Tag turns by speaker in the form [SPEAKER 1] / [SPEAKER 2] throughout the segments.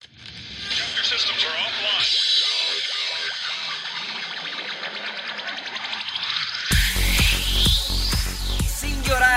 [SPEAKER 1] Your systems are offline.
[SPEAKER 2] Sin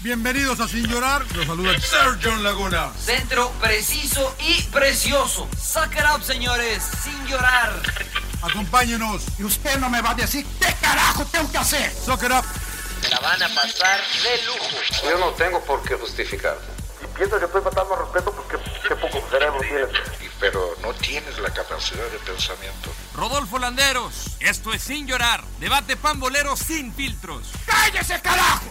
[SPEAKER 3] Bienvenidos a Sin Llorar. Los saluda Sergio Laguna.
[SPEAKER 2] Centro preciso y precioso. Suck it up, señores. Sin llorar.
[SPEAKER 3] Acompáñenos.
[SPEAKER 4] Y usted no me va a decir qué carajo tengo que hacer.
[SPEAKER 3] Soccer Up.
[SPEAKER 2] La van a pasar de lujo.
[SPEAKER 5] Yo no tengo por qué justificar.
[SPEAKER 6] Piensa que estoy faltando al respeto porque qué poco cerebro tienes.
[SPEAKER 7] pero no tienes la capacidad de pensamiento.
[SPEAKER 8] Rodolfo Landeros, esto es Sin llorar. Debate pambolero sin filtros.
[SPEAKER 4] ¡Cállese, carajo!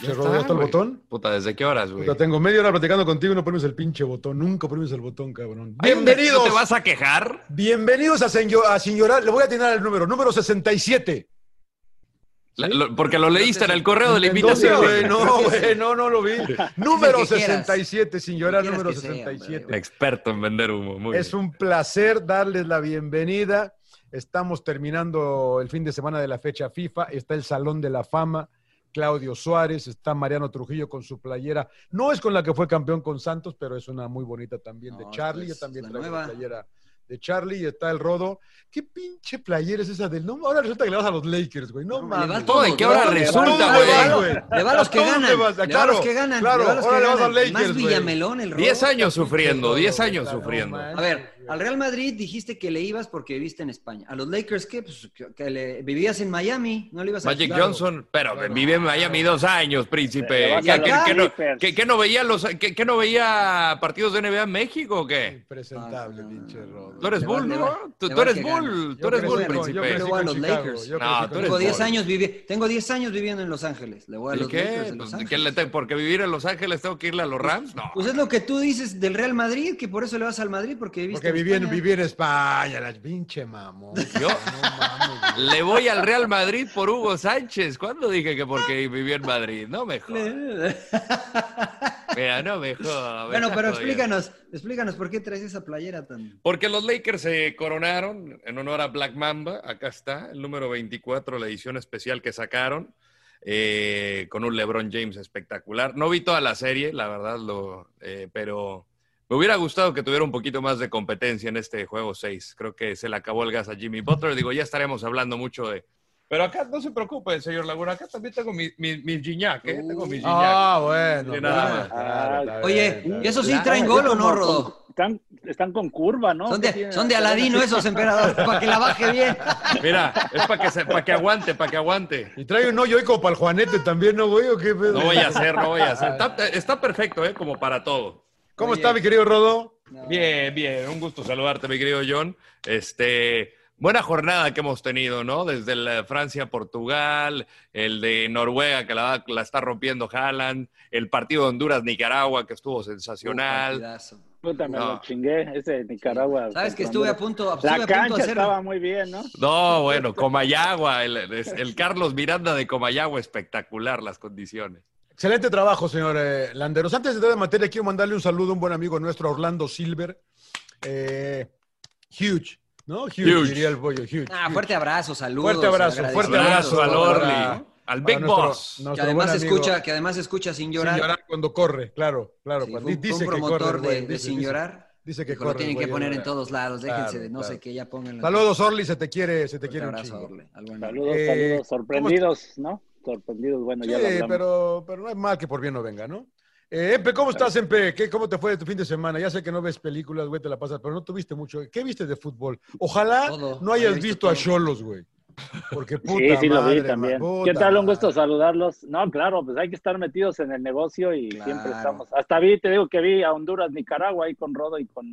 [SPEAKER 9] Se robó hasta el botón.
[SPEAKER 5] Puta, ¿desde qué horas, güey?
[SPEAKER 9] Puta, tengo media hora platicando contigo y no pones el pinche botón. Nunca pones el botón, cabrón.
[SPEAKER 5] Hay un-
[SPEAKER 9] Bienvenidos.
[SPEAKER 5] ¿No te vas a quejar?
[SPEAKER 9] Bienvenidos a, Señor, a Señora. Le voy a atinar el número. Número 67.
[SPEAKER 5] La- lo- porque lo leíste en el correo de la
[SPEAKER 9] ¿En dónde,
[SPEAKER 5] invitación.
[SPEAKER 9] güey? No, güey. No, no lo vi. Número
[SPEAKER 2] que quieras.
[SPEAKER 9] 67,
[SPEAKER 2] Lo
[SPEAKER 9] Señora.
[SPEAKER 2] que quieras
[SPEAKER 9] Número
[SPEAKER 2] que sea, hombre,
[SPEAKER 9] 67.
[SPEAKER 5] Experto en vender humo. Muy
[SPEAKER 9] Es
[SPEAKER 5] bien.
[SPEAKER 9] un placer darles la bienvenida. Estamos terminando el fin de semana de la fecha FIFA. Está el Salón de la Fama. Claudio Suárez, está Mariano Trujillo con su playera. No es con la que fue campeón con Santos, pero es una muy bonita también de
[SPEAKER 2] No,
[SPEAKER 9] Charlie.
[SPEAKER 2] esta es
[SPEAKER 9] Yo también
[SPEAKER 2] la
[SPEAKER 9] traigo
[SPEAKER 2] nueva.
[SPEAKER 9] la playera de Charlie y está el Rodo. ¿Qué pinche playera es esa del no? Ahora resulta que le vas a los Lakers, güey.
[SPEAKER 2] le
[SPEAKER 9] No,
[SPEAKER 2] va
[SPEAKER 9] mames.
[SPEAKER 2] a
[SPEAKER 5] Todo, ¿y qué hora
[SPEAKER 9] ¿A dónde
[SPEAKER 5] resulta,
[SPEAKER 9] vas,
[SPEAKER 5] güey?
[SPEAKER 2] Le va a los que
[SPEAKER 9] ¿A dónde
[SPEAKER 2] ganan.
[SPEAKER 9] vas?
[SPEAKER 2] Le va a los
[SPEAKER 9] Claro,
[SPEAKER 2] que ganan.
[SPEAKER 9] claro,
[SPEAKER 2] le va a los que
[SPEAKER 9] ahora le vas
[SPEAKER 2] ganan.
[SPEAKER 9] a Lakers,
[SPEAKER 2] Más
[SPEAKER 9] güey.
[SPEAKER 2] Villamelón, el robo.
[SPEAKER 5] 10 años sufriendo, 10 años
[SPEAKER 9] Claro,
[SPEAKER 5] sufriendo.
[SPEAKER 9] man.
[SPEAKER 2] A ver, al Real Madrid dijiste que le ibas porque viviste en España. A los Lakers, ¿qué? Pues que, que le- vivías en Miami, no le ibas a
[SPEAKER 5] Magic
[SPEAKER 9] claro.
[SPEAKER 5] Johnson, pero vive en Miami dos años, príncipe.
[SPEAKER 2] va a
[SPEAKER 5] ¿Qué, qué-
[SPEAKER 2] ganar
[SPEAKER 5] qué no,
[SPEAKER 10] Clippers.
[SPEAKER 5] qué- qué no veía los, qué- qué no veía partidos de NBA en México o qué?
[SPEAKER 9] Impresentable,
[SPEAKER 2] Ah, no,
[SPEAKER 9] pinche
[SPEAKER 2] no, no.
[SPEAKER 9] Rodo.
[SPEAKER 5] Tú eres
[SPEAKER 2] Le va-
[SPEAKER 5] Bull,
[SPEAKER 2] le va-
[SPEAKER 5] ¿no? Tú,
[SPEAKER 2] le
[SPEAKER 5] tú
[SPEAKER 2] va
[SPEAKER 5] eres
[SPEAKER 2] que
[SPEAKER 5] Bull,
[SPEAKER 2] gane.
[SPEAKER 5] tú
[SPEAKER 9] Yo
[SPEAKER 5] eres
[SPEAKER 9] crecí
[SPEAKER 5] Bull,
[SPEAKER 9] con- yo
[SPEAKER 5] príncipe.
[SPEAKER 9] crecí
[SPEAKER 2] Luego a
[SPEAKER 9] con
[SPEAKER 2] los
[SPEAKER 9] Chicago,
[SPEAKER 2] Lakers.
[SPEAKER 9] yo crecí
[SPEAKER 5] No, tú
[SPEAKER 9] con
[SPEAKER 5] eres
[SPEAKER 2] Tengo
[SPEAKER 9] Chicago.
[SPEAKER 2] 10 años vivi- tengo 10 años viviendo en Los Ángeles. Le voy a
[SPEAKER 5] ¿Y
[SPEAKER 2] los Lakers
[SPEAKER 5] qué?
[SPEAKER 2] en Los
[SPEAKER 5] Pues, ¿Qué
[SPEAKER 2] Ángeles.
[SPEAKER 5] le tengo? ¿Porque vivir en Los Ángeles tengo que irle a los Rams? No.
[SPEAKER 2] Pues es lo que tú dices del Real Madrid, que por eso le vas al Madrid porque viviste
[SPEAKER 9] Porque viví en,
[SPEAKER 2] España.
[SPEAKER 9] viví en España, la pinche mamón.
[SPEAKER 5] Yo
[SPEAKER 9] No mames, güey.
[SPEAKER 5] le voy al Real Madrid por Hugo Sánchez. ¿Cuándo dije que porque viví en Madrid? No mejor. Mira, no mejor.
[SPEAKER 2] bueno, pero explícanos, explícanos por qué traes esa playera tan.
[SPEAKER 5] Porque los Lakers se coronaron en honor a Black Mamba. Acá está, el número 24, la edición especial que sacaron, eh, con un LeBron James espectacular. No vi toda la serie, la verdad, lo, eh, pero me hubiera gustado que tuviera un poquito más de competencia en este juego 6. Creo que se le acabó el gas a Jimmy Butler. Digo, ya estaremos hablando mucho de... Pero acá no se preocupe, señor Laguna. Acá también tengo mi, mi, mi Gignac, ¿eh? Tengo mi Gignac.
[SPEAKER 9] Ah, bueno.
[SPEAKER 5] Sí, nada
[SPEAKER 9] bueno,
[SPEAKER 5] más.
[SPEAKER 9] claro, está bien,
[SPEAKER 2] Oye,
[SPEAKER 9] está
[SPEAKER 2] ¿y
[SPEAKER 9] bien.
[SPEAKER 2] esos sí traen gol o no, Rodó?
[SPEAKER 10] Están, están con curva, ¿no?
[SPEAKER 2] Son
[SPEAKER 10] ¿Qué
[SPEAKER 2] de,
[SPEAKER 10] tiene?
[SPEAKER 2] son de Aladino esos, emperador, para que la baje bien.
[SPEAKER 5] Mira, es para que, se- para que aguante, para que aguante.
[SPEAKER 9] Y trae un hoyo ahí como para el Juanete también, ¿no, güey? ¿O qué pedo?
[SPEAKER 5] No voy a hacer, no voy a hacer. Está, está perfecto, ¿eh? Como para todo.
[SPEAKER 9] ¿Cómo
[SPEAKER 2] Oye.
[SPEAKER 9] está, mi querido Rodo?
[SPEAKER 5] Bien, bien. Un gusto saludarte, mi querido John. Este, buena jornada que hemos tenido, ¿no? Desde la Francia-Portugal, el de Noruega que la, va- la está rompiendo Haaland, el partido de Honduras-Nicaragua que estuvo sensacional.
[SPEAKER 2] Partidazo.
[SPEAKER 10] Puta, me
[SPEAKER 5] No.
[SPEAKER 10] lo chingué, ese de Nicaragua.
[SPEAKER 2] Sabes
[SPEAKER 10] contra
[SPEAKER 2] que estuve a
[SPEAKER 10] Honduras.
[SPEAKER 2] punto, estuve
[SPEAKER 10] pues, La
[SPEAKER 2] a punto de
[SPEAKER 10] cancha
[SPEAKER 2] hacer.
[SPEAKER 10] estaba muy bien, ¿no?
[SPEAKER 5] No, bueno, Comayagua, el, el Carlos Miranda de Comayagua, espectacular las condiciones.
[SPEAKER 9] Excelente trabajo, señor eh, Landeros. Antes de entrar en materia, quiero mandarle un saludo a un buen amigo nuestro, a Orlando Silver. Eh, huge, ¿no? Huge,
[SPEAKER 5] Huge.
[SPEAKER 9] diría el pollo, huge.
[SPEAKER 2] Ah,
[SPEAKER 9] huge.
[SPEAKER 2] fuerte abrazo, saludos.
[SPEAKER 9] Fuerte abrazo, fuerte
[SPEAKER 5] Abrazo al
[SPEAKER 9] abrazo
[SPEAKER 5] Orly,
[SPEAKER 9] para-
[SPEAKER 5] al
[SPEAKER 9] para
[SPEAKER 5] Big
[SPEAKER 9] nuestro-
[SPEAKER 5] Boss.
[SPEAKER 2] Que
[SPEAKER 9] nuestro
[SPEAKER 2] además
[SPEAKER 9] buen amigo.
[SPEAKER 2] escucha, que además escucha sin llorar.
[SPEAKER 9] Sin llorar cuando corre, claro, claro.
[SPEAKER 2] Sí,
[SPEAKER 9] cuando-
[SPEAKER 2] fue un-
[SPEAKER 9] di- dice
[SPEAKER 2] fue
[SPEAKER 9] que
[SPEAKER 2] un promotor
[SPEAKER 9] corre,
[SPEAKER 2] de,
[SPEAKER 9] güey,
[SPEAKER 2] de
[SPEAKER 9] dice-
[SPEAKER 2] sin
[SPEAKER 9] dice-
[SPEAKER 2] llorar.
[SPEAKER 9] Dice que
[SPEAKER 2] Dijo,
[SPEAKER 9] corre.
[SPEAKER 2] lo tienen
[SPEAKER 9] güey,
[SPEAKER 2] que poner
[SPEAKER 9] ahora.
[SPEAKER 2] en todos lados, déjense de no
[SPEAKER 9] Claro,
[SPEAKER 2] sé qué, ya pónganlo.
[SPEAKER 9] Saludos, Orly, se te quiere, se
[SPEAKER 2] Fuerte
[SPEAKER 9] te quiere un
[SPEAKER 2] abrazo,
[SPEAKER 9] chingo.
[SPEAKER 2] Orle, al buen hombre.
[SPEAKER 10] Saludos,
[SPEAKER 9] Eh, ¿cómo
[SPEAKER 10] saludos, sorprendidos, ¿no? Sorprendidos, bueno,
[SPEAKER 9] Sí,
[SPEAKER 10] ya lo hablamos.
[SPEAKER 9] pero, pero no es mal que por bien no venga, ¿no? Eh, Empe, ¿cómo estás, Empe? ¿Qué, ¿Cómo te fue de tu fin de semana? Ya sé que no ves películas, güey, te la pasas, pero no tuviste mucho. ¿Qué viste de fútbol? Ojalá
[SPEAKER 2] Todo.
[SPEAKER 9] no hayas
[SPEAKER 2] He visto
[SPEAKER 9] visto a
[SPEAKER 2] todo.
[SPEAKER 9] Cholos, güey. Porque puta
[SPEAKER 10] sí, sí, lo
[SPEAKER 9] madre,
[SPEAKER 10] vi también.
[SPEAKER 9] ma-
[SPEAKER 10] ¿Qué
[SPEAKER 9] puta
[SPEAKER 10] tal? Un
[SPEAKER 9] madre.
[SPEAKER 10] gusto saludarlos. No, claro, pues hay que estar metidos en el negocio y siempre
[SPEAKER 2] Claro.
[SPEAKER 10] estamos. Hasta vi, te digo que vi a Honduras, Nicaragua ahí con Rodo y con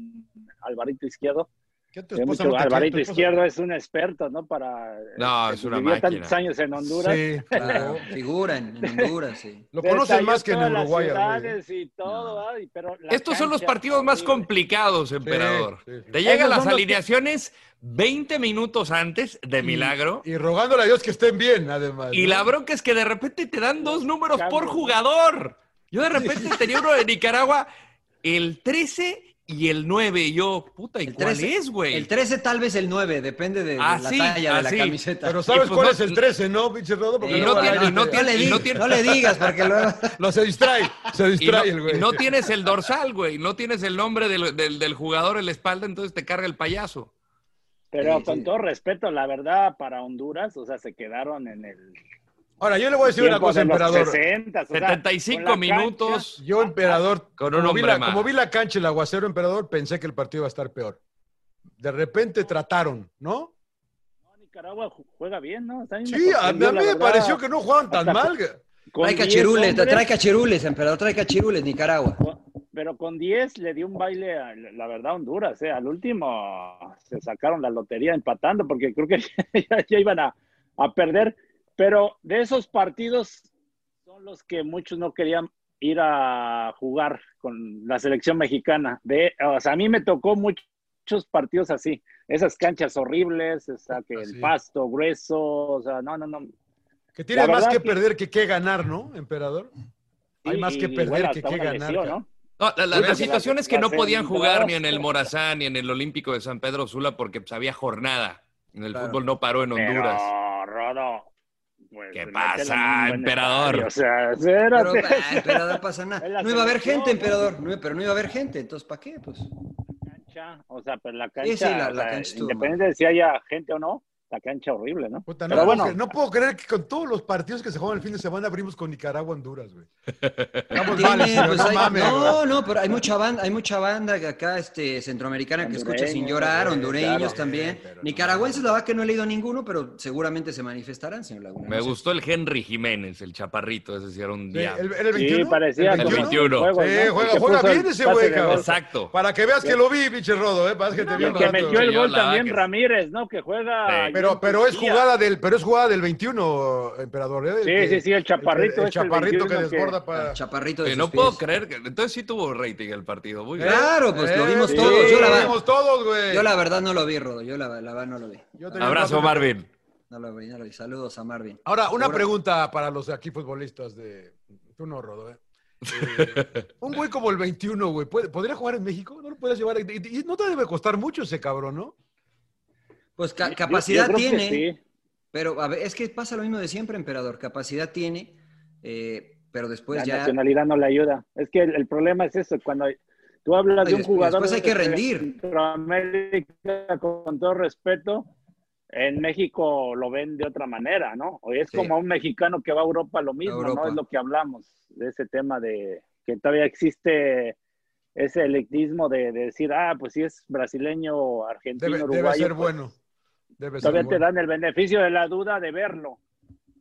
[SPEAKER 10] Alvarito Izquierdo.
[SPEAKER 9] ¿Qué tu
[SPEAKER 10] Hay
[SPEAKER 9] esposa
[SPEAKER 10] mucho-
[SPEAKER 9] no te quiere?
[SPEAKER 10] Alvarito
[SPEAKER 9] ¿Tu esposa-
[SPEAKER 10] Izquierdo es un experto, ¿no? Para.
[SPEAKER 5] No,
[SPEAKER 10] este,
[SPEAKER 5] es una
[SPEAKER 10] vivió
[SPEAKER 5] máquina.
[SPEAKER 10] tantos años en Honduras.
[SPEAKER 9] Sí,
[SPEAKER 2] Claro, figura en, en Honduras, sí.
[SPEAKER 9] Lo conoces
[SPEAKER 10] Detalló
[SPEAKER 9] más que en
[SPEAKER 10] todas las
[SPEAKER 9] Uruguay, al güey.
[SPEAKER 10] ciudades y todo, ¿verdad? Y- pero la
[SPEAKER 5] Estos son los
[SPEAKER 10] cancha,
[SPEAKER 5] partidos más
[SPEAKER 10] horrible.
[SPEAKER 5] complicados, emperador.
[SPEAKER 9] sí, sí.
[SPEAKER 5] Te llegan
[SPEAKER 10] Esos
[SPEAKER 5] las
[SPEAKER 10] son los que-
[SPEAKER 5] alineaciones 20 minutos antes de milagro.
[SPEAKER 9] Y rogándole a Dios que estén bien, además.
[SPEAKER 5] Y
[SPEAKER 9] ¿no?
[SPEAKER 5] la bronca es que de repente te dan dos números por
[SPEAKER 10] cambios, ¿no?
[SPEAKER 5] jugador. Yo de repente tenía uno de Nicaragua, el 13 y el 9. Y yo, puta, ¿y
[SPEAKER 2] El
[SPEAKER 5] cuál
[SPEAKER 2] 13,
[SPEAKER 5] es, güey?
[SPEAKER 2] El 13 tal vez el 9, depende de, de
[SPEAKER 5] Así,
[SPEAKER 2] la talla de
[SPEAKER 5] así.
[SPEAKER 2] la camiseta.
[SPEAKER 9] Pero sabes
[SPEAKER 5] Y pues
[SPEAKER 9] cuál
[SPEAKER 5] no-
[SPEAKER 9] es el 13, ¿no, pinche Rodo?
[SPEAKER 2] Sí,
[SPEAKER 9] Porque
[SPEAKER 5] y no
[SPEAKER 9] luego al
[SPEAKER 5] tiene-
[SPEAKER 9] aire
[SPEAKER 5] y no
[SPEAKER 9] te-
[SPEAKER 5] tiene-
[SPEAKER 2] le
[SPEAKER 5] y no
[SPEAKER 2] digas-
[SPEAKER 5] tiene-
[SPEAKER 2] no le digas porque luego...
[SPEAKER 9] No, se distrae, se
[SPEAKER 5] Y no,
[SPEAKER 9] distrae el güey.
[SPEAKER 5] y no tienes el dorsal, güey. No tienes el nombre del, del- del jugador en la espalda, entonces te carga el payaso.
[SPEAKER 10] Pero
[SPEAKER 2] Sí,
[SPEAKER 10] con
[SPEAKER 2] sí.
[SPEAKER 10] todo respeto, la verdad, para Honduras, o sea, se quedaron en el.
[SPEAKER 9] Ahora, yo le voy a decir una
[SPEAKER 10] tiempo
[SPEAKER 9] cosa,
[SPEAKER 10] de los
[SPEAKER 9] emperador.
[SPEAKER 10] 60s, o sea,
[SPEAKER 5] 75
[SPEAKER 10] con la
[SPEAKER 5] minutos.
[SPEAKER 9] Yo, emperador,
[SPEAKER 5] Con un
[SPEAKER 9] como, vi
[SPEAKER 5] hombre
[SPEAKER 9] la,
[SPEAKER 5] más.
[SPEAKER 9] como vi la cancha y el aguacero, emperador, pensé que el partido iba a estar peor. De repente trataron, ¿no?
[SPEAKER 10] cancha, Nicaragua ju- juega bien, ¿no? O sea, a mí me
[SPEAKER 9] Sí, a, a mí
[SPEAKER 10] sorprendió, la
[SPEAKER 9] me
[SPEAKER 10] verdad,
[SPEAKER 9] pareció que no jugaban tan
[SPEAKER 10] hasta-
[SPEAKER 9] mal. güey.
[SPEAKER 10] con
[SPEAKER 2] Trae
[SPEAKER 10] 10
[SPEAKER 2] cachirules,
[SPEAKER 10] hombres,
[SPEAKER 2] trae cachirules, emperador, trae cachirules, Nicaragua.
[SPEAKER 10] con- Pero con 10 le dio un baile, a, la verdad, a Honduras, ¿eh? Al último se sacaron la lotería empatando porque creo que ya, ya iban a, a perder. Pero de esos partidos son los que muchos no querían ir a jugar con la selección mexicana. De, o sea, a mí me tocó mucho- muchos partidos así, esas canchas horribles, o sea, que
[SPEAKER 9] Así.
[SPEAKER 10] el pasto grueso, o sea, no, no, no.
[SPEAKER 9] Que tiene
[SPEAKER 10] La
[SPEAKER 9] más
[SPEAKER 10] verdad
[SPEAKER 9] que
[SPEAKER 10] que-
[SPEAKER 9] perder que que ganar, ¿no, emperador? Hay
[SPEAKER 10] Sí,
[SPEAKER 9] más que
[SPEAKER 10] y
[SPEAKER 9] perder
[SPEAKER 10] bueno,
[SPEAKER 9] que
[SPEAKER 10] hasta
[SPEAKER 9] que
[SPEAKER 10] una
[SPEAKER 9] ganar.
[SPEAKER 10] lesión,
[SPEAKER 9] cabrón.
[SPEAKER 10] ¿no?
[SPEAKER 5] No, la, la-
[SPEAKER 9] Bueno,
[SPEAKER 5] la situación es que no
[SPEAKER 10] las
[SPEAKER 5] podían jugar ni en el
[SPEAKER 10] entradas.
[SPEAKER 5] Morazán ni en el Olímpico de San Pedro Sula porque pues, había jornada. En el
[SPEAKER 2] Claro.
[SPEAKER 5] fútbol no paró en Honduras.
[SPEAKER 10] Pero, Rodo, pues,
[SPEAKER 5] ¿Qué
[SPEAKER 10] métela en un
[SPEAKER 5] pasa,
[SPEAKER 10] buen estadio,
[SPEAKER 5] emperador?
[SPEAKER 10] O sea,
[SPEAKER 2] Pero,
[SPEAKER 10] espérate.
[SPEAKER 2] ah, emperador, no pasa
[SPEAKER 10] Es
[SPEAKER 2] nada.
[SPEAKER 10] la
[SPEAKER 2] No iba a haber
[SPEAKER 10] selección,
[SPEAKER 2] gente,
[SPEAKER 10] ¿no?
[SPEAKER 2] emperador, no, pero no iba a haber gente, entonces ¿para qué? Pues
[SPEAKER 10] Cancha, O sea, pues la cancha,
[SPEAKER 2] Sí, sí, la-
[SPEAKER 10] o
[SPEAKER 2] la
[SPEAKER 10] sea,
[SPEAKER 2] cancha estuvo
[SPEAKER 10] independiente de si haya gente o no, la cancha horrible, ¿no?
[SPEAKER 9] Puta, no,
[SPEAKER 10] Pero
[SPEAKER 9] puedo
[SPEAKER 10] bueno,
[SPEAKER 9] cre- no puedo creer que con todos los partidos que se juegan el fin de semana abrimos con Nicaragua, Honduras, güey. Estamos mal,
[SPEAKER 2] Tiene,
[SPEAKER 9] señor,
[SPEAKER 2] pues,
[SPEAKER 9] no
[SPEAKER 2] hay-
[SPEAKER 9] mames, güey.
[SPEAKER 2] no, no, pero hay mucha banda, hay mucha banda que acá este centroamericana que escucha sin
[SPEAKER 10] Hondureños, eh,
[SPEAKER 2] llorar, hondureños
[SPEAKER 10] claro.
[SPEAKER 2] también,
[SPEAKER 9] Sí, pero no.
[SPEAKER 2] nicaragüenses la verdad que no he leído ninguno, pero seguramente se manifestarán, señor Laguna.
[SPEAKER 5] Me
[SPEAKER 2] No sé.
[SPEAKER 5] gustó el Henry Jiménez, el chaparrito, ese sí era un
[SPEAKER 9] Sí,
[SPEAKER 5] diablo.
[SPEAKER 9] Eh, ¿El, era el
[SPEAKER 10] sí,
[SPEAKER 9] 21?
[SPEAKER 10] parecía
[SPEAKER 9] ¿El
[SPEAKER 10] como
[SPEAKER 9] 21?
[SPEAKER 5] 21.
[SPEAKER 10] juegos,
[SPEAKER 9] Sí,
[SPEAKER 10] ¿no? El
[SPEAKER 9] juega,
[SPEAKER 10] que
[SPEAKER 9] juega
[SPEAKER 10] puso
[SPEAKER 9] bien
[SPEAKER 10] el
[SPEAKER 9] ese
[SPEAKER 10] pase
[SPEAKER 9] güey,
[SPEAKER 10] de
[SPEAKER 9] cabrón.
[SPEAKER 10] gol.
[SPEAKER 5] Exacto.
[SPEAKER 9] Para que veas que lo vi, pinche Rodo, ¿eh? Para que te
[SPEAKER 10] Y
[SPEAKER 9] vi
[SPEAKER 10] el
[SPEAKER 9] un
[SPEAKER 10] que
[SPEAKER 9] rato.
[SPEAKER 10] metió el
[SPEAKER 5] Señor,
[SPEAKER 10] gol
[SPEAKER 5] la verdad
[SPEAKER 10] también,
[SPEAKER 5] que-
[SPEAKER 10] Ramírez, ¿no? Que juega.
[SPEAKER 5] Sí.
[SPEAKER 10] allá en
[SPEAKER 9] Pero, pero es
[SPEAKER 10] Turquía.
[SPEAKER 9] jugada del, pero es jugada del 21, emperador. ¿eh? El
[SPEAKER 10] Sí,
[SPEAKER 9] que-
[SPEAKER 10] sí, sí, el chaparrito. este
[SPEAKER 9] El,
[SPEAKER 10] es
[SPEAKER 9] chaparrito que
[SPEAKER 10] 21
[SPEAKER 9] desborda
[SPEAKER 2] Ah,
[SPEAKER 9] para.
[SPEAKER 2] Chaparrito de
[SPEAKER 5] Oye, no
[SPEAKER 2] sus
[SPEAKER 5] puedo
[SPEAKER 2] pies.
[SPEAKER 5] creer que entonces sí tuvo rating el partido. Muy bien.
[SPEAKER 2] Claro, pues lo vimos
[SPEAKER 9] sí,
[SPEAKER 2] todos, yo la
[SPEAKER 9] ¿Eh? Lo
[SPEAKER 2] verdad-
[SPEAKER 9] vimos todos, güey.
[SPEAKER 2] Yo la verdad no lo vi, Rodo, yo la, la verdad no lo vi.
[SPEAKER 9] Yo tenía-
[SPEAKER 5] Abrazo, Marvin.
[SPEAKER 2] No lo vi, no lo vi. Saludos a Marvin.
[SPEAKER 9] Ahora, una
[SPEAKER 2] Seguro-
[SPEAKER 9] pregunta para los aquí futbolistas de. Tú no, Rodo, ¿eh? Eh, un güey como el 21, güey, ¿puede- ¿podría jugar en México? ¿No lo podrías llevar? Y, y no te debe costar mucho ese cabrón, ¿no?
[SPEAKER 2] Pues
[SPEAKER 10] Yo-
[SPEAKER 2] ca-
[SPEAKER 10] yo
[SPEAKER 2] capacidad
[SPEAKER 10] creo que
[SPEAKER 2] tiene.
[SPEAKER 10] sí.
[SPEAKER 2] Pero a ver, es que pasa lo mismo de siempre, emperador. Capacidad tiene, eh, pero después
[SPEAKER 10] la
[SPEAKER 2] ya.
[SPEAKER 10] nacionalidad no le ayuda. Es que el, el problema es eso, cuando tú hablas
[SPEAKER 2] No, y
[SPEAKER 10] de un
[SPEAKER 2] después-
[SPEAKER 10] jugador
[SPEAKER 2] después hay que
[SPEAKER 10] de
[SPEAKER 2] rendir.
[SPEAKER 10] Centroamérica, con todo respeto, en México lo ven de otra manera, ¿no? O es
[SPEAKER 2] Sí.
[SPEAKER 10] como un mexicano que va a Europa lo mismo,
[SPEAKER 2] Europa.
[SPEAKER 10] ¿no? Es lo que hablamos de ese tema de que todavía existe ese electismo de, de decir, ah, pues si es brasileño, argentino,
[SPEAKER 9] Debe, debe
[SPEAKER 10] uruguayo,
[SPEAKER 9] ser
[SPEAKER 10] pues,
[SPEAKER 9] bueno. Debe ser
[SPEAKER 10] todavía te
[SPEAKER 9] bueno.
[SPEAKER 10] dan el beneficio de la duda de verlo.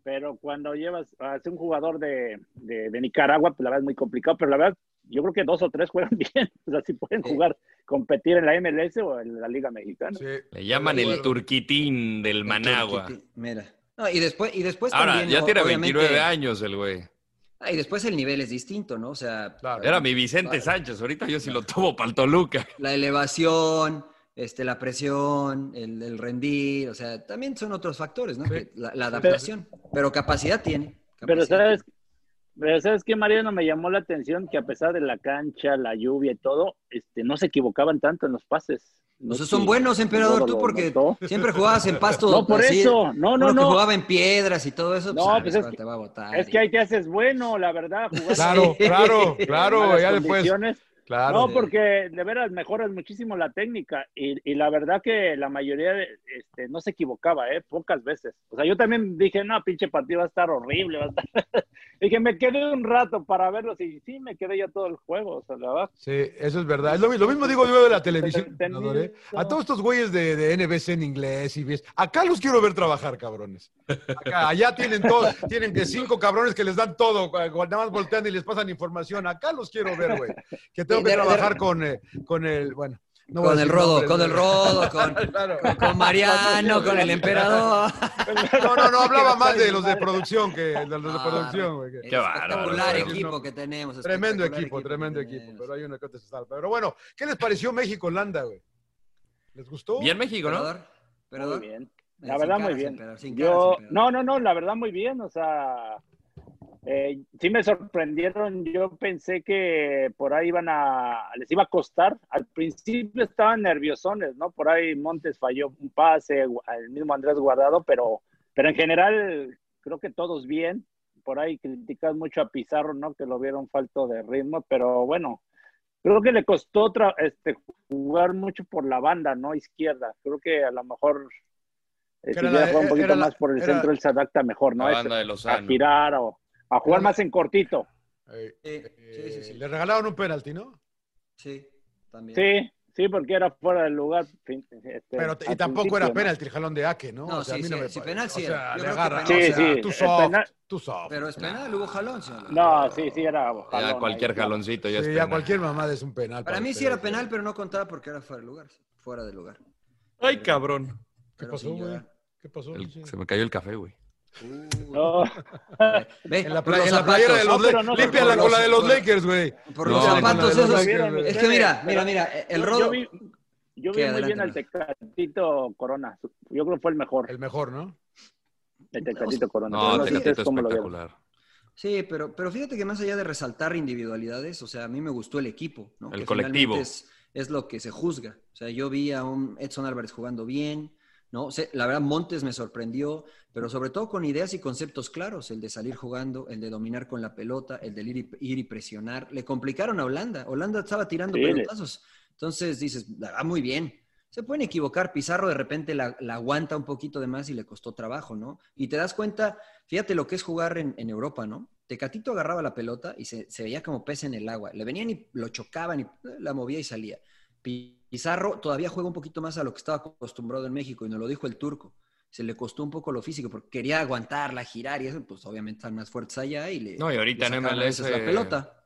[SPEAKER 10] Pero cuando llevas a un jugador de, de- de Nicaragua, pues la verdad es muy complicado. Pero la verdad, yo creo que dos o tres juegan bien. O sea, sí pueden
[SPEAKER 2] Sí.
[SPEAKER 10] jugar, competir en la MLS o en la Liga Mexicana.
[SPEAKER 9] Sí.
[SPEAKER 5] Le llaman el
[SPEAKER 9] Bueno.
[SPEAKER 5] turquitín del Managua.
[SPEAKER 2] Mira. No, y después, y después
[SPEAKER 5] Ahora,
[SPEAKER 2] Pues también.
[SPEAKER 5] ya
[SPEAKER 2] o-
[SPEAKER 5] tiene
[SPEAKER 2] obviamente-
[SPEAKER 5] 29 años el güey.
[SPEAKER 2] Ah, y después el nivel es distinto, ¿no? O sea,
[SPEAKER 9] Claro.
[SPEAKER 5] Era mi Vicente
[SPEAKER 2] Claro.
[SPEAKER 5] Sánchez. Ahorita yo sí lo tomo para el Toluca.
[SPEAKER 2] la elevación, este, la presión, el, el rendir, o sea, también son otros factores, ¿no?
[SPEAKER 9] Sí.
[SPEAKER 2] Que La, la adaptación. Pero capacidad tiene.
[SPEAKER 10] Pero
[SPEAKER 2] capacidad
[SPEAKER 10] sabes, pero sabes que Mariano me llamó la atención que a pesar de la cancha, la lluvia y todo, este, no se equivocaban tanto en los pases. No
[SPEAKER 2] O sea,
[SPEAKER 10] sé
[SPEAKER 2] son
[SPEAKER 10] si
[SPEAKER 2] buenos, emperador,
[SPEAKER 10] Rodo
[SPEAKER 2] tú
[SPEAKER 10] lo
[SPEAKER 2] porque
[SPEAKER 10] notó.
[SPEAKER 2] siempre jugabas en pasto.
[SPEAKER 10] No, por
[SPEAKER 2] así,
[SPEAKER 10] eso. No, no,
[SPEAKER 2] uno que
[SPEAKER 10] no.
[SPEAKER 2] jugaba en piedras y todo eso, pues,
[SPEAKER 10] No,
[SPEAKER 2] ah,
[SPEAKER 10] pues es
[SPEAKER 2] te
[SPEAKER 10] que-
[SPEAKER 2] va a botar.
[SPEAKER 10] Es que ahí te haces bueno, la verdad. jugar
[SPEAKER 9] Claro,
[SPEAKER 2] Sí.
[SPEAKER 9] claro,
[SPEAKER 10] en
[SPEAKER 9] claro,
[SPEAKER 10] malas
[SPEAKER 9] ya después.
[SPEAKER 10] condiciones.
[SPEAKER 9] Claro.
[SPEAKER 10] No, porque de veras mejoras muchísimo la técnica y, y la verdad que la mayoría de- este, no se equivocaba, ¿eh? pocas veces. O sea, yo también dije, no, pinche partido va a estar horrible, va a estar... Dije, me quedé un rato para verlos y sí, me quedé ya todo el juego, o sea, la verdad.
[SPEAKER 9] Sí, eso es verdad. Es lo, lo, mismo digo yo de la televisión. ¿eh? A todos estos güeyes de, de, NBC en inglés y ves, acá los quiero ver trabajar, cabrones. Acá, allá tienen todos, tienen que cinco cabrones que les dan todo, nada más voltean y les pasan información. Acá los quiero ver, güey. Que tengo que trabajar con, eh, con el, bueno.
[SPEAKER 2] No con, el rodo, con, el rodo, con el claro. rodo, con, Mariano, con el emperador.
[SPEAKER 9] No, no, no, hablaba más de los de producción que de los de ah, producción. Güey.
[SPEAKER 2] Qué espectacular baro, equipo no. que tenemos.
[SPEAKER 9] Tremendo equipo, equipo tremendo equipo, tenemos. pero hay una que te salva. Pero bueno, ¿qué les pareció México-Holanda, güey? ¿Les gustó?
[SPEAKER 5] Bien México, ¿no?
[SPEAKER 10] Pero muy bien. La verdad, cara, muy bien. Emperador, Yo, cara, no, no, no, la verdad, muy bien. O sea, eh, sí me sorprendieron. Yo pensé que por ahí iban a, les iba a costar. Al principio estaban nerviosones, ¿no? Por ahí Montes falló un pase, el mismo Andrés Guardado, pero, pero en general creo que todos bien. Por ahí critican mucho a Pizarro, ¿no? Que lo vieron falto de ritmo, pero bueno, creo que le costó otra, este, jugar mucho por la banda, ¿no? Izquierda. Creo que a lo mejor eh, si la, un poquito la, más por el era, centro, él se adapta mejor, ¿no? Este,
[SPEAKER 5] La banda de los
[SPEAKER 10] a girar o a jugar más en cortito.
[SPEAKER 9] Eh, eh, sí, sí, sí. Le regalaron un penalti, ¿no?
[SPEAKER 2] Sí, también.
[SPEAKER 10] Sí, sí, porque era fuera del lugar. Este,
[SPEAKER 9] pero y tampoco era penalti el jalón de Aque, ¿no?
[SPEAKER 2] No, o sea, sí, a mí no me sí, penal sí.
[SPEAKER 9] O sea, le agarra, penal, sí, o sea, sí. Tú soft, penal... tú soft.
[SPEAKER 2] Pero es penal, hubo jalón. Señor.
[SPEAKER 10] No, sí, sí, era jalón.
[SPEAKER 5] Ya cualquier jaloncito ya es
[SPEAKER 9] penal. Ya cualquier mamada es un penal.
[SPEAKER 2] Para, para mí sí era penal, pero no contaba porque era fuera del lugar. Fuera del lugar.
[SPEAKER 5] Ay, cabrón.
[SPEAKER 9] ¿Qué pasó, güey? ¿Qué pasó?
[SPEAKER 5] El, se me cayó el café, güey.
[SPEAKER 10] Uh, no.
[SPEAKER 9] Ve, en la, playa, en la playera de los Lakers. No, no, limpia la cola de los Lakers, güey.
[SPEAKER 2] Por los zapatos esos. Lakers, es que mira, mira, mira. El rodo.
[SPEAKER 10] Yo vi, yo vi muy adelante, bien al Tecatito Corona. Yo creo que fue el mejor.
[SPEAKER 9] El mejor, ¿no?
[SPEAKER 10] El Tecatito Corona.
[SPEAKER 5] No, el Tecatito espectacular.
[SPEAKER 2] Sí, pero, pero fíjate que más allá de resaltar individualidades, o sea, a mí me gustó el equipo, ¿no?
[SPEAKER 5] El que colectivo.
[SPEAKER 2] Es, es lo que se juzga. O sea, yo vi a un Edson Álvarez jugando bien, ¿no? la verdad, Montes me sorprendió, pero sobre todo con ideas y conceptos claros, el de salir jugando, el de dominar con la pelota, el de ir y, ir y presionar. Le complicaron a Holanda. Holanda estaba tirando sí, pelotazos. Entonces dices, la ah, muy bien. Se pueden equivocar, Pizarro de repente la, la, aguanta un poquito de más y le costó trabajo, ¿no? Y te das cuenta, fíjate lo que es jugar en, en Europa, ¿no? Tecatito agarraba la pelota y se, se, veía como pez en el agua. Le venían y lo chocaban y la movía y salía. Pizarro todavía juega un poquito más a lo que estaba acostumbrado en México, y nos lo dijo el turco. Se le costó un poco lo físico porque quería aguantarla, girar y eso, pues obviamente están más fuertes allá y le.
[SPEAKER 5] No, y ahorita en MLS.
[SPEAKER 2] "Ah, la pelota.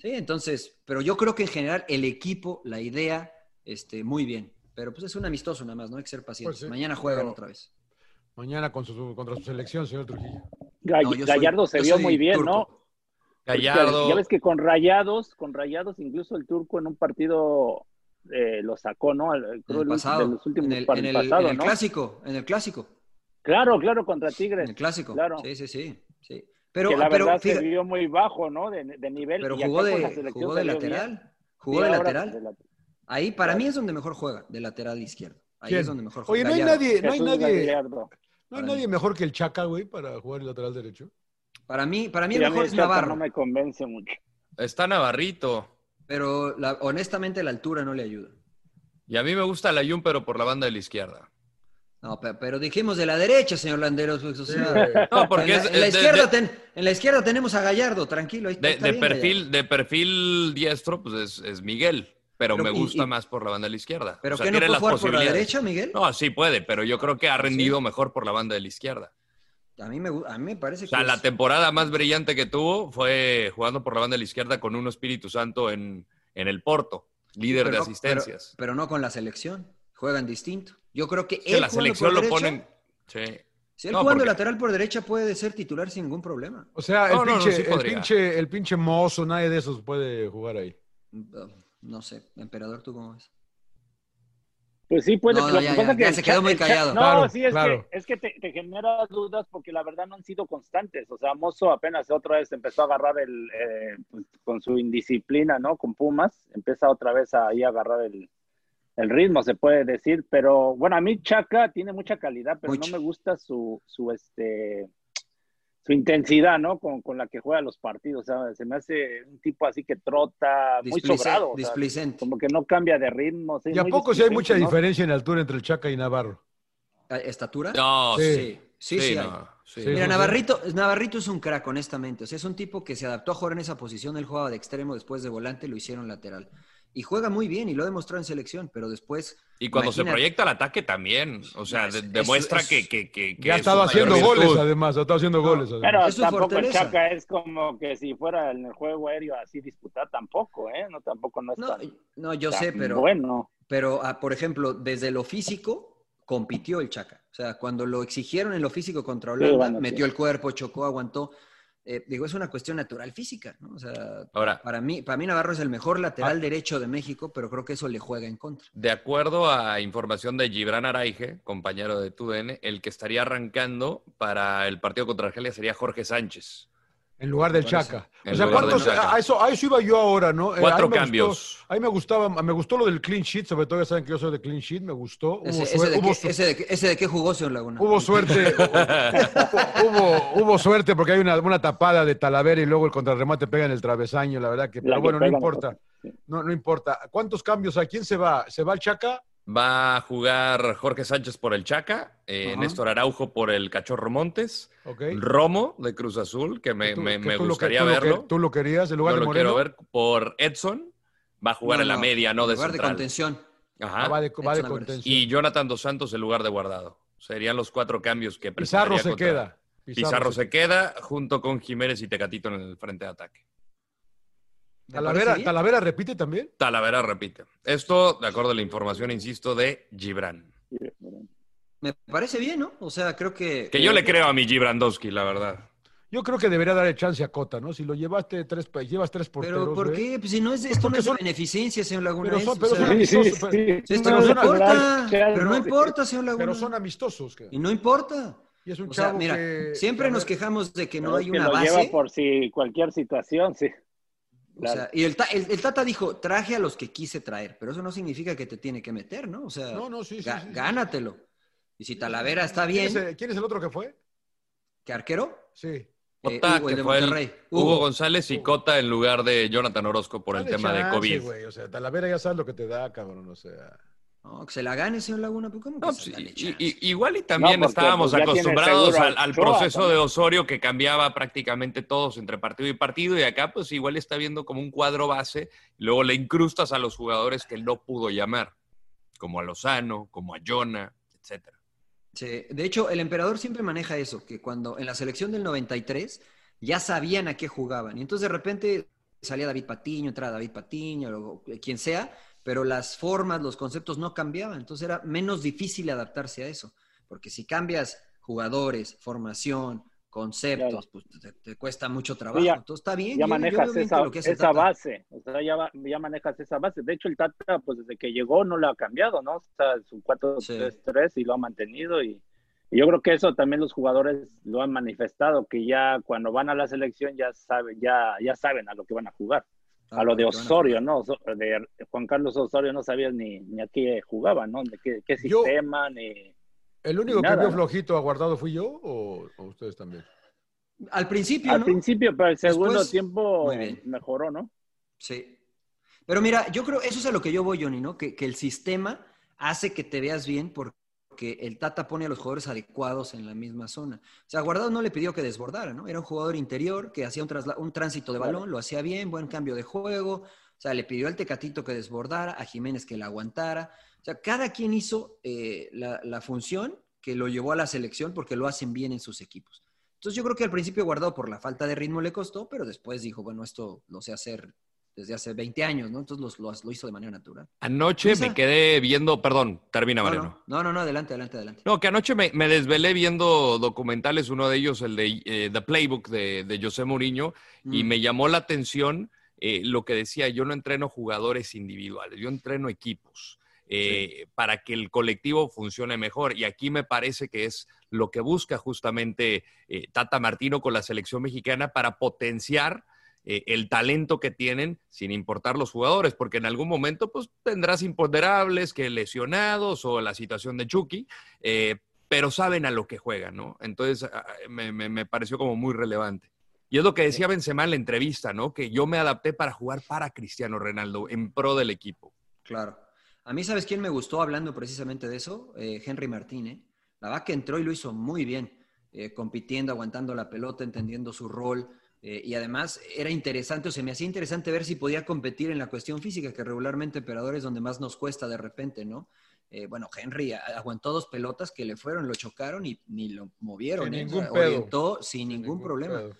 [SPEAKER 2] Sí, entonces, pero yo creo que en general el equipo, la idea, este, muy bien. Pero pues es un amistoso nada más, no hay que ser pacientes. Pues sí, Mañana juegan pero... otra vez.
[SPEAKER 9] Mañana con su, contra su selección, señor Trujillo.
[SPEAKER 10] Gall no, Gallardo soy, se vio muy bien, turco. ¿no?
[SPEAKER 5] Gallardo.
[SPEAKER 10] Ya ves que con rayados, con rayados, incluso el turco en un partido eh, lo sacó, ¿no?
[SPEAKER 2] El, el pasado, de los últimos en el, en el, pasado, en el ¿no? clásico, en el clásico.
[SPEAKER 10] Claro, claro, contra Tigres.
[SPEAKER 2] En el clásico. Claro. Sí, sí, sí. sí.
[SPEAKER 10] Pero, que la pero, verdad fíjate, se vio muy bajo, ¿no? De, de nivel.
[SPEAKER 2] Pero jugó de, jugó de lateral. Bien. Jugó sí, de lateral. De la... Ahí para mí es donde mejor juega, de lateral izquierdo. Ahí ¿Quién? es donde mejor juega.
[SPEAKER 9] Oye, no hay nadie, no hay nadie, no hay nadie mejor que el Chaca, güey, para jugar el lateral derecho.
[SPEAKER 2] Para mí, para mí el mejor es Navarro.
[SPEAKER 10] No me convence mucho.
[SPEAKER 5] Está Navarrito.
[SPEAKER 2] Pero la, honestamente la altura no le ayuda.
[SPEAKER 5] Y a mí me gusta la Jun, pero por la banda de la izquierda.
[SPEAKER 2] No, pero, pero dijimos de la derecha, señor Landeros. pues, O sea,
[SPEAKER 5] no, porque
[SPEAKER 2] en la,
[SPEAKER 5] es,
[SPEAKER 2] en la izquierda de, ten, en la izquierda tenemos a Gallardo, tranquilo. Ahí está,
[SPEAKER 5] de,
[SPEAKER 2] está
[SPEAKER 5] de
[SPEAKER 2] bien,
[SPEAKER 5] perfil,
[SPEAKER 2] Gallardo.
[SPEAKER 5] de perfil diestro, pues es, es Miguel. Pero, pero, me gusta y, más por la banda de la izquierda.
[SPEAKER 2] ¿Pero o sea, que no puede jugar por la derecha, Miguel?
[SPEAKER 5] No, sí puede, pero yo creo que ha rendido sí. mejor por la banda de la izquierda.
[SPEAKER 2] A mí, me, a mí me, parece que. O
[SPEAKER 5] sea, la es... temporada más brillante que tuvo fue jugando por la banda de la izquierda con un Espíritu Santo en, en el Porto, líder pero, de asistencias.
[SPEAKER 2] Pero, pero, no con la selección. Juegan distinto. Yo creo que.
[SPEAKER 5] Sí, él la selección lo derecha, ponen. Sí.
[SPEAKER 2] Si él no, jugando porque... lateral por derecha puede ser titular sin ningún problema.
[SPEAKER 9] O sea, el, no, pinche, no, sí el, pinche, el pinche mozo, nadie de esos puede jugar ahí.
[SPEAKER 2] No sé, emperador, ¿tú cómo ves?
[SPEAKER 10] Pues sí, puede.
[SPEAKER 2] No, no, ya, ya, que ya se quedó muy callado.
[SPEAKER 10] No, claro, sí, es claro. que, es que te, te, genera dudas porque la verdad no han sido constantes. O sea, Mozo apenas otra vez empezó a agarrar el, eh, pues, con su indisciplina, ¿no? Con Pumas, empieza otra vez ahí a agarrar el, el ritmo, se puede decir. Pero bueno, a mí Chaca tiene mucha calidad, pero Mucho. no me gusta su, su, este, su intensidad, ¿no? Con, con, la que juega los partidos. O sea, se me hace un tipo así que trota muy Displice, sobrado. O sea, como que no cambia de ritmo.
[SPEAKER 9] ¿Y a poco si hay mucha ¿no? diferencia en altura entre el Chaca y Navarro?
[SPEAKER 2] Ah, ¿Estatura?
[SPEAKER 5] No, sí. sí.
[SPEAKER 2] Sí, sí. hay.
[SPEAKER 5] no, sí.
[SPEAKER 2] Mira, Navarrito, Navarrito es un crack, honestamente. O sea, es un tipo que se adaptó a jugar en esa posición. Él jugaba de extremo, después de volante lo hicieron lateral. Y juega muy bien y lo ha demostrado en selección, pero después.
[SPEAKER 5] Y cuando se
[SPEAKER 2] imagínate-
[SPEAKER 5] proyecta al ataque también, o sea,
[SPEAKER 2] Es-
[SPEAKER 5] de-
[SPEAKER 2] es-
[SPEAKER 5] demuestra
[SPEAKER 2] es-
[SPEAKER 5] que, que, que, que
[SPEAKER 9] Ya ha
[SPEAKER 5] es
[SPEAKER 9] estado
[SPEAKER 5] su mayor
[SPEAKER 9] haciendo
[SPEAKER 5] virtud.
[SPEAKER 9] goles, además. Ha estado haciendo goles.
[SPEAKER 10] Pero
[SPEAKER 9] además.
[SPEAKER 2] Es su
[SPEAKER 10] tampoco el
[SPEAKER 2] fortaleza.
[SPEAKER 10] Chaca es como que si fuera en el juego aéreo así disputar tampoco, ¿eh? No, tampoco no es
[SPEAKER 2] No,
[SPEAKER 10] tan-
[SPEAKER 2] no, yo
[SPEAKER 10] tan
[SPEAKER 2] sé, pero.
[SPEAKER 10] Bueno,
[SPEAKER 2] Pero, ah, por ejemplo, desde lo físico, compitió el Chaca. O sea, cuando lo exigieron en lo físico contra Holanda,
[SPEAKER 10] bueno,
[SPEAKER 2] metió
[SPEAKER 10] sí.
[SPEAKER 2] el cuerpo, chocó, aguantó. Eh, digo, es una cuestión natural física, ¿no? O sea,
[SPEAKER 5] Ahora,
[SPEAKER 2] para mí, para mí Navarro es el mejor lateral
[SPEAKER 10] Ah.
[SPEAKER 2] derecho de México, pero creo que eso le juega en contra.
[SPEAKER 5] de acuerdo a información de Gibran Araige, compañero de TUDN, el que estaría arrancando para el partido contra Argelia sería Jorge Sánchez.
[SPEAKER 9] En lugar del
[SPEAKER 2] Por eso.
[SPEAKER 9] Chaca.
[SPEAKER 5] En
[SPEAKER 9] o sea,
[SPEAKER 5] lugar del
[SPEAKER 9] ¿cuántos-
[SPEAKER 5] Chaca.
[SPEAKER 9] a, eso, a eso iba yo ahora, ¿no? Eh, a mí
[SPEAKER 5] Cuatro
[SPEAKER 9] me gustó-
[SPEAKER 5] cambios.
[SPEAKER 9] a mí me gustaba, me gustó lo del clean sheet, sobre todo ya saben que yo soy de clean sheet, me gustó. Hubo,
[SPEAKER 2] Ese,
[SPEAKER 9] sue-
[SPEAKER 2] ese de
[SPEAKER 9] hubo
[SPEAKER 2] qué,
[SPEAKER 9] su-
[SPEAKER 2] ese de qué- ese de qué jugó, señor Laguna.
[SPEAKER 9] hubo suerte, hubo, hubo suerte porque hay una, una tapada de Talavera y luego el contrarremate pega en el travesaño, la verdad que,
[SPEAKER 10] La
[SPEAKER 9] pero
[SPEAKER 10] que
[SPEAKER 9] bueno, no
[SPEAKER 10] pega,
[SPEAKER 9] importa. No, no importa. ¿Cuántos cambios? ¿A quién se va? ¿Se va el Chaca?
[SPEAKER 5] Va a jugar Jorge Sánchez por el Chaca, eh,
[SPEAKER 2] Ajá.
[SPEAKER 5] Néstor Araujo por el Cachorro Montes,
[SPEAKER 9] Ok.
[SPEAKER 5] Romo de Cruz Azul, que me,
[SPEAKER 9] Que tú-
[SPEAKER 5] me-
[SPEAKER 9] que
[SPEAKER 5] me
[SPEAKER 9] tú lo que-
[SPEAKER 5] gustaría
[SPEAKER 9] tú lo que-
[SPEAKER 5] verlo.
[SPEAKER 9] ¿Tú lo querías en lugar de
[SPEAKER 5] No lo
[SPEAKER 9] Moreno?
[SPEAKER 5] quiero ver por Edson. Va a jugar
[SPEAKER 2] No,
[SPEAKER 5] en la
[SPEAKER 2] no,
[SPEAKER 5] media, no de
[SPEAKER 2] en lugar de
[SPEAKER 5] central.
[SPEAKER 2] contención.
[SPEAKER 5] Ajá.
[SPEAKER 9] Ah, va de, va de
[SPEAKER 2] Edson Álvarez.
[SPEAKER 9] contención.
[SPEAKER 5] Y Jonathan Dos Santos en lugar de Guardado. Serían los cuatro cambios que
[SPEAKER 9] Pizarro
[SPEAKER 5] presentaría
[SPEAKER 9] se
[SPEAKER 5] contra-
[SPEAKER 9] queda.
[SPEAKER 5] Pizarro, se queda junto con Jiménez y Tecatito en el frente de ataque.
[SPEAKER 2] Me parece
[SPEAKER 9] Talavera,
[SPEAKER 2] bien.
[SPEAKER 9] Talavera repite también.
[SPEAKER 5] Talavera repite. Esto de acuerdo a la información, insisto, de Gibran.
[SPEAKER 2] Me parece bien, ¿no? O sea, creo que.
[SPEAKER 9] Eh,
[SPEAKER 5] Que yo le creo a mi Gibrandowski, la verdad.
[SPEAKER 9] Yo creo que debería dar el chance a Cota, ¿no? Si lo llevaste tres, pa- llevas tres porteros. ¿eh?
[SPEAKER 2] Pero ¿por
[SPEAKER 9] güey.
[SPEAKER 2] qué? Pues si no es, esto no
[SPEAKER 9] porque
[SPEAKER 2] es
[SPEAKER 9] son-
[SPEAKER 2] beneficencia, señor Laguna.
[SPEAKER 9] pero son-
[SPEAKER 2] es, o
[SPEAKER 9] pero
[SPEAKER 2] sea,
[SPEAKER 9] son-
[SPEAKER 10] sí, sí,
[SPEAKER 9] amistoso,
[SPEAKER 10] sí.
[SPEAKER 2] esto
[SPEAKER 9] pero
[SPEAKER 2] no
[SPEAKER 9] son
[SPEAKER 2] importa.
[SPEAKER 10] amistosos.
[SPEAKER 2] Pero no importa, señor Laguna.
[SPEAKER 9] Pero son amistosos. que-
[SPEAKER 2] Y no importa.
[SPEAKER 9] Y es un
[SPEAKER 2] O sea,
[SPEAKER 9] chavo
[SPEAKER 2] mira,
[SPEAKER 9] que-
[SPEAKER 2] siempre
[SPEAKER 9] que-
[SPEAKER 2] nos quejamos de que no
[SPEAKER 10] Pero
[SPEAKER 2] hay
[SPEAKER 10] es que
[SPEAKER 2] una
[SPEAKER 10] lo lleva
[SPEAKER 2] base.
[SPEAKER 10] por si cualquier situación, sí.
[SPEAKER 2] o sea, y el, ta- el- el Tata dijo, traje a los que quise traer, pero eso no significa que te tiene que meter, ¿no? O sea,
[SPEAKER 9] No, no, sí, sí,
[SPEAKER 2] ga-
[SPEAKER 9] sí, sí.
[SPEAKER 2] gánatelo. Y si Talavera está
[SPEAKER 9] ¿Quién
[SPEAKER 2] bien,
[SPEAKER 9] es, el, quién es el otro que fue?
[SPEAKER 2] ¿qué arquero?
[SPEAKER 9] Sí.
[SPEAKER 2] Eh,
[SPEAKER 5] Cota,
[SPEAKER 2] Hugo,
[SPEAKER 5] que
[SPEAKER 2] el de
[SPEAKER 5] fue el-
[SPEAKER 2] Monterrey.
[SPEAKER 5] Hugo,
[SPEAKER 2] Hugo.
[SPEAKER 5] González y Cota en lugar de Jonathan Orozco por el
[SPEAKER 9] Dale
[SPEAKER 5] tema de
[SPEAKER 9] chance,
[SPEAKER 5] COVID.
[SPEAKER 9] güey, O sea, Talavera ya sabes lo que te da, cabrón. O sea.
[SPEAKER 2] No, que se la gane, señor Laguna. ¿Pero ¿Cómo que
[SPEAKER 5] No,
[SPEAKER 2] se
[SPEAKER 5] pues,
[SPEAKER 2] la
[SPEAKER 5] y-
[SPEAKER 2] le echa?
[SPEAKER 5] y- igual y también
[SPEAKER 10] No, porque,
[SPEAKER 5] estábamos
[SPEAKER 10] pues, ya tiene
[SPEAKER 5] acostumbrados
[SPEAKER 10] seguro a
[SPEAKER 5] al, al
[SPEAKER 10] Ochoa
[SPEAKER 5] proceso
[SPEAKER 10] también.
[SPEAKER 5] de Osorio que cambiaba prácticamente todos entre partido y partido y acá pues igual está viendo como un cuadro base, y luego le incrustas a los jugadores que él no pudo llamar, como a Lozano, como a Jonah, etcétera.
[SPEAKER 2] Sí, De hecho, el emperador siempre maneja eso, que cuando en la selección del 93 ya sabían a qué jugaban. Y entonces de repente salía David Patiño, entraba David Patiño, o quien sea, pero las formas, los conceptos no cambiaban. Entonces era menos difícil adaptarse a eso. Porque si cambias jugadores, formación, conceptos, pues te, te cuesta mucho trabajo.
[SPEAKER 10] Sí, ya-
[SPEAKER 2] entonces está bien.
[SPEAKER 10] ya
[SPEAKER 2] yo- yo veo
[SPEAKER 10] manejas
[SPEAKER 2] bien
[SPEAKER 10] esa,
[SPEAKER 2] lo que hace el
[SPEAKER 10] esa
[SPEAKER 2] Tata.
[SPEAKER 10] base, o sea, ya, va- ya manejas esa base. De hecho, el Tata, pues desde que llegó no lo ha cambiado, ¿no? O sea, su 4-3-3 y lo ha mantenido y, y yo creo que eso también los jugadores lo han manifestado, que ya cuando van a la selección ya saben, ya, ya saben a lo que van a jugar.
[SPEAKER 2] Ah,
[SPEAKER 10] a lo de
[SPEAKER 2] porque van
[SPEAKER 10] Osorio, ¿no? Oso- De Juan Carlos Osorio no sabías ni, ni a qué jugaba, ¿no? De qué, qué
[SPEAKER 9] Yo-
[SPEAKER 10] sistema, ni...
[SPEAKER 9] ¿El único
[SPEAKER 10] Nada,
[SPEAKER 9] que vio
[SPEAKER 10] ¿no?
[SPEAKER 9] flojito aguardado fui yo o, o ustedes también?
[SPEAKER 2] Al principio,
[SPEAKER 10] Al
[SPEAKER 2] ¿no?
[SPEAKER 10] principio, pero el segundo
[SPEAKER 2] Después-
[SPEAKER 10] tiempo
[SPEAKER 2] Muy bien.
[SPEAKER 10] mejoró, ¿no?
[SPEAKER 2] Sí. Pero mira, yo creo, eso es a lo que yo voy, Johnny, ¿no? Que, que el sistema hace que te veas bien porque el Tata pone a los jugadores adecuados en la misma zona. O sea, Guardado no le pidió que desbordara, ¿no? Era un jugador interior que hacía un, trasla- un tránsito de balón, lo hacía bien, buen cambio de juego. O sea, le pidió al Tecatito que desbordara, a Jiménez que la aguantara. O sea, cada quien hizo eh, la, la función que lo llevó a la selección porque lo hacen bien en sus equipos. Entonces yo creo que al principio Guardado por la falta de ritmo le costó, pero después dijo, bueno, esto lo sé hacer desde hace 20 años, ¿no? Entonces los- los- lo hizo de manera natural.
[SPEAKER 5] Anoche
[SPEAKER 2] Luisa.
[SPEAKER 5] me quedé viendo, perdón, termina
[SPEAKER 2] No,
[SPEAKER 5] Mariano.
[SPEAKER 2] no, no, no, no, adelante, adelante, adelante.
[SPEAKER 5] No, que anoche me, me desvelé viendo documentales, uno de ellos, el de eh, The Playbook de, de José Mourinho, y
[SPEAKER 2] Mm.
[SPEAKER 5] me llamó la atención eh, lo que decía, yo no entreno jugadores individuales, yo entreno equipos eh, para que el colectivo funcione mejor. Y aquí me parece que es lo que busca justamente eh, Tata Martino con la selección mexicana para potenciar eh, el talento que tienen sin importar los jugadores, porque en algún momento pues tendrás imponderables que lesionados o la situación de Chucky, eh, pero saben a lo que juegan, ¿no? Entonces ah, me, me- me pareció como muy relevante. Y es lo que decía Benzema en la entrevista, ¿no? Que yo me adapté para jugar para Cristiano Ronaldo en pro del equipo.
[SPEAKER 2] Claro. A mí, ¿sabes quién me gustó hablando precisamente de eso? Eh, Henry Martín, ¿eh? La verdad que entró y lo hizo muy bien. eh, compitiendo, aguantando la pelota, entendiendo su rol. Eh, y además era interesante, o se me hacía interesante ver si podía competir en la cuestión física, que regularmente emperador es donde más nos cuesta de repente, ¿no? Eh, bueno, Henry aguantó dos pelotas que le fueron, lo chocaron y ni lo movieron.
[SPEAKER 9] Sin
[SPEAKER 2] eh,
[SPEAKER 9] ningún
[SPEAKER 2] o sea,
[SPEAKER 9] pedo.
[SPEAKER 2] Orientó sin ningún,
[SPEAKER 9] ningún
[SPEAKER 2] problema.
[SPEAKER 9] pedo.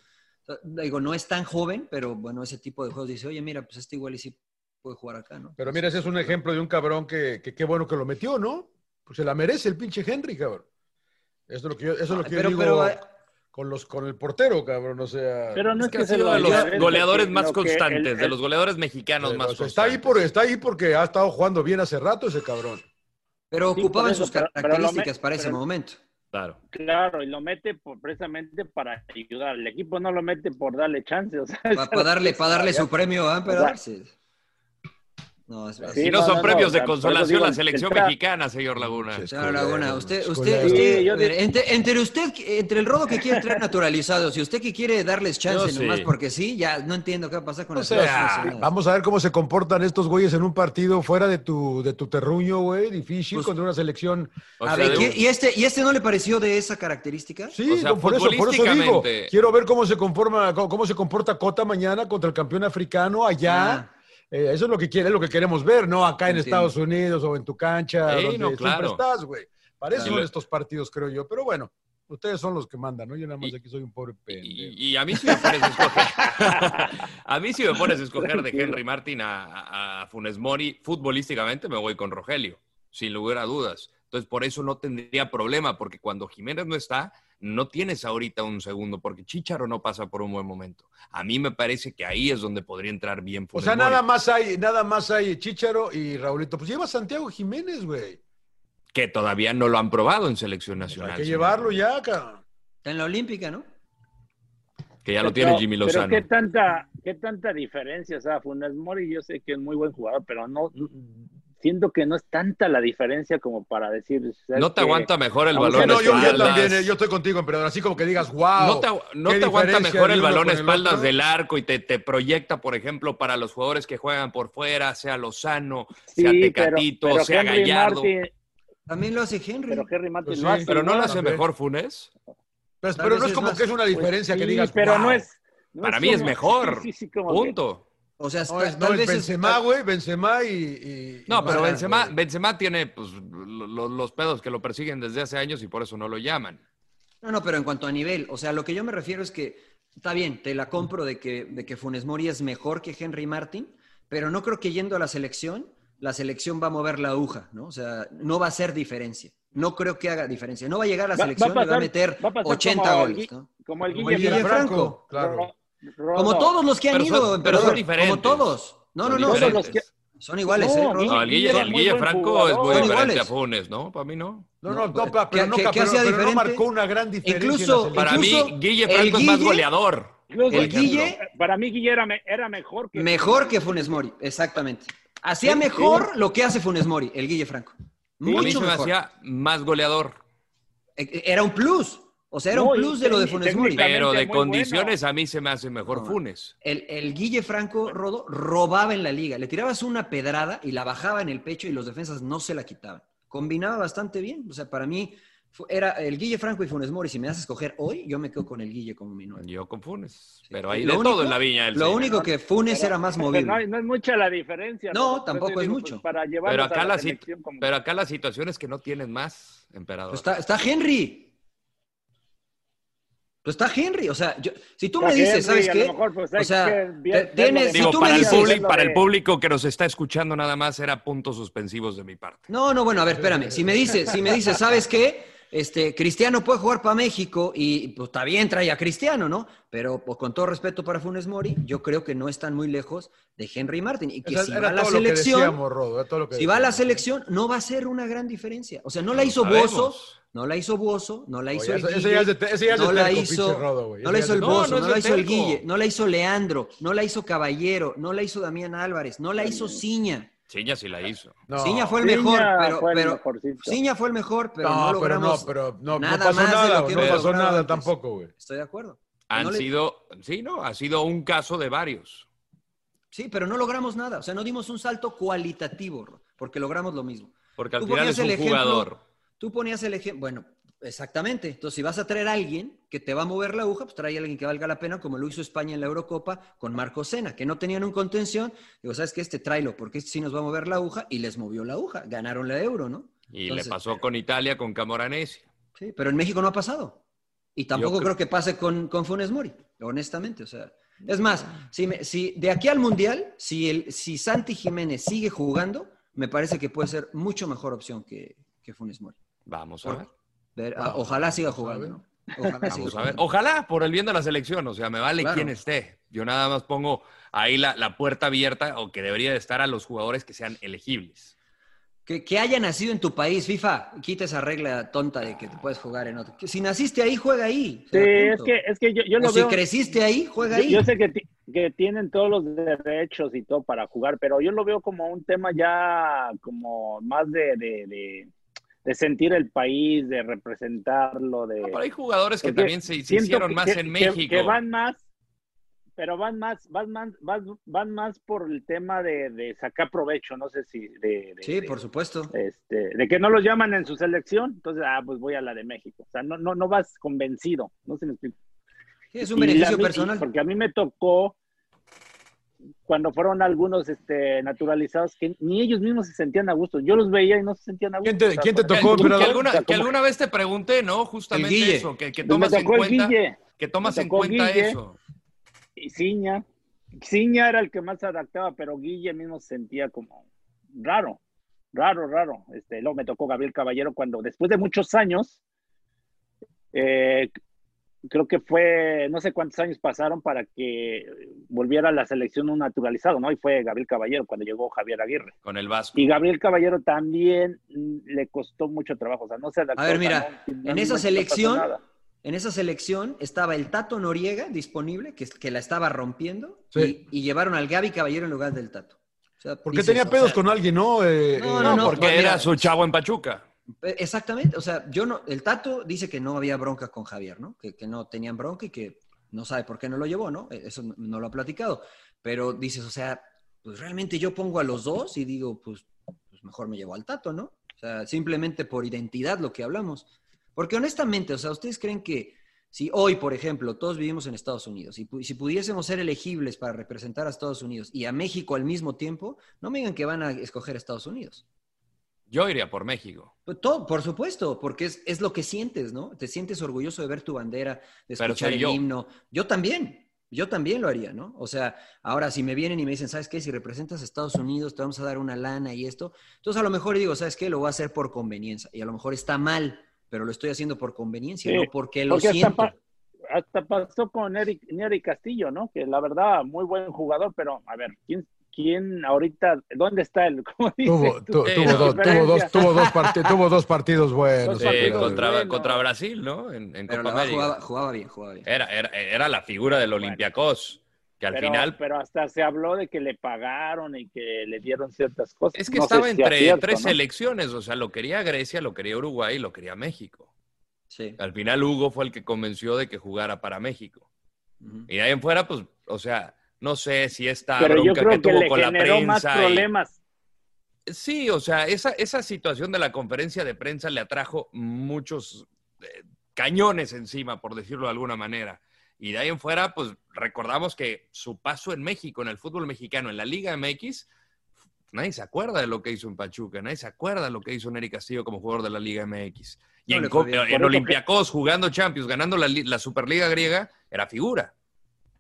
[SPEAKER 2] O sea, Digo, no es tan joven, pero bueno, ese tipo de juegos dice, oye, mira, pues este igual y sí puede jugar acá, ¿no?
[SPEAKER 9] Pero mira, ese es un ejemplo de un cabrón que, que qué bueno que lo metió, ¿no? Pues se la merece el pinche Henry, cabrón. Eso es lo que yo, eso es lo que yo
[SPEAKER 2] Pero-
[SPEAKER 9] digo
[SPEAKER 2] pero, eh,
[SPEAKER 9] con, los, con el portero, cabrón. O sea,
[SPEAKER 10] Pero no es
[SPEAKER 5] Ah, que
[SPEAKER 10] que
[SPEAKER 5] ha
[SPEAKER 10] se
[SPEAKER 5] sido
[SPEAKER 10] lo
[SPEAKER 5] de los
[SPEAKER 10] merezca,
[SPEAKER 5] goleadores
[SPEAKER 10] sino
[SPEAKER 5] más
[SPEAKER 10] que
[SPEAKER 5] constantes,
[SPEAKER 10] el-
[SPEAKER 5] de los goleadores mexicanos
[SPEAKER 9] pero,
[SPEAKER 5] más
[SPEAKER 9] o sea,
[SPEAKER 5] constantes.
[SPEAKER 9] está, ahí por, está ahí porque ha estado jugando bien hace rato ese cabrón.
[SPEAKER 2] Pero
[SPEAKER 10] Sí,
[SPEAKER 2] ocupaban
[SPEAKER 10] por eso,
[SPEAKER 2] sus
[SPEAKER 10] pero- pero lo me-
[SPEAKER 2] características para ese
[SPEAKER 10] pero-
[SPEAKER 2] momento.
[SPEAKER 5] Claro.
[SPEAKER 10] Claro, y lo mete por- precisamente para ayudar. El equipo no lo mete por darle chance. O sea,
[SPEAKER 2] Para darle, pa' darle su premio, ¿ah, emperador?
[SPEAKER 10] O sea,
[SPEAKER 2] Sí. No, es
[SPEAKER 10] Sí,
[SPEAKER 5] y no,
[SPEAKER 10] no,
[SPEAKER 5] son
[SPEAKER 10] no, no,
[SPEAKER 5] premios
[SPEAKER 10] o
[SPEAKER 5] de
[SPEAKER 10] sea, por eso
[SPEAKER 5] consolación
[SPEAKER 10] digo,
[SPEAKER 5] la selección
[SPEAKER 10] el tra-
[SPEAKER 5] mexicana, señor Laguna.
[SPEAKER 9] Pinches
[SPEAKER 2] Señor Laguna,
[SPEAKER 9] culeros,
[SPEAKER 2] usted,
[SPEAKER 9] pinches
[SPEAKER 2] usted,
[SPEAKER 9] culeros.
[SPEAKER 2] usted,
[SPEAKER 10] Sí, yo
[SPEAKER 2] a ver,
[SPEAKER 10] digo-
[SPEAKER 2] entre, entre usted, que- entre el rodo que quiere traer naturalizados y usted que quiere darles chance
[SPEAKER 5] Yo
[SPEAKER 2] nomás
[SPEAKER 5] sí.
[SPEAKER 2] porque sí, ya no entiendo qué va a pasar con
[SPEAKER 9] O
[SPEAKER 2] las
[SPEAKER 9] sea,
[SPEAKER 2] selecciones nacionales.
[SPEAKER 9] Vamos a ver cómo se comportan estos güeyes en un partido fuera de tu, de tu terruño, güey. Difícil
[SPEAKER 2] Pues-
[SPEAKER 9] contra una selección.
[SPEAKER 5] O
[SPEAKER 9] A
[SPEAKER 5] sea,
[SPEAKER 9] ver,
[SPEAKER 5] de-
[SPEAKER 9] ¿quién-
[SPEAKER 2] ¿Y, y este, ¿Y este no le pareció de esa característica?
[SPEAKER 9] Sí,
[SPEAKER 5] O sea,
[SPEAKER 9] por eso, por eso digo.
[SPEAKER 5] futbolísticamente-
[SPEAKER 9] Quiero ver cómo se conforma, cómo, cómo se comporta Cota mañana contra el campeón africano allá.
[SPEAKER 2] Ah.
[SPEAKER 9] Eh, eso es lo que quiere, es lo que queremos ver, ¿no? Acá en
[SPEAKER 2] Entiendo.
[SPEAKER 9] Estados Unidos o en tu cancha,
[SPEAKER 5] Sí,
[SPEAKER 9] donde
[SPEAKER 5] no, claro.
[SPEAKER 9] siempre estás, güey. Para eso
[SPEAKER 5] Claro.
[SPEAKER 9] son estos partidos, creo yo. Pero bueno, ustedes son los que mandan, ¿no? Yo nada más
[SPEAKER 5] Y-
[SPEAKER 9] aquí soy un pobre pendejo.
[SPEAKER 5] Y, y a mí sí me pones a escoger. a mí sí me pones a escoger de Henry Martin a, a- a Funes Mori, futbolísticamente me voy con Rogelio, sin lugar a dudas. Entonces, por eso no tendría problema, porque cuando Jiménez no está, no tienes ahorita un segundo, porque Chicharo no pasa por un buen momento. A mí me parece que ahí es donde podría entrar bien
[SPEAKER 9] O
[SPEAKER 5] Funes
[SPEAKER 9] sea, nada
[SPEAKER 5] Mori,
[SPEAKER 9] más hay, nada más hay Chicharo y Raulito. Pues lleva a Santiago Jiménez, güey.
[SPEAKER 5] que todavía no lo han probado en selección
[SPEAKER 9] Pues
[SPEAKER 5] nacional.
[SPEAKER 9] hay que
[SPEAKER 5] señor.
[SPEAKER 9] llevarlo ya, cabrón.
[SPEAKER 2] Está en la Olímpica, ¿no?
[SPEAKER 5] Que ya lo tiene Jimmy
[SPEAKER 10] pero
[SPEAKER 5] Lozano.
[SPEAKER 10] qué tanta, qué tanta diferencia, o sea, Funes Mori yo sé que es muy buen jugador, pero no siento que no es tanta la diferencia como para decir o sea,
[SPEAKER 5] No te
[SPEAKER 10] que-
[SPEAKER 5] aguanta mejor el
[SPEAKER 10] Aunque
[SPEAKER 5] balón.
[SPEAKER 9] Sí, no, yo,
[SPEAKER 5] a
[SPEAKER 9] yo
[SPEAKER 5] espaldas.
[SPEAKER 9] también, eh, yo estoy contigo, emperador. Así como que digas, wow.
[SPEAKER 5] no te, agu- no
[SPEAKER 9] qué
[SPEAKER 5] te aguanta
[SPEAKER 9] diferencia
[SPEAKER 5] mejor
[SPEAKER 9] de
[SPEAKER 5] el
[SPEAKER 9] uno
[SPEAKER 5] balón a
[SPEAKER 9] con el
[SPEAKER 5] espaldas
[SPEAKER 9] otro.
[SPEAKER 5] del arco y te, te proyecta, por ejemplo, para los jugadores que juegan por fuera, sea Lozano,
[SPEAKER 10] Sí,
[SPEAKER 5] sea
[SPEAKER 10] pero-
[SPEAKER 5] Tecatito,
[SPEAKER 10] pero
[SPEAKER 5] sea
[SPEAKER 10] Henry
[SPEAKER 5] Gallardo.
[SPEAKER 10] Martin-
[SPEAKER 2] También lo hace Henry.
[SPEAKER 10] pero Henry Martin
[SPEAKER 9] Pues
[SPEAKER 10] lo
[SPEAKER 9] sí,
[SPEAKER 10] hace
[SPEAKER 5] Pero no lo
[SPEAKER 10] más.
[SPEAKER 5] hace
[SPEAKER 9] Martin.
[SPEAKER 5] mejor Funes.
[SPEAKER 9] Pues,
[SPEAKER 2] Tal
[SPEAKER 9] pero
[SPEAKER 2] vez
[SPEAKER 9] no es
[SPEAKER 2] es
[SPEAKER 9] como
[SPEAKER 2] más.
[SPEAKER 9] que es una diferencia que
[SPEAKER 10] Sí,
[SPEAKER 9] digas,
[SPEAKER 10] pero no
[SPEAKER 9] "Wow".
[SPEAKER 10] es no
[SPEAKER 5] Para mí es
[SPEAKER 10] como-
[SPEAKER 5] mejor.
[SPEAKER 10] sí, sí, sí, como que-
[SPEAKER 5] Punto.
[SPEAKER 2] O sea,
[SPEAKER 9] No
[SPEAKER 2] está-
[SPEAKER 9] es, no
[SPEAKER 2] tal
[SPEAKER 9] es
[SPEAKER 2] vez es-
[SPEAKER 9] Benzema, güey, Benzema y, y-
[SPEAKER 5] No,
[SPEAKER 9] y
[SPEAKER 5] pero
[SPEAKER 9] Varane,
[SPEAKER 5] Benzema,
[SPEAKER 9] güey.
[SPEAKER 5] Benzema tiene pues, lo- lo- los pedos que lo persiguen desde hace años y por eso no lo llaman.
[SPEAKER 2] No, no, pero en cuanto a nivel, o sea, lo que yo me refiero es que está bien, te la compro de que, de que Funes Mori es mejor que Henry Martin, pero no creo que yendo a la selección, la selección va a mover la aguja, ¿no? O sea, no va a hacer diferencia. No creo que haga diferencia. No va a llegar a la
[SPEAKER 10] Va- va a
[SPEAKER 2] selección y va a
[SPEAKER 10] pasar-
[SPEAKER 2] meter
[SPEAKER 10] va a pasar
[SPEAKER 2] 80
[SPEAKER 10] como el
[SPEAKER 2] goles,
[SPEAKER 10] Gui-
[SPEAKER 2] ¿no?
[SPEAKER 10] como el
[SPEAKER 9] Como el
[SPEAKER 10] Guille
[SPEAKER 9] Guille
[SPEAKER 10] Franco.
[SPEAKER 9] Franco, claro.
[SPEAKER 10] Ro-
[SPEAKER 2] Como
[SPEAKER 10] Rodo.
[SPEAKER 2] todos los que han
[SPEAKER 5] Pero son-
[SPEAKER 2] ido,
[SPEAKER 5] pero son
[SPEAKER 2] emperador,
[SPEAKER 5] diferentes.
[SPEAKER 2] Como todos. No,
[SPEAKER 5] Son
[SPEAKER 2] no, no.
[SPEAKER 10] diferentes.
[SPEAKER 2] Son,
[SPEAKER 10] los que-
[SPEAKER 2] son iguales,
[SPEAKER 10] No,
[SPEAKER 2] ¿eh?
[SPEAKER 10] Guille-
[SPEAKER 5] No,
[SPEAKER 2] Rodo?
[SPEAKER 5] el
[SPEAKER 10] Guille
[SPEAKER 5] Guille,
[SPEAKER 10] es
[SPEAKER 5] el
[SPEAKER 10] muy
[SPEAKER 5] Guille
[SPEAKER 10] buen
[SPEAKER 5] Franco es
[SPEAKER 10] jugador.
[SPEAKER 5] muy
[SPEAKER 2] Son
[SPEAKER 5] diferente
[SPEAKER 2] iguales.
[SPEAKER 5] a Funes, ¿no? Para mí no.
[SPEAKER 9] No, no,
[SPEAKER 2] No,
[SPEAKER 9] no, pa- pero,
[SPEAKER 2] ¿qué-
[SPEAKER 9] no,
[SPEAKER 2] qué-
[SPEAKER 9] ca-
[SPEAKER 2] qué
[SPEAKER 9] pero-
[SPEAKER 2] hacía
[SPEAKER 9] pero no
[SPEAKER 2] diferente?
[SPEAKER 9] marcó una gran diferencia.
[SPEAKER 2] Incluso-
[SPEAKER 9] en la
[SPEAKER 5] Para mí,
[SPEAKER 2] Incluso
[SPEAKER 5] Guille
[SPEAKER 2] el
[SPEAKER 5] Franco es más
[SPEAKER 2] Guille-
[SPEAKER 5] goleador.
[SPEAKER 10] Incluso-
[SPEAKER 2] El Guille-
[SPEAKER 10] para mí Guille era, me- era mejor que
[SPEAKER 2] Mejor que Funes Mori, exactamente. Hacía mejor lo que hace Funes Mori, el Guille Franco.
[SPEAKER 5] a mí se
[SPEAKER 2] Mucho
[SPEAKER 5] me
[SPEAKER 2] mejor.
[SPEAKER 5] hacía más goleador.
[SPEAKER 2] E- Era un plus. O sea, era
[SPEAKER 10] No,
[SPEAKER 2] un
[SPEAKER 10] y
[SPEAKER 2] plus de lo de
[SPEAKER 10] técni-
[SPEAKER 2] Funes Mori.
[SPEAKER 10] técnicamente
[SPEAKER 5] Pero de
[SPEAKER 10] muy
[SPEAKER 5] condiciones a mí se me hace mejor
[SPEAKER 2] No,
[SPEAKER 5] Funes.
[SPEAKER 2] El, el Guille Franco Rodo robaba en la liga. Le tirabas una pedrada y la bajaba en el pecho y los defensas no se la quitaban. Combinaba bastante bien. O sea, para mí fu- era el Guille Franco y Funes Mori. Si me haces escoger hoy, yo me quedo con el Guille como mi nueve.
[SPEAKER 5] Yo con Funes.
[SPEAKER 2] Sí.
[SPEAKER 5] Pero ahí
[SPEAKER 2] Lo
[SPEAKER 5] de
[SPEAKER 2] único-
[SPEAKER 5] todo en la viña del
[SPEAKER 2] Lo
[SPEAKER 5] Señor.
[SPEAKER 2] único que Funes era más
[SPEAKER 10] Pero
[SPEAKER 2] movible.
[SPEAKER 10] No, hay- no es mucha la diferencia.
[SPEAKER 2] No,
[SPEAKER 10] Por eso
[SPEAKER 2] tampoco es
[SPEAKER 10] pues,
[SPEAKER 2] mucho.
[SPEAKER 10] Para llevarnos
[SPEAKER 5] Pero acá,
[SPEAKER 10] a la
[SPEAKER 5] la sit-
[SPEAKER 10] selección como-
[SPEAKER 5] pero acá la situación es que no tienen más, emperador.
[SPEAKER 2] Pues está, está Henry. Pues está Henry. O sea, yo- si tú me
[SPEAKER 10] Está
[SPEAKER 2] dices,
[SPEAKER 10] Henry,
[SPEAKER 2] ¿sabes
[SPEAKER 10] a
[SPEAKER 2] qué?
[SPEAKER 10] lo mejor, pues,
[SPEAKER 2] o
[SPEAKER 10] hay
[SPEAKER 2] sea,
[SPEAKER 10] que
[SPEAKER 2] te-
[SPEAKER 10] ver-
[SPEAKER 2] tienes,
[SPEAKER 10] verlo
[SPEAKER 2] si
[SPEAKER 5] Digo,
[SPEAKER 2] tú me
[SPEAKER 5] para, el
[SPEAKER 2] dices,
[SPEAKER 10] público-
[SPEAKER 5] public- para el
[SPEAKER 10] de-
[SPEAKER 5] público que nos está escuchando nada más era puntos suspensivos de mi parte.
[SPEAKER 2] No, no, bueno, a ver, espérame. Si me dices, si me dices, ¿sabes qué? Este, Cristiano puede jugar para México y pues está bien, trae a Cristiano, ¿no? Pero pues, con todo respeto para Funes Mori, yo creo que no están muy lejos de Henry Martin. Y que
[SPEAKER 9] Era-
[SPEAKER 2] si
[SPEAKER 9] era
[SPEAKER 2] va a la
[SPEAKER 9] todo lo que
[SPEAKER 2] selección,
[SPEAKER 9] decíamos, Rodo, era todo lo que
[SPEAKER 2] si va a la
[SPEAKER 9] decíamos.
[SPEAKER 2] selección, no va a ser una gran diferencia. O sea, no
[SPEAKER 5] Lo
[SPEAKER 2] la hizo
[SPEAKER 5] sabemos.
[SPEAKER 2] Bozo, no la hizo Buoso, no la
[SPEAKER 9] Oye,
[SPEAKER 2] hizo el
[SPEAKER 9] eso- eso
[SPEAKER 2] Guille,
[SPEAKER 9] ya es de te- eso ya es de
[SPEAKER 2] no la
[SPEAKER 9] terco,
[SPEAKER 2] hizo,
[SPEAKER 9] pinche Rodo, güey.
[SPEAKER 2] no
[SPEAKER 9] Eso
[SPEAKER 2] la
[SPEAKER 9] ya
[SPEAKER 2] hizo
[SPEAKER 9] es
[SPEAKER 2] el
[SPEAKER 9] de-
[SPEAKER 5] No,
[SPEAKER 2] Bozo,
[SPEAKER 5] no
[SPEAKER 2] no,
[SPEAKER 5] es
[SPEAKER 2] la
[SPEAKER 5] de
[SPEAKER 2] hizo el
[SPEAKER 5] terco.
[SPEAKER 2] Guille, no la hizo Leandro, no la hizo Caballero, no la hizo Damián Álvarez, no la hizo Ciña.
[SPEAKER 5] Sí, ya sí la hizo.
[SPEAKER 9] No.
[SPEAKER 2] Ciña fue el
[SPEAKER 10] Ciña
[SPEAKER 2] mejor, pero,
[SPEAKER 10] fue el
[SPEAKER 2] pero-
[SPEAKER 10] mejorcito.
[SPEAKER 2] Ciña fue el mejor, pero
[SPEAKER 9] No,
[SPEAKER 2] no,
[SPEAKER 9] pero
[SPEAKER 2] logramos
[SPEAKER 9] no, pero no, no
[SPEAKER 2] nada
[SPEAKER 9] pasó
[SPEAKER 2] más de
[SPEAKER 9] nada,
[SPEAKER 2] lo que
[SPEAKER 9] no
[SPEAKER 2] hemos
[SPEAKER 9] pasó
[SPEAKER 2] logrado
[SPEAKER 9] nada
[SPEAKER 2] antes.
[SPEAKER 9] tampoco, güey.
[SPEAKER 2] Estoy de acuerdo.
[SPEAKER 5] Han
[SPEAKER 2] No le-
[SPEAKER 5] sido, sí, no, ha sido un caso de varios.
[SPEAKER 2] Sí, pero no logramos nada, o sea, no dimos un salto cualitativo, Ro, porque logramos lo mismo.
[SPEAKER 5] Porque al
[SPEAKER 2] Tú
[SPEAKER 5] final
[SPEAKER 2] ponías
[SPEAKER 5] es un
[SPEAKER 2] el ejemplo-
[SPEAKER 5] jugador.
[SPEAKER 2] Tú ponías el ejemplo, bueno, Exactamente. Entonces, si vas a traer a alguien que te va a mover la aguja, pues trae a alguien que valga la pena, como lo hizo España en la Eurocopa con Marco Sena, que no tenían un contención. Digo, ¿sabes qué? Este tráelo, porque este sí nos va a mover la aguja y les movió la aguja. Ganaron la Euro, ¿no?
[SPEAKER 5] Y Entonces, le pasó con Italia, con Camoranesi.
[SPEAKER 2] Sí, pero en México no ha pasado. Y tampoco creo... creo... que pase con, con Funes Mori, honestamente. O sea, es más, si, me, si de aquí al Mundial, si, el, si Santi Jiménez sigue jugando, me parece que puede ser mucho mejor opción que, que Funes Mori.
[SPEAKER 5] Vamos a ver.
[SPEAKER 2] Ver, ah, ojalá siga jugando. ¿no?
[SPEAKER 5] Ojalá, siga jugando. ojalá por el bien de la selección, o sea, me vale claro. quien esté. Yo nada más pongo ahí la, la, puerta abierta o que debería de estar a los jugadores que sean elegibles.
[SPEAKER 2] Que, que, haya nacido en tu país, FIFA, quita esa regla tonta de que te puedes jugar en otro. Si naciste ahí, juega ahí.
[SPEAKER 10] Sí, es que, es que yo, yo
[SPEAKER 2] o
[SPEAKER 10] lo
[SPEAKER 2] si
[SPEAKER 10] veo,
[SPEAKER 2] creciste ahí, juega ahí.
[SPEAKER 10] Yo, yo sé que, que tienen todos los derechos y todo para jugar, pero yo lo veo como un tema ya como más de, de, de de sentir el país, de representarlo, de...
[SPEAKER 5] No, pero hay jugadores que Porque también se, se hicieron más
[SPEAKER 10] Eh, que,
[SPEAKER 5] en México.
[SPEAKER 10] Que, van más, pero van más, van más, van, van más por el tema de, de, sacar provecho, no sé si... De, de
[SPEAKER 2] sí,
[SPEAKER 10] de,
[SPEAKER 2] por supuesto.
[SPEAKER 10] Este, de que no los llaman en su selección, entonces, ah, pues voy a la de México. O sea, no, no, no vas convencido, no se me explica.
[SPEAKER 2] Sí, es un beneficio
[SPEAKER 10] la,
[SPEAKER 2] personal.
[SPEAKER 10] Porque a mí me tocó cuando fueron algunos este, naturalizados que ni ellos mismos se sentían a gusto. Yo los veía y no se sentían a gusto.
[SPEAKER 9] ¿Quién te, o sea, ¿quién te tocó,
[SPEAKER 5] que, que, alguna, o sea, que alguna, vez te pregunté, ¿no? Justamente eso, que, que tomas en cuenta, que tomas en cuenta
[SPEAKER 10] Guille,
[SPEAKER 5] eso.
[SPEAKER 10] Y Ciña. Ciña era el que más se adaptaba, pero Guille mismo se sentía como raro, raro, raro. Este, luego me tocó Gabriel Caballero cuando después de muchos años, eh, creo que fue, no sé cuántos años pasaron para que volviera a la selección un naturalizado, ¿no? Y fue Gabriel Caballero cuando llegó Javier Aguirre.
[SPEAKER 5] Con el Vasco.
[SPEAKER 10] Y Gabriel Caballero también le costó mucho trabajo, o sea, no se adaptó.
[SPEAKER 2] A ver, mira, no, no, en esa no selección, en esa selección estaba el Tato Noriega disponible, que, que la estaba rompiendo, sí. y, y llevaron al Gaby Caballero en lugar del Tato.
[SPEAKER 9] O sea, porque tenía pedos o sea, con alguien, ¿no?
[SPEAKER 5] Eh, no, no, no, porque mira, era su chavo en Pachuca.
[SPEAKER 2] Eh, Exactamente, o sea, yo no, el Tato dice que no había bronca con Javier, ¿no? Que, que, no tenían bronca y que no sabe por qué no lo llevó, ¿no? E, Eso no lo ha platicado, pero dices, o sea, pues realmente yo pongo a los dos y digo, pues, pues mejor me llevo al Tato, ¿no? O sea, simplemente por identidad lo que hablamos. Porque honestamente, o sea, ¿ustedes creen que si hoy, por ejemplo, todos vivimos en Estados Unidos y si pudiésemos ser elegibles para representar a Estados Unidos y a México al mismo tiempo, no me digan que van a escoger a Estados Unidos?
[SPEAKER 5] Yo iría por México.
[SPEAKER 2] Pues, Todo, por supuesto, porque es, es, lo que sientes, ¿no? Te sientes orgulloso de ver tu bandera, de escuchar el yo. himno. Yo también, yo también lo haría, ¿no? O sea, ahora si me vienen y me dicen, ¿sabes qué? Si representas a Estados Unidos, te vamos a dar una lana y esto. Entonces a lo mejor digo, ¿sabes qué? Lo voy a hacer por conveniencia. Y a lo mejor está mal, pero lo estoy haciendo por conveniencia, sí, no porque lo porque siento.
[SPEAKER 10] Hasta, pa hasta, pasó con Eric, Eric Castillo, ¿no? Que la verdad, muy buen jugador, pero a ver, ¿quién, quién ahorita, ¿dónde está el?
[SPEAKER 9] Tuvo, tu, eh, tuvo, dos, tuvo, dos, tuvo, dos partid tuvo dos partidos buenos.
[SPEAKER 5] Sí, Eh, contra, bueno. contra, Brasil, ¿no? En, en
[SPEAKER 2] pero
[SPEAKER 5] Copa
[SPEAKER 2] América. Jugaba, jugaba, bien, jugaba bien.
[SPEAKER 5] Era, era, era la figura del Olympiacos. Que al
[SPEAKER 10] pero,
[SPEAKER 5] final.
[SPEAKER 10] Pero hasta se habló de que le pagaron y que le dieron ciertas cosas.
[SPEAKER 5] Es que no estaba entre si cierto, tres ¿no? selecciones, o sea, lo quería Grecia, lo quería Uruguay y lo quería México. Sí. Al final Hugo fue el que convenció de que jugara para México. Uh -huh. Y de ahí en fuera, pues, o sea, no sé si esta
[SPEAKER 10] pero
[SPEAKER 5] bronca
[SPEAKER 10] yo creo
[SPEAKER 5] que, que tuvo
[SPEAKER 10] le
[SPEAKER 5] con la prensa.
[SPEAKER 10] Más problemas.
[SPEAKER 5] Y... Sí, o sea, esa, esa situación de la conferencia de prensa le atrajo muchos eh, cañones encima, por decirlo de alguna manera. Y de ahí en fuera, pues recordamos que su paso en México, en el fútbol mexicano, en la Liga MX, nadie se acuerda de lo que hizo en Pachuca, nadie se acuerda de lo que hizo en Eric Castillo como jugador de la Liga MX. Y no en, en, en Olympiacos, jugando Champions, ganando la, la Superliga griega, era figura.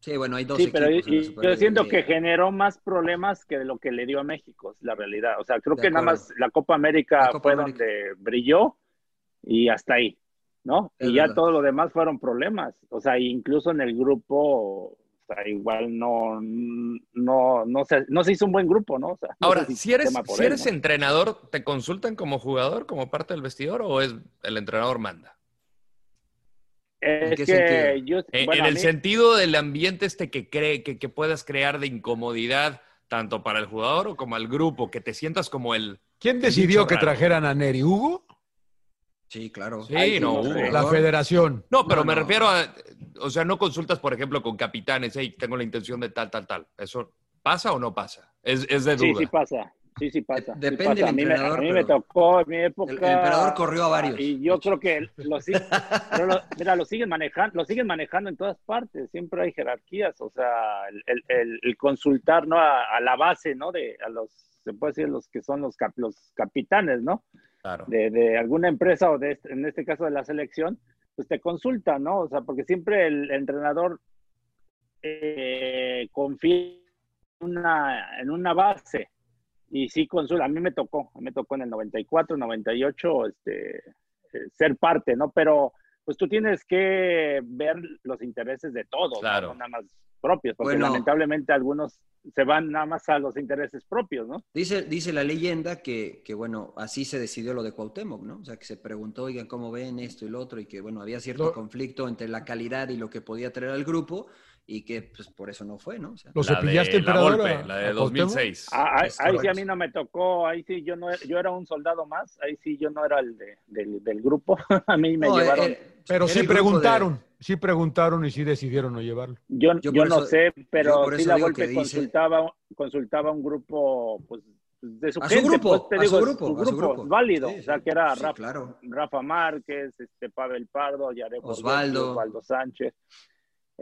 [SPEAKER 2] Sí, bueno, hay dos
[SPEAKER 10] sí, pero y, yo siento que generó más problemas que de lo que le dio a México, es la realidad. O sea, creo de que acuerdo. nada más la Copa América la Copa fue América. donde brilló y hasta ahí, ¿no? Es y verdad. ya todo lo demás fueron problemas. O sea, incluso en el grupo, o sea, igual no, no, no, se, no se hizo un buen grupo, ¿no? O sea, no
[SPEAKER 5] Ahora, si, si eres, si él, eres ¿no? entrenador, ¿te consultan como jugador, como parte del vestidor o es el entrenador manda?
[SPEAKER 10] Es ¿En, qué que yo,
[SPEAKER 5] bueno, Eh, en el mí... sentido del ambiente este que, cree, que, que, puedas crear de incomodidad, tanto para el jugador o como al grupo, que te sientas como el...
[SPEAKER 9] ¿Quién decidió que trajeran a Neri? ¿Hugo?
[SPEAKER 2] Sí, claro.
[SPEAKER 5] Sí, Ay, no, Hugo.
[SPEAKER 9] La federación.
[SPEAKER 5] No, pero no, me no. refiero a... O sea, no consultas, por ejemplo, con capitanes, hey, tengo la intención de tal, tal, tal. ¿Eso pasa o no pasa? Es, es de duda.
[SPEAKER 10] Sí, sí pasa. Sí, sí pasa.
[SPEAKER 2] Depende
[SPEAKER 10] sí pasa.
[SPEAKER 2] del
[SPEAKER 10] a mí, me, a
[SPEAKER 2] entrenador,
[SPEAKER 10] mí
[SPEAKER 2] pero
[SPEAKER 10] me tocó en mi época.
[SPEAKER 2] el emperador corrió a varios.
[SPEAKER 10] Ah, Y yo creo que lo, sig- pero lo- mira, lo siguen manejando, lo siguen manejando en todas partes. Siempre hay jerarquías, o sea, el, el- el- el consultar no a, a la base, ¿no? De a los se puede decir los que son los cap- los capitanes, ¿no?
[SPEAKER 5] Claro.
[SPEAKER 10] de, de alguna empresa o de este- en este caso de la selección, pues te consulta, ¿no? O sea, porque siempre el entrenador eh, confía en una, en una base y sí consulta. A mí me tocó, me tocó en el 94, 98, este, eh, ser parte, ¿no? Pero pues tú tienes que ver los intereses de todos, ¿no?
[SPEAKER 5] Claro.
[SPEAKER 10] no nada más propios, porque
[SPEAKER 2] Bueno.
[SPEAKER 10] lamentablemente algunos se van nada más a los intereses propios, ¿no?
[SPEAKER 2] Dice, dice la leyenda que, que, bueno, así se decidió lo de Cuauhtémoc, ¿no? O sea, que se preguntó, oigan, ¿cómo ven esto y lo otro? Y que, bueno, había cierto
[SPEAKER 9] Lo-
[SPEAKER 2] conflicto entre la calidad y lo que podía traer al grupo y que, pues, por eso no fue, ¿no? O sea,
[SPEAKER 9] ¿Lo
[SPEAKER 5] La
[SPEAKER 9] cepillaste,
[SPEAKER 5] de
[SPEAKER 9] emperador?
[SPEAKER 5] La, Volpe,
[SPEAKER 9] a-
[SPEAKER 5] la
[SPEAKER 9] a
[SPEAKER 5] de
[SPEAKER 9] Cuauhtémoc?
[SPEAKER 5] 2006.
[SPEAKER 10] Ah, ahí,
[SPEAKER 2] Es
[SPEAKER 10] ahí sí
[SPEAKER 2] correcto.
[SPEAKER 10] a mí no me tocó, ahí sí yo no era- yo era un soldado más, ahí sí yo no era el de- del, del grupo, a mí me
[SPEAKER 2] no, eh,
[SPEAKER 10] llevaron,
[SPEAKER 2] eh,
[SPEAKER 9] Pero
[SPEAKER 2] era
[SPEAKER 9] sí
[SPEAKER 2] el grupo de-
[SPEAKER 9] preguntaron, sí preguntaron y sí decidieron no llevarlo.
[SPEAKER 10] yo,
[SPEAKER 2] yo
[SPEAKER 10] yo,
[SPEAKER 2] por
[SPEAKER 10] no
[SPEAKER 2] eso-
[SPEAKER 10] sé,
[SPEAKER 2] yo
[SPEAKER 10] pero
[SPEAKER 2] por
[SPEAKER 10] sí
[SPEAKER 2] eso
[SPEAKER 10] la
[SPEAKER 2] digo
[SPEAKER 10] golpe
[SPEAKER 2] que dice-
[SPEAKER 10] consultaba, consultaba un grupo pues, de su
[SPEAKER 2] A su
[SPEAKER 10] gente,
[SPEAKER 2] grupo,
[SPEAKER 10] pues, te
[SPEAKER 2] a
[SPEAKER 10] digo,
[SPEAKER 2] su grupo, a su grupo.
[SPEAKER 10] válido,
[SPEAKER 2] Sí,
[SPEAKER 10] o sea que era
[SPEAKER 2] sí,
[SPEAKER 10] Rafa,
[SPEAKER 2] claro.
[SPEAKER 10] Rafa Márquez, este, Pavel Pardo, Yareko
[SPEAKER 2] Osvaldo.
[SPEAKER 10] Ortiz, Osvaldo Sánchez.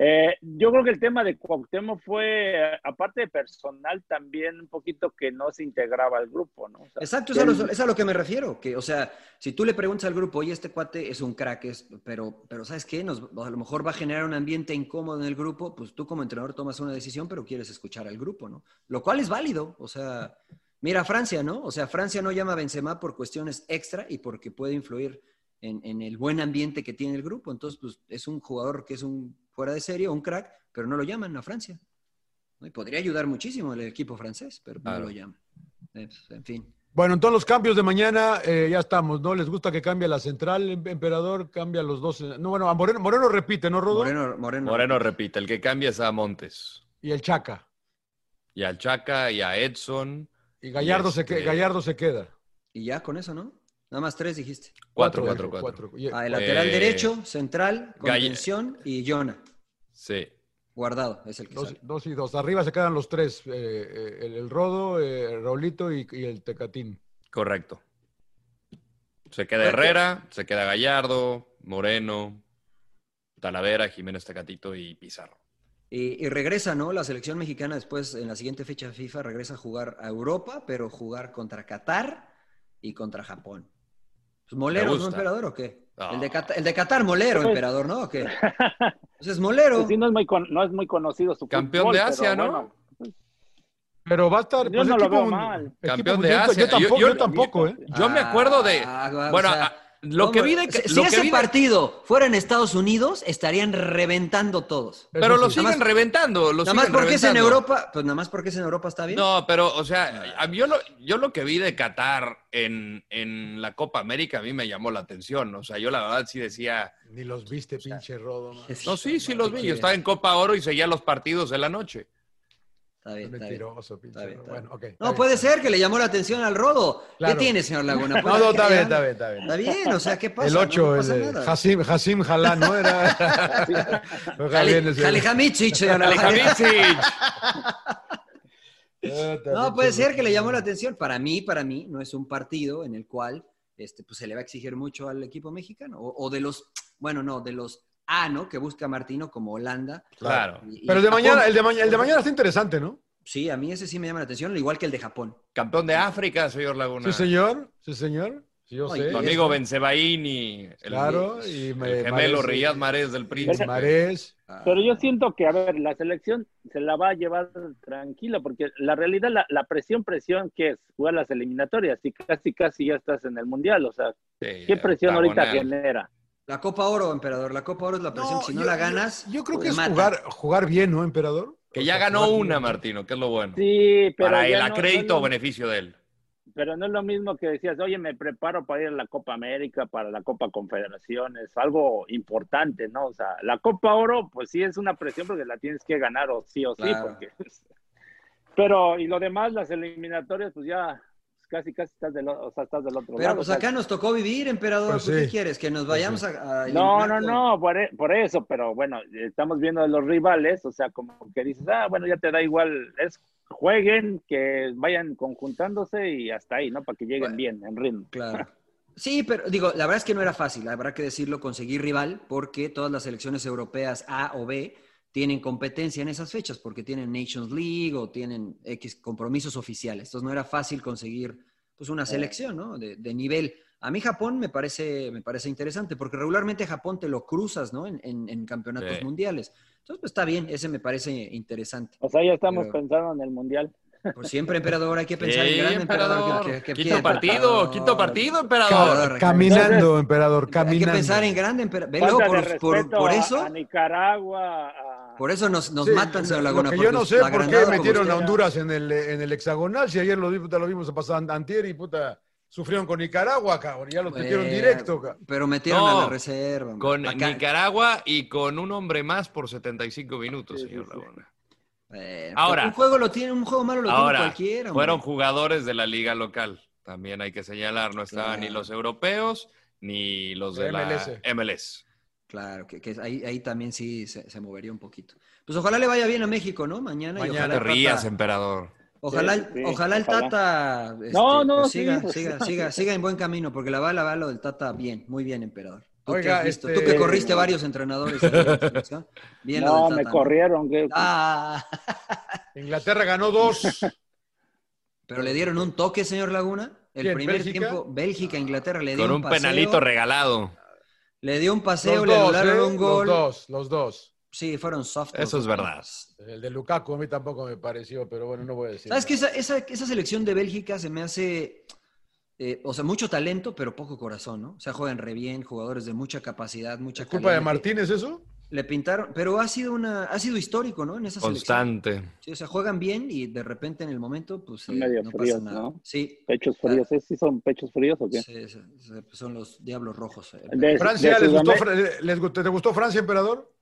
[SPEAKER 10] Eh, yo creo que el tema de Cuauhtémoc fue, eh, aparte de personal, también un poquito que no se integraba al grupo, ¿no? O sea,
[SPEAKER 2] Exacto, es a, lo,
[SPEAKER 10] él-
[SPEAKER 2] es a lo que me refiero. Que, o sea, si tú le preguntas al grupo, oye, este cuate es un crack, es- pero, pero ¿sabes qué? Nos, a lo mejor va a generar un ambiente incómodo en el grupo, pues tú como entrenador tomas una decisión, pero quieres escuchar al grupo, ¿no? Lo cual es válido. O sea, mira a Francia, ¿no? O sea, Francia no llama a Benzema por cuestiones extra y porque puede influir en, en el buen ambiente que tiene el grupo. Entonces, pues es un jugador que es un fuera de serie, un crack, pero no lo llaman a Francia. ¿no? Y podría ayudar muchísimo el equipo francés, pero
[SPEAKER 5] Claro.
[SPEAKER 2] no lo llaman. Eh, pues, En fin.
[SPEAKER 9] Bueno, entonces los cambios de mañana eh, ya estamos, ¿no? ¿Les gusta que cambie la central, em- emperador? Cambia los dos. eh, No, bueno, a Moreno, Moreno repite, ¿no, Rodo?
[SPEAKER 2] Moreno, Moreno.
[SPEAKER 5] Moreno repite, el que cambia es a Montes.
[SPEAKER 9] Y el Chaca.
[SPEAKER 5] Y al Chaca y a Edson.
[SPEAKER 9] Y Gallardo, se,
[SPEAKER 5] Este-
[SPEAKER 9] que- Gallardo se queda.
[SPEAKER 2] Y ya con eso, ¿no? Nada más tres dijiste.
[SPEAKER 5] 4-4-4.
[SPEAKER 9] Y-
[SPEAKER 2] Ah, el lateral
[SPEAKER 5] Eh,
[SPEAKER 2] derecho, central,
[SPEAKER 5] Galle-
[SPEAKER 2] contención y Jonah.
[SPEAKER 5] Sí.
[SPEAKER 2] Guardado es el que
[SPEAKER 9] Dos,
[SPEAKER 2] sale.
[SPEAKER 9] dos y dos. Arriba se quedan los tres, eh, eh, el, el Rodo, eh, Raulito y, y el Tecatín.
[SPEAKER 5] Correcto. Se queda Herrera, se queda Gallardo, Moreno, Talavera, Jiménez Tecatito y Pizarro.
[SPEAKER 2] Y, y regresa, ¿no? La selección mexicana después, en la siguiente fecha de FIFA, regresa a jugar a Europa, pero jugar contra Qatar y contra Japón. Pues,
[SPEAKER 5] Me
[SPEAKER 2] ¿Moleros, no
[SPEAKER 5] gusta.
[SPEAKER 2] emperador o qué?
[SPEAKER 5] Ah.
[SPEAKER 2] El, de Qatar, el de Qatar, molero,
[SPEAKER 10] Pues-
[SPEAKER 2] emperador, ¿no? ¿O qué? Pues es molero.
[SPEAKER 10] Pues sí, no es muy, con- no es muy conocido su
[SPEAKER 5] Campeón
[SPEAKER 10] fútbol,
[SPEAKER 5] de
[SPEAKER 10] pero
[SPEAKER 5] Asia, ¿no?
[SPEAKER 10] bueno,
[SPEAKER 9] Pero va a estar. pues,
[SPEAKER 10] Yo no lo veo
[SPEAKER 9] mun-
[SPEAKER 10] mal.
[SPEAKER 5] Campeón de
[SPEAKER 9] mundialista.
[SPEAKER 5] Asia.
[SPEAKER 9] Yo tampoco,
[SPEAKER 5] Yo- yo-
[SPEAKER 9] yo tampoco, ¿eh?
[SPEAKER 5] Yo me acuerdo de.
[SPEAKER 2] Ah, o
[SPEAKER 5] bueno,
[SPEAKER 2] sea,
[SPEAKER 5] a- lo que vi de.
[SPEAKER 2] Si, si
[SPEAKER 5] lo que
[SPEAKER 2] ese
[SPEAKER 5] vi de-
[SPEAKER 2] partido fuera en Estados Unidos, estarían reventando todos.
[SPEAKER 5] pero
[SPEAKER 9] Eso
[SPEAKER 5] lo
[SPEAKER 9] sí.
[SPEAKER 5] siguen
[SPEAKER 2] Nada más-
[SPEAKER 5] reventando. Lo
[SPEAKER 2] Nada más
[SPEAKER 5] siguen
[SPEAKER 2] porque es en
[SPEAKER 5] reventando.
[SPEAKER 2] Europa, pues nada más porque es en Europa está bien.
[SPEAKER 5] No, pero, o sea, a mí yo, lo, yo lo que vi de Qatar en, en la Copa América a mí me llamó la atención. O sea, yo la verdad sí decía.
[SPEAKER 9] Ni los viste, pinche Rodo. man.
[SPEAKER 5] No, sí, sí los vi. Yo
[SPEAKER 2] Sí.
[SPEAKER 5] estaba en Copa Oro y seguía los partidos de la noche.
[SPEAKER 2] Está bien, está bien.
[SPEAKER 9] Mentiroso, pinche
[SPEAKER 2] Está bien,
[SPEAKER 9] Rodo.
[SPEAKER 2] está bien.
[SPEAKER 9] Bueno, ok. está
[SPEAKER 2] No,
[SPEAKER 9] bien.
[SPEAKER 2] puede ser que le llamó la atención al rodo.
[SPEAKER 9] Claro.
[SPEAKER 2] ¿Qué tiene, señor Laguna?
[SPEAKER 9] No, no, está bien, está bien, está bien.
[SPEAKER 2] Está bien, o sea, ¿qué pasa?
[SPEAKER 9] El 8,
[SPEAKER 2] no, no
[SPEAKER 9] el
[SPEAKER 2] pasa
[SPEAKER 9] de
[SPEAKER 2] nada.
[SPEAKER 9] Hasim, Hasim Jalá, ¿no? Era. Ojalá bien
[SPEAKER 2] Jale-
[SPEAKER 9] ese-
[SPEAKER 2] Jalejamichich, señor Laguna.
[SPEAKER 5] Alejandro,
[SPEAKER 9] Eh,
[SPEAKER 2] No, puede ser que le llamó la atención. Para mí, para mí, no es un partido en el cual este, pues, se le va a exigir mucho al equipo mexicano. O, o de los, bueno, no, de los A, ¿no? Que busca Martino como Holanda.
[SPEAKER 5] Claro.
[SPEAKER 2] Y- y
[SPEAKER 9] Pero el de
[SPEAKER 2] Japón.
[SPEAKER 9] mañana, el de, maña- el de mañana está interesante, ¿no?
[SPEAKER 2] Sí, a mí ese sí me llama la atención, al igual que el de Japón.
[SPEAKER 5] Campeón de África, señor Laguna.
[SPEAKER 9] Sí, señor. Sí, señor. Sí, yo
[SPEAKER 2] Ay,
[SPEAKER 9] sé.
[SPEAKER 5] Tu amigo Bencebaini, el,
[SPEAKER 9] Claro, y me-
[SPEAKER 5] el gemelo
[SPEAKER 9] Mares-
[SPEAKER 5] Riyad Mahrez del Príncipe.
[SPEAKER 9] Marés.
[SPEAKER 2] Ah,
[SPEAKER 10] Pero yo siento que, a ver, la selección se la va a llevar tranquila, porque la realidad, la, la presión, presión, que es jugar las eliminatorias y casi, casi ya estás en el mundial, o sea,
[SPEAKER 5] Sí,
[SPEAKER 10] ¿qué presión ahorita
[SPEAKER 5] octagonal.
[SPEAKER 10] genera?
[SPEAKER 2] La Copa Oro, emperador. La Copa Oro es la presión. si no
[SPEAKER 9] yo-
[SPEAKER 2] la
[SPEAKER 9] yo-
[SPEAKER 2] ganas, pues,
[SPEAKER 9] Yo, creo
[SPEAKER 2] te
[SPEAKER 9] que es
[SPEAKER 2] matan.
[SPEAKER 9] jugar, jugar bien, ¿no, emperador?
[SPEAKER 5] Que
[SPEAKER 9] O
[SPEAKER 5] ya
[SPEAKER 9] sea,
[SPEAKER 5] ganó
[SPEAKER 9] jugar bien.
[SPEAKER 5] una, Martino, que es lo bueno.
[SPEAKER 10] Sí, pero.
[SPEAKER 5] Para
[SPEAKER 10] ya
[SPEAKER 5] el
[SPEAKER 10] no- no es
[SPEAKER 5] acrédito
[SPEAKER 10] lo-
[SPEAKER 5] o beneficio de él.
[SPEAKER 10] pero no es lo mismo que decías, oye, me preparo para ir a la Copa América, para la Copa Confederaciones, algo importante, ¿no? O sea, la Copa Oro, pues sí es una presión porque la tienes que ganar o sí o sí,
[SPEAKER 2] Claro.
[SPEAKER 10] porque... Pero, y lo demás, las eliminatorias, pues ya casi, casi estás del, o- o sea, estás del otro
[SPEAKER 2] Pero
[SPEAKER 10] lado.
[SPEAKER 2] pues
[SPEAKER 10] o sea,
[SPEAKER 2] acá nos tocó vivir, emperador.
[SPEAKER 9] Pues
[SPEAKER 2] Pues, ¿Qué
[SPEAKER 9] sí.
[SPEAKER 2] quieres? Que nos vayamos a, a
[SPEAKER 10] No,
[SPEAKER 2] eliminar
[SPEAKER 10] no,
[SPEAKER 2] con-
[SPEAKER 10] no, por, e- por eso, pero bueno, estamos viendo de los rivales, o sea, como que dices, ah, bueno, ya te da igual, es jueguen, que vayan conjuntándose y hasta ahí, ¿no? Para que lleguen bueno, bien, en ritmo.
[SPEAKER 2] Claro. Sí, pero digo, la verdad es que no era fácil, habrá que decirlo, conseguir rival, porque todas las selecciones europeas A o B tienen competencia en esas fechas, porque tienen Nations League o tienen X compromisos oficiales. Entonces no era fácil conseguir pues, una selección, ¿no? De, de nivel. A mí Japón me parece, me parece interesante, porque regularmente Japón te lo cruzas, ¿no? En, en, en campeonatos sí. mundiales. Entonces, pues está bien, ese me parece interesante.
[SPEAKER 10] O sea, ya estamos Pero, pensando en el mundial.
[SPEAKER 2] Pues siempre, emperador, hay que pensar en sí, gran emperador. emperador que, que,
[SPEAKER 5] que quito partido, quito partido, emperador. emperador
[SPEAKER 9] caminando, Entonces, emperador, caminando.
[SPEAKER 2] Hay que pensar en grande emperador. Por, por, por, eso.
[SPEAKER 10] A, a Nicaragua. A...
[SPEAKER 2] Por eso nos, nos sí, matan, señor Laguna.
[SPEAKER 9] yo no sé por qué metieron a Honduras en el, en el hexagonal, si ayer lo, lo vimos pasando antier y puta sufrieron con Nicaragua, cabrón. Ya lo bueno, metieron directo, cabrón.
[SPEAKER 2] Pero metieron no, a la reserva. Man.
[SPEAKER 5] Con Acá. Nicaragua y con un hombre más por 75 minutos, sí, señor sí, Laguna.
[SPEAKER 2] Bueno, ahora, Eh, un juego lo tiene, un juego malo lo ahora, tiene cualquiera.
[SPEAKER 5] Fueron man. jugadores de la liga local, también hay que señalar, no estaban claro. ni los europeos ni los de MLS. la MLS.
[SPEAKER 2] Claro, que, que ahí, ahí, también sí se, se, movería un poquito. Pues ojalá le vaya bien a México, ¿no? Mañana.
[SPEAKER 5] Mañana y ojalá te rías, em- pata... emperador.
[SPEAKER 2] Ojalá, sí, sí, ojalá el ojalá. Tata este,
[SPEAKER 10] no, no,
[SPEAKER 2] pues siga, sí, pues, siga, siga, siga, en buen camino, porque la va, la va lo del Tata bien, muy bien, emperador. Tú, Oiga, que, este... tú que corriste varios entrenadores.
[SPEAKER 10] En bien no, lo del Tata, me corrieron. Que...
[SPEAKER 9] Ah. Inglaterra ganó dos.
[SPEAKER 2] Pero le dieron un toque, señor Laguna. El ¿Quién, primer Bélgica? tiempo, Bélgica, Inglaterra, le
[SPEAKER 5] dieron
[SPEAKER 2] un paseo,
[SPEAKER 5] penalito regalado.
[SPEAKER 2] Le dio un paseo, dos, le anularon eh, un gol.
[SPEAKER 9] Los dos, los dos.
[SPEAKER 2] Sí, fueron soft.
[SPEAKER 5] Eso es verdad.
[SPEAKER 9] El de Lukaku a mí tampoco me pareció, pero bueno, no voy a decir.
[SPEAKER 2] Sabes que esa, esa, esa, selección de Bélgica se me hace, eh, o sea, mucho talento, pero poco corazón, ¿no? O sea, juegan re bien, jugadores de mucha capacidad, mucha
[SPEAKER 9] ¿Es culpa de Martínez eso?
[SPEAKER 2] Le pintaron, pero ha sido una, ha sido histórico, ¿no? En esa
[SPEAKER 5] Constante. Selección.
[SPEAKER 2] Sí, o sea, juegan bien y de repente en el momento, pues eh,
[SPEAKER 10] Medio
[SPEAKER 2] no
[SPEAKER 10] fríos,
[SPEAKER 2] pasa nada.
[SPEAKER 10] ¿no?
[SPEAKER 2] Sí.
[SPEAKER 10] Pechos fríos, ¿eh? ¿sí ¿Es, son pechos fríos o qué? Sí,
[SPEAKER 2] sí, son los diablos rojos. Eh.
[SPEAKER 9] De, Francia, de ¿les gustó, les gustó, ¿te gustó Francia, emperador?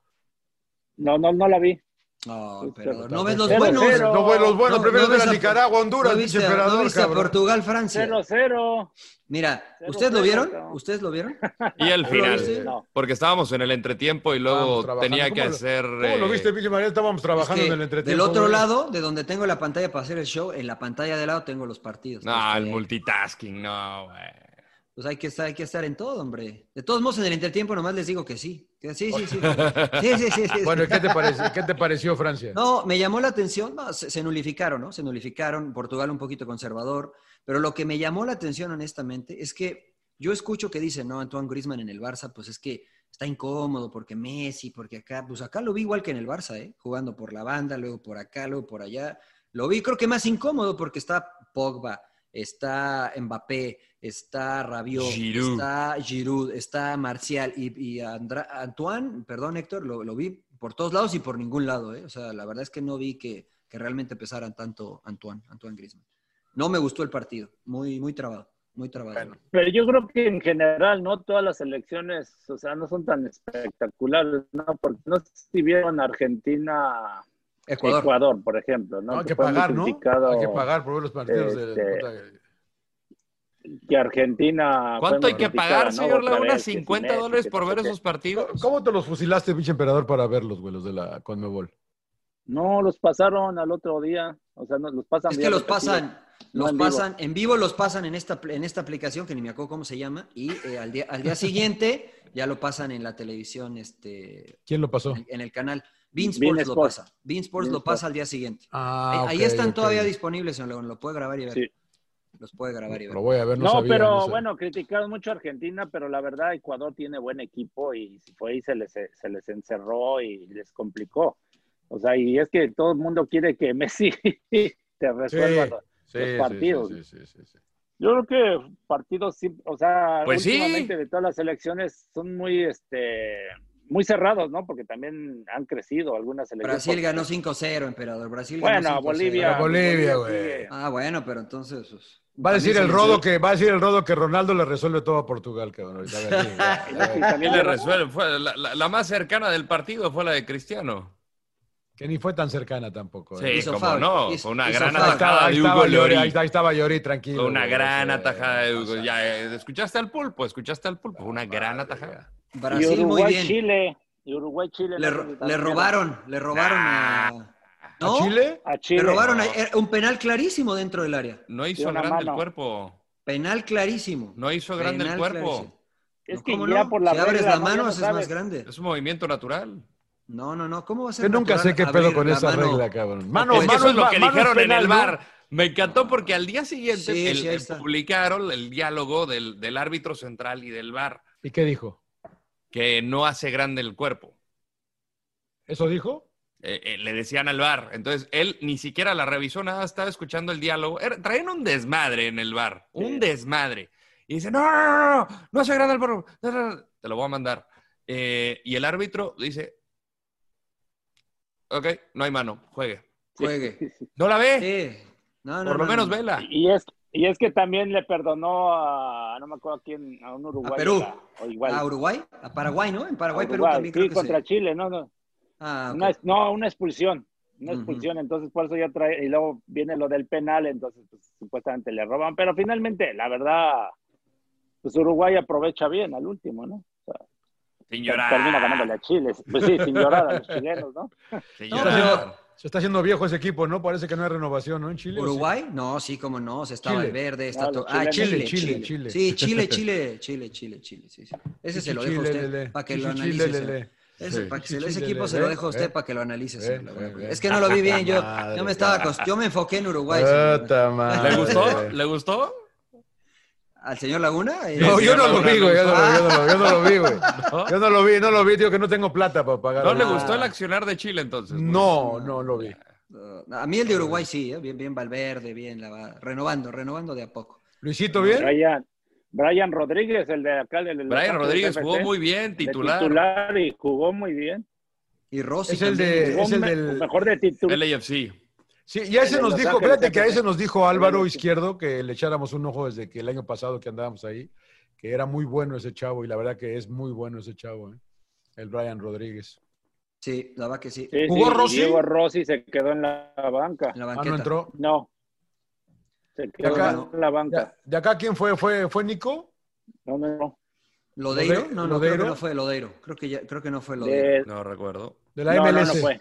[SPEAKER 10] No, no, no la vi.
[SPEAKER 2] No, pero no ves los buenos. Cero.
[SPEAKER 9] No ves los buenos. No, Primero no ves a Nicaragua, Honduras,
[SPEAKER 2] no viste,
[SPEAKER 9] emperador,
[SPEAKER 2] no viste a Portugal, Francia.
[SPEAKER 10] 0 cero,
[SPEAKER 2] cero. Mira, ¿ustedes lo vieron? ¿Ustedes lo vieron?
[SPEAKER 5] Y al final, no. porque estábamos en el entretiempo y luego tenía que
[SPEAKER 9] ¿Cómo
[SPEAKER 5] hacer. eh,
[SPEAKER 9] Lo, ¿Cómo lo viste, Pille María? Estábamos trabajando es que en el entretiempo.
[SPEAKER 2] Del otro lado, de donde tengo la pantalla para hacer el show, en la pantalla de lado tengo los partidos. Este,
[SPEAKER 5] No, el que... multitasking, no, güey
[SPEAKER 9] Ah,
[SPEAKER 2] pues hay que estar, hay que estar en todo, hombre. De todos modos, en el entretiempo nomás les digo que sí. Que sí, sí, sí, sí, sí, sí, sí.
[SPEAKER 9] Bueno, ¿qué te, parece? ¿qué te pareció Francia?
[SPEAKER 2] No, me llamó la atención, no, se, se, nulificaron, ¿no? Se nulificaron, Portugal un poquito conservador, pero lo que me llamó la atención, honestamente, es que yo escucho que dicen, no, Antoine Griezmann en el Barça, pues es que está incómodo porque Messi, porque acá, pues acá lo vi igual que en el Barça, ¿eh? Jugando por la banda, luego por acá, luego por allá. Lo vi creo que más incómodo porque está Pogba, está Mbappé, está Rabiot, Giroud. está Giroud, está Marcial y, y Andra, Antoine, perdón Héctor, lo, lo, vi por todos lados y por ningún lado. ¿eh? O sea, la verdad es que no vi que, que, realmente pesaran tanto Antoine, Antoine Griezmann. No me gustó el partido, muy, muy trabado. Muy trabado. Bueno,
[SPEAKER 10] pero yo creo que en general, ¿no? Todas las elecciones, o sea, no son tan espectaculares, ¿no? Porque no sé si vieron Argentina Ecuador. Ecuador. por ejemplo. ¿no?
[SPEAKER 9] no hay que, que pagar, ¿no? Hay que pagar por ver los partidos este, de...
[SPEAKER 10] Que Argentina.
[SPEAKER 5] ¿Cuánto hay que pagar, señor ¿no? Laguna? ¿50 México, dólares por ver esos partidos?
[SPEAKER 9] ¿Cómo te los fusilaste, pinche emperador, para ver los vuelos de la Conmebol?
[SPEAKER 10] No, los pasaron al otro día. O sea, no, los pasan.
[SPEAKER 2] Es que los pasan. Los no pasan, en vivo. en vivo los pasan en esta, en esta aplicación que ni me acuerdo cómo se llama, y eh, al, día, al día siguiente ya lo pasan en la televisión. Este,
[SPEAKER 9] ¿Quién lo pasó?
[SPEAKER 2] en, en el canal. Bean Sports, Bean lo Sports. pasa. Bean Sports Bean lo pasa Sports. al día siguiente. Ah, ahí, okay, ahí están okay. todavía disponibles, señor León. Lo puede grabar y ver. Sí. Los puede grabar y ver.
[SPEAKER 9] Lo voy a ver,
[SPEAKER 10] no,
[SPEAKER 9] no sabía,
[SPEAKER 10] pero
[SPEAKER 9] no sé.
[SPEAKER 10] bueno, criticaron mucho a Argentina, pero la verdad Ecuador tiene buen equipo y fue ahí se les, se les encerró y les complicó. O sea, y es que todo el mundo quiere que Messi te resuelva sí, los, sí, los partidos. Yo creo que partidos, o sea,
[SPEAKER 5] pues
[SPEAKER 10] últimamente de todas las elecciones son muy, este, muy cerrados, ¿no? Porque también han crecido algunas elecciones.
[SPEAKER 2] Brasil ganó 5-0, emperador. Brasil
[SPEAKER 10] bueno,
[SPEAKER 2] ganó
[SPEAKER 10] Bolivia.
[SPEAKER 9] Bolivia, güey.
[SPEAKER 2] Ah, bueno, pero entonces. Pues,
[SPEAKER 9] va a decir el rodo que va a decir el rodo que Ronaldo le resuelve todo a Portugal, cabrón.
[SPEAKER 5] también le resuelve. Fue la, la, la, más cercana del partido fue la de Cristiano.
[SPEAKER 9] Que ni fue tan cercana tampoco.
[SPEAKER 5] ¿eh? Sí, como Fabio. no. Hizo, fue una gran Fabio. atajada de Hugo Llori.
[SPEAKER 9] Ahí, ahí estaba Llori, tranquilo.
[SPEAKER 5] Fue una gran güey, atajada de Hugo. Ya, eh, escuchaste al pulpo, escuchaste al pulpo. Fue una gran atajada.
[SPEAKER 2] Brasil y Uruguay, muy bien.
[SPEAKER 10] Chile. Y Uruguay, Chile.
[SPEAKER 2] Le, le robaron, le robaron a,
[SPEAKER 9] ¿A Chile?
[SPEAKER 10] A Chile.
[SPEAKER 2] Le robaron a- era un penal clarísimo dentro del área.
[SPEAKER 5] No
[SPEAKER 10] De
[SPEAKER 5] hizo
[SPEAKER 10] una
[SPEAKER 5] grande el
[SPEAKER 10] mano.
[SPEAKER 5] cuerpo.
[SPEAKER 2] Penal clarísimo.
[SPEAKER 5] No hizo grande el
[SPEAKER 2] Penal
[SPEAKER 5] cuerpo.
[SPEAKER 2] clarísimo.
[SPEAKER 10] Es
[SPEAKER 2] No,
[SPEAKER 10] que
[SPEAKER 2] ¿cómo
[SPEAKER 10] ya
[SPEAKER 2] no?
[SPEAKER 10] por la
[SPEAKER 2] si abres
[SPEAKER 10] regla,
[SPEAKER 2] la
[SPEAKER 10] ¿no?
[SPEAKER 2] mano,
[SPEAKER 10] Ya no
[SPEAKER 2] haces
[SPEAKER 10] sabes.
[SPEAKER 2] más grande.
[SPEAKER 5] Es un movimiento natural.
[SPEAKER 2] No, no, no. ¿Cómo va a ser?
[SPEAKER 9] Yo nunca sé
[SPEAKER 2] natural
[SPEAKER 9] qué pedo
[SPEAKER 2] abrir
[SPEAKER 9] con
[SPEAKER 2] la
[SPEAKER 9] esa
[SPEAKER 2] mano?
[SPEAKER 9] regla, cabrón. Mano,
[SPEAKER 5] es que
[SPEAKER 9] mano
[SPEAKER 5] eso es lo
[SPEAKER 9] ma-
[SPEAKER 5] que
[SPEAKER 9] mano
[SPEAKER 5] dijeron en
[SPEAKER 9] penal,
[SPEAKER 5] el
[SPEAKER 9] ¿no?
[SPEAKER 5] bar. Me encantó porque al día siguiente
[SPEAKER 2] Sí,
[SPEAKER 5] el-
[SPEAKER 2] sí, ahí
[SPEAKER 5] el
[SPEAKER 2] está.
[SPEAKER 5] publicaron el diálogo del, del árbitro central y del bar,
[SPEAKER 9] ¿Y qué dijo?
[SPEAKER 5] que no hace grande el cuerpo.
[SPEAKER 9] ¿Eso dijo?
[SPEAKER 5] Eh, eh, le decían al bar. Entonces, él ni siquiera la revisó nada, estaba escuchando el diálogo. Era- traían un desmadre en el bar, un desmadre. Y dice, no, no, no, no, no hace grande el cuerpo. No, no, no, Te lo voy a mandar. Eh, y el árbitro dice, ok, no hay mano, juegue.
[SPEAKER 2] Juegue.
[SPEAKER 5] ¿No la ve?
[SPEAKER 2] Sí. No, no,
[SPEAKER 5] Por lo
[SPEAKER 2] no,
[SPEAKER 5] menos
[SPEAKER 2] no.
[SPEAKER 5] vela.
[SPEAKER 10] Y es, y es que también le perdonó a, no me acuerdo a quién, a un uruguayo.
[SPEAKER 2] Perú.
[SPEAKER 10] o- O igual.
[SPEAKER 2] A Uruguay, a Paraguay, ¿no? En Paraguay,
[SPEAKER 10] a
[SPEAKER 2] Perú
[SPEAKER 10] Uruguay.
[SPEAKER 2] también
[SPEAKER 10] Sí,
[SPEAKER 2] creo que
[SPEAKER 10] contra
[SPEAKER 2] se-
[SPEAKER 10] Chile, no, no.
[SPEAKER 2] Ah, ok.
[SPEAKER 10] Una, no, una expulsión. Una
[SPEAKER 2] Ujú.
[SPEAKER 10] expulsión, entonces por eso ya trae, y luego viene lo del penal, entonces pues, supuestamente le roban, pero finalmente, la verdad, pues Uruguay aprovecha bien al último, ¿no?
[SPEAKER 5] Sin
[SPEAKER 10] Termina
[SPEAKER 5] llorar.
[SPEAKER 10] ganándole a Chile, pues sí, sin llorar a los chilenos, ¿no?
[SPEAKER 5] Sin
[SPEAKER 2] No,
[SPEAKER 5] llorar.
[SPEAKER 2] pero-
[SPEAKER 9] Se está haciendo viejo ese equipo, ¿no? Parece que no hay renovación, ¿no? En Chile.
[SPEAKER 2] ¿Uruguay? No, sí, cómo no. Se estaba
[SPEAKER 9] Chile.
[SPEAKER 2] el verde. Está
[SPEAKER 10] Ah,
[SPEAKER 2] todo-
[SPEAKER 10] los
[SPEAKER 2] Ah, Chile, Chile,
[SPEAKER 9] chilenos.
[SPEAKER 2] Chile.
[SPEAKER 9] Chile, Chile, Chile.
[SPEAKER 2] Sí, Chile, Chile, Chile, Chile, Chile. Sí, sí. Ese se lo dejo a usted para que lo analice. señor. Ese,
[SPEAKER 9] Sí. ¿eh?
[SPEAKER 2] para que se lo-
[SPEAKER 9] Sí,
[SPEAKER 2] ese
[SPEAKER 9] sí,
[SPEAKER 2] equipo
[SPEAKER 9] le-
[SPEAKER 2] se lo
[SPEAKER 9] ve,
[SPEAKER 2] dejo a usted
[SPEAKER 9] ve.
[SPEAKER 2] para que lo analice.
[SPEAKER 9] Ve,
[SPEAKER 2] señor. La verdad,
[SPEAKER 9] ve,
[SPEAKER 2] porque
[SPEAKER 9] ve.
[SPEAKER 2] Es que no lo vi bien. Yo,
[SPEAKER 9] Madre, Ah,
[SPEAKER 2] yo me estaba acost- yo me enfoqué en Uruguay. señor.
[SPEAKER 9] madre.
[SPEAKER 5] ¿Le gustó? ¿Le gustó?
[SPEAKER 2] ¿Al señor Laguna? Eh,
[SPEAKER 9] No, yo no lo vi, güey. Yo no lo- yo no lo- yo no lo vi, güey.
[SPEAKER 5] ¿No?
[SPEAKER 9] Yo no lo vi, no lo vi, tío, que no tengo plata para pagar.
[SPEAKER 5] ¿No le
[SPEAKER 9] Ah.
[SPEAKER 5] gustó el accionar de Chile entonces? güey?
[SPEAKER 9] No, no lo vi.
[SPEAKER 2] Uh, A mí el de Uruguay sí, eh, bien, bien Valverde, bien, la va- renovando, renovando de a poco.
[SPEAKER 9] Luisito, ¿bien?
[SPEAKER 10] Brian, Brian Rodríguez, el de acá. El, el-
[SPEAKER 5] Brian Rodríguez
[SPEAKER 10] el-
[SPEAKER 5] jugó
[SPEAKER 10] el-
[SPEAKER 5] muy bien,
[SPEAKER 10] de
[SPEAKER 5] titular.
[SPEAKER 10] titular y jugó muy bien.
[SPEAKER 2] Y Rossi
[SPEAKER 9] Es el
[SPEAKER 2] también.
[SPEAKER 9] de.
[SPEAKER 10] Jugó
[SPEAKER 9] Eh, Es el
[SPEAKER 10] me-
[SPEAKER 9] del...
[SPEAKER 10] Mejor de titular.
[SPEAKER 5] LAFC.
[SPEAKER 9] Sí, ya se
[SPEAKER 10] de
[SPEAKER 9] nos
[SPEAKER 10] Los
[SPEAKER 9] dijo,
[SPEAKER 10] Ángeles,
[SPEAKER 9] fíjate que a
[SPEAKER 10] FP.
[SPEAKER 9] ese nos dijo Álvaro
[SPEAKER 10] Bueno, sí.
[SPEAKER 9] Izquierdo que le echáramos un ojo desde que el año pasado que andábamos ahí, que era muy bueno ese chavo y la verdad que es muy bueno ese chavo, ¿eh? el Brian Rodríguez.
[SPEAKER 2] Sí, la va que sí.
[SPEAKER 10] Sí,
[SPEAKER 9] ¿Jugó
[SPEAKER 10] sí,
[SPEAKER 9] Rossi?
[SPEAKER 10] Diego Rossi se quedó en la banca.
[SPEAKER 2] En la
[SPEAKER 9] Ah, no
[SPEAKER 2] banqueta.
[SPEAKER 9] entró.
[SPEAKER 10] No. Se quedó
[SPEAKER 9] acá?
[SPEAKER 10] en la
[SPEAKER 9] Ya,
[SPEAKER 10] banca.
[SPEAKER 9] ¿De acá quién fue? ¿Fue, fue Nico?
[SPEAKER 10] No, no, no.
[SPEAKER 2] ¿Lodeiro?
[SPEAKER 9] Lode-
[SPEAKER 2] No, no, creo que
[SPEAKER 9] ¿Lodeiro?
[SPEAKER 2] no fue Lodeiro. Creo que, ya- creo que no fue Lodeiro.
[SPEAKER 10] De-
[SPEAKER 5] No recuerdo.
[SPEAKER 9] De la
[SPEAKER 10] no, no,
[SPEAKER 9] MLS.
[SPEAKER 10] no fue.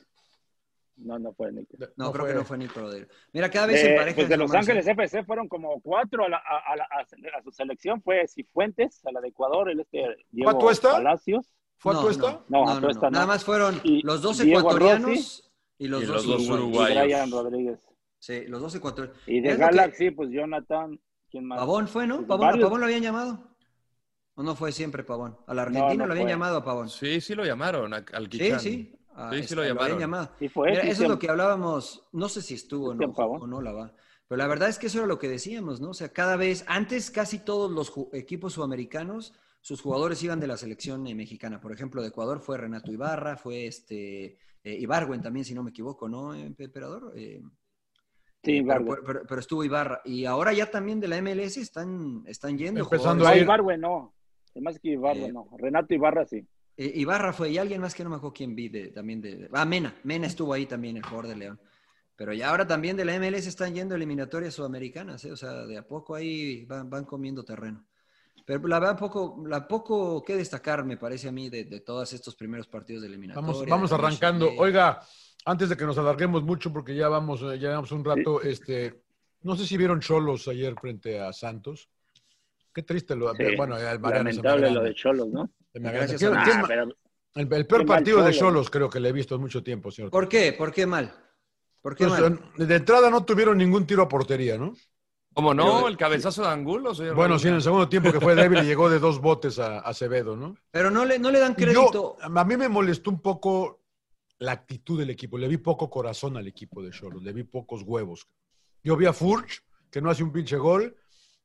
[SPEAKER 10] No, no fue. Nico.
[SPEAKER 9] De-
[SPEAKER 2] No, creo que no fue Nico Lodeiro. Mira, cada vez
[SPEAKER 10] De-
[SPEAKER 2] en pareja.
[SPEAKER 10] pues de Los Ángeles FC fueron como cuatro a, la- a- a la- a- a su selección. Fue Cifuentes, a la de Ecuador, el este Diego
[SPEAKER 9] Atuesta?
[SPEAKER 10] Palacios.
[SPEAKER 9] ¿Fue
[SPEAKER 2] No,
[SPEAKER 9] Atuesta?
[SPEAKER 2] no.
[SPEAKER 10] No,
[SPEAKER 2] No, no,
[SPEAKER 10] Atuesta
[SPEAKER 2] no. Nada
[SPEAKER 10] no.
[SPEAKER 2] más fueron
[SPEAKER 10] Y
[SPEAKER 2] los dos
[SPEAKER 10] Diego
[SPEAKER 2] ecuatorianos y los,
[SPEAKER 5] Y
[SPEAKER 2] dos,
[SPEAKER 5] los dos
[SPEAKER 10] Y
[SPEAKER 2] uruguayos.
[SPEAKER 5] uruguayos.
[SPEAKER 10] Brian Rodríguez.
[SPEAKER 2] Sí, los dos ecuatorianos.
[SPEAKER 10] Y de
[SPEAKER 2] Es lo que-
[SPEAKER 10] Galaxy, pues Jonathan. ¿Quién más?
[SPEAKER 2] Pavón fue, ¿no? Pavón,
[SPEAKER 10] Varios.
[SPEAKER 2] ¿a Pavón lo habían llamado? ¿O no fue siempre Pavón? A la Argentina
[SPEAKER 10] no
[SPEAKER 2] lo habían
[SPEAKER 10] fue.
[SPEAKER 2] llamado a Pavón.
[SPEAKER 5] Sí, sí lo llamaron a- al
[SPEAKER 2] Sí,
[SPEAKER 5] Quichán.
[SPEAKER 2] sí. Ah,
[SPEAKER 5] Sí, sí
[SPEAKER 2] este,
[SPEAKER 5] lo
[SPEAKER 2] habían
[SPEAKER 5] llamaron.
[SPEAKER 2] llamado.
[SPEAKER 10] Sí fue,
[SPEAKER 2] Mira, eso es
[SPEAKER 10] Cristian.
[SPEAKER 2] lo que hablábamos, no sé si estuvo o no,
[SPEAKER 10] Cristian Pavón.
[SPEAKER 2] o no la va, pero la verdad es que eso era lo que decíamos, ¿no? O sea, cada vez, antes casi todos los ju- equipos sudamericanos, sus jugadores iban de la selección eh, mexicana, por ejemplo, de Ecuador fue Renato Ibarra, fue este eh, Ibargüen también, si no me equivoco, ¿no, emperador? Eh,
[SPEAKER 10] Sí,
[SPEAKER 2] eh, pero-
[SPEAKER 10] Ibargüen.
[SPEAKER 2] pero, pero- pero estuvo Ibarra, y ahora ya también de la MLS están, están yendo
[SPEAKER 9] Empezando
[SPEAKER 10] No,
[SPEAKER 9] a
[SPEAKER 2] jugadores.
[SPEAKER 9] ir.
[SPEAKER 10] Ibargüen no. Además que Ibargüen
[SPEAKER 2] Eh,
[SPEAKER 10] no. Renato Ibarra sí.
[SPEAKER 2] Eh, Ibarra fue, y alguien más que no me acuerdo quién vi de- también de, de- Ah, Mena. Mena estuvo ahí también, el jugador de León. Pero ya ahora también de la MLS están yendo eliminatorias sudamericanas, ¿eh? O sea, de a poco ahí van, van comiendo terreno. Pero la verdad, poco, la poco que destacar, me parece a mí, de, de todos estos primeros partidos de eliminatoria.
[SPEAKER 9] Vamos, vamos
[SPEAKER 2] de la
[SPEAKER 9] arrancando.
[SPEAKER 2] Nations League.
[SPEAKER 9] Oiga, antes de que nos alarguemos mucho, porque ya vamos, eh, ya llevamos un rato, este, no sé si vieron Cholos ayer frente a Santos. Qué triste lo.
[SPEAKER 10] Sí,
[SPEAKER 9] Bueno, el Mariano se me
[SPEAKER 10] Lamentable
[SPEAKER 9] agranda.
[SPEAKER 10] lo de Cholos, ¿no?
[SPEAKER 9] Se me agranda.
[SPEAKER 2] Gracias
[SPEAKER 9] ¿Qué-
[SPEAKER 2] a-
[SPEAKER 9] qué
[SPEAKER 10] Ah,
[SPEAKER 9] ma-
[SPEAKER 10] pero
[SPEAKER 9] el, el peor
[SPEAKER 10] qué mal
[SPEAKER 9] partido de
[SPEAKER 10] Cholos.
[SPEAKER 9] Cholos creo que le he visto en mucho tiempo, señor.
[SPEAKER 2] ¿Por qué? ¿Por qué mal? ¿Por qué
[SPEAKER 9] Pues,
[SPEAKER 2] mal?
[SPEAKER 9] eh, de entrada no tuvieron ningún tiro a portería, ¿no?
[SPEAKER 5] ¿Cómo no? El cabezazo de Angulo. señor
[SPEAKER 9] Bueno,
[SPEAKER 5] Raúl.
[SPEAKER 9] sí, en el segundo tiempo que fue débil y llegó de dos botes a a Acevedo, ¿no?
[SPEAKER 2] Pero no le, no le dan
[SPEAKER 9] Y yo-
[SPEAKER 2] crédito.
[SPEAKER 9] a mí me molestó un poco la actitud del equipo. Le vi poco corazón al equipo de Cholos. Le vi pocos huevos. Yo vi a Furch, que no hace un pinche gol,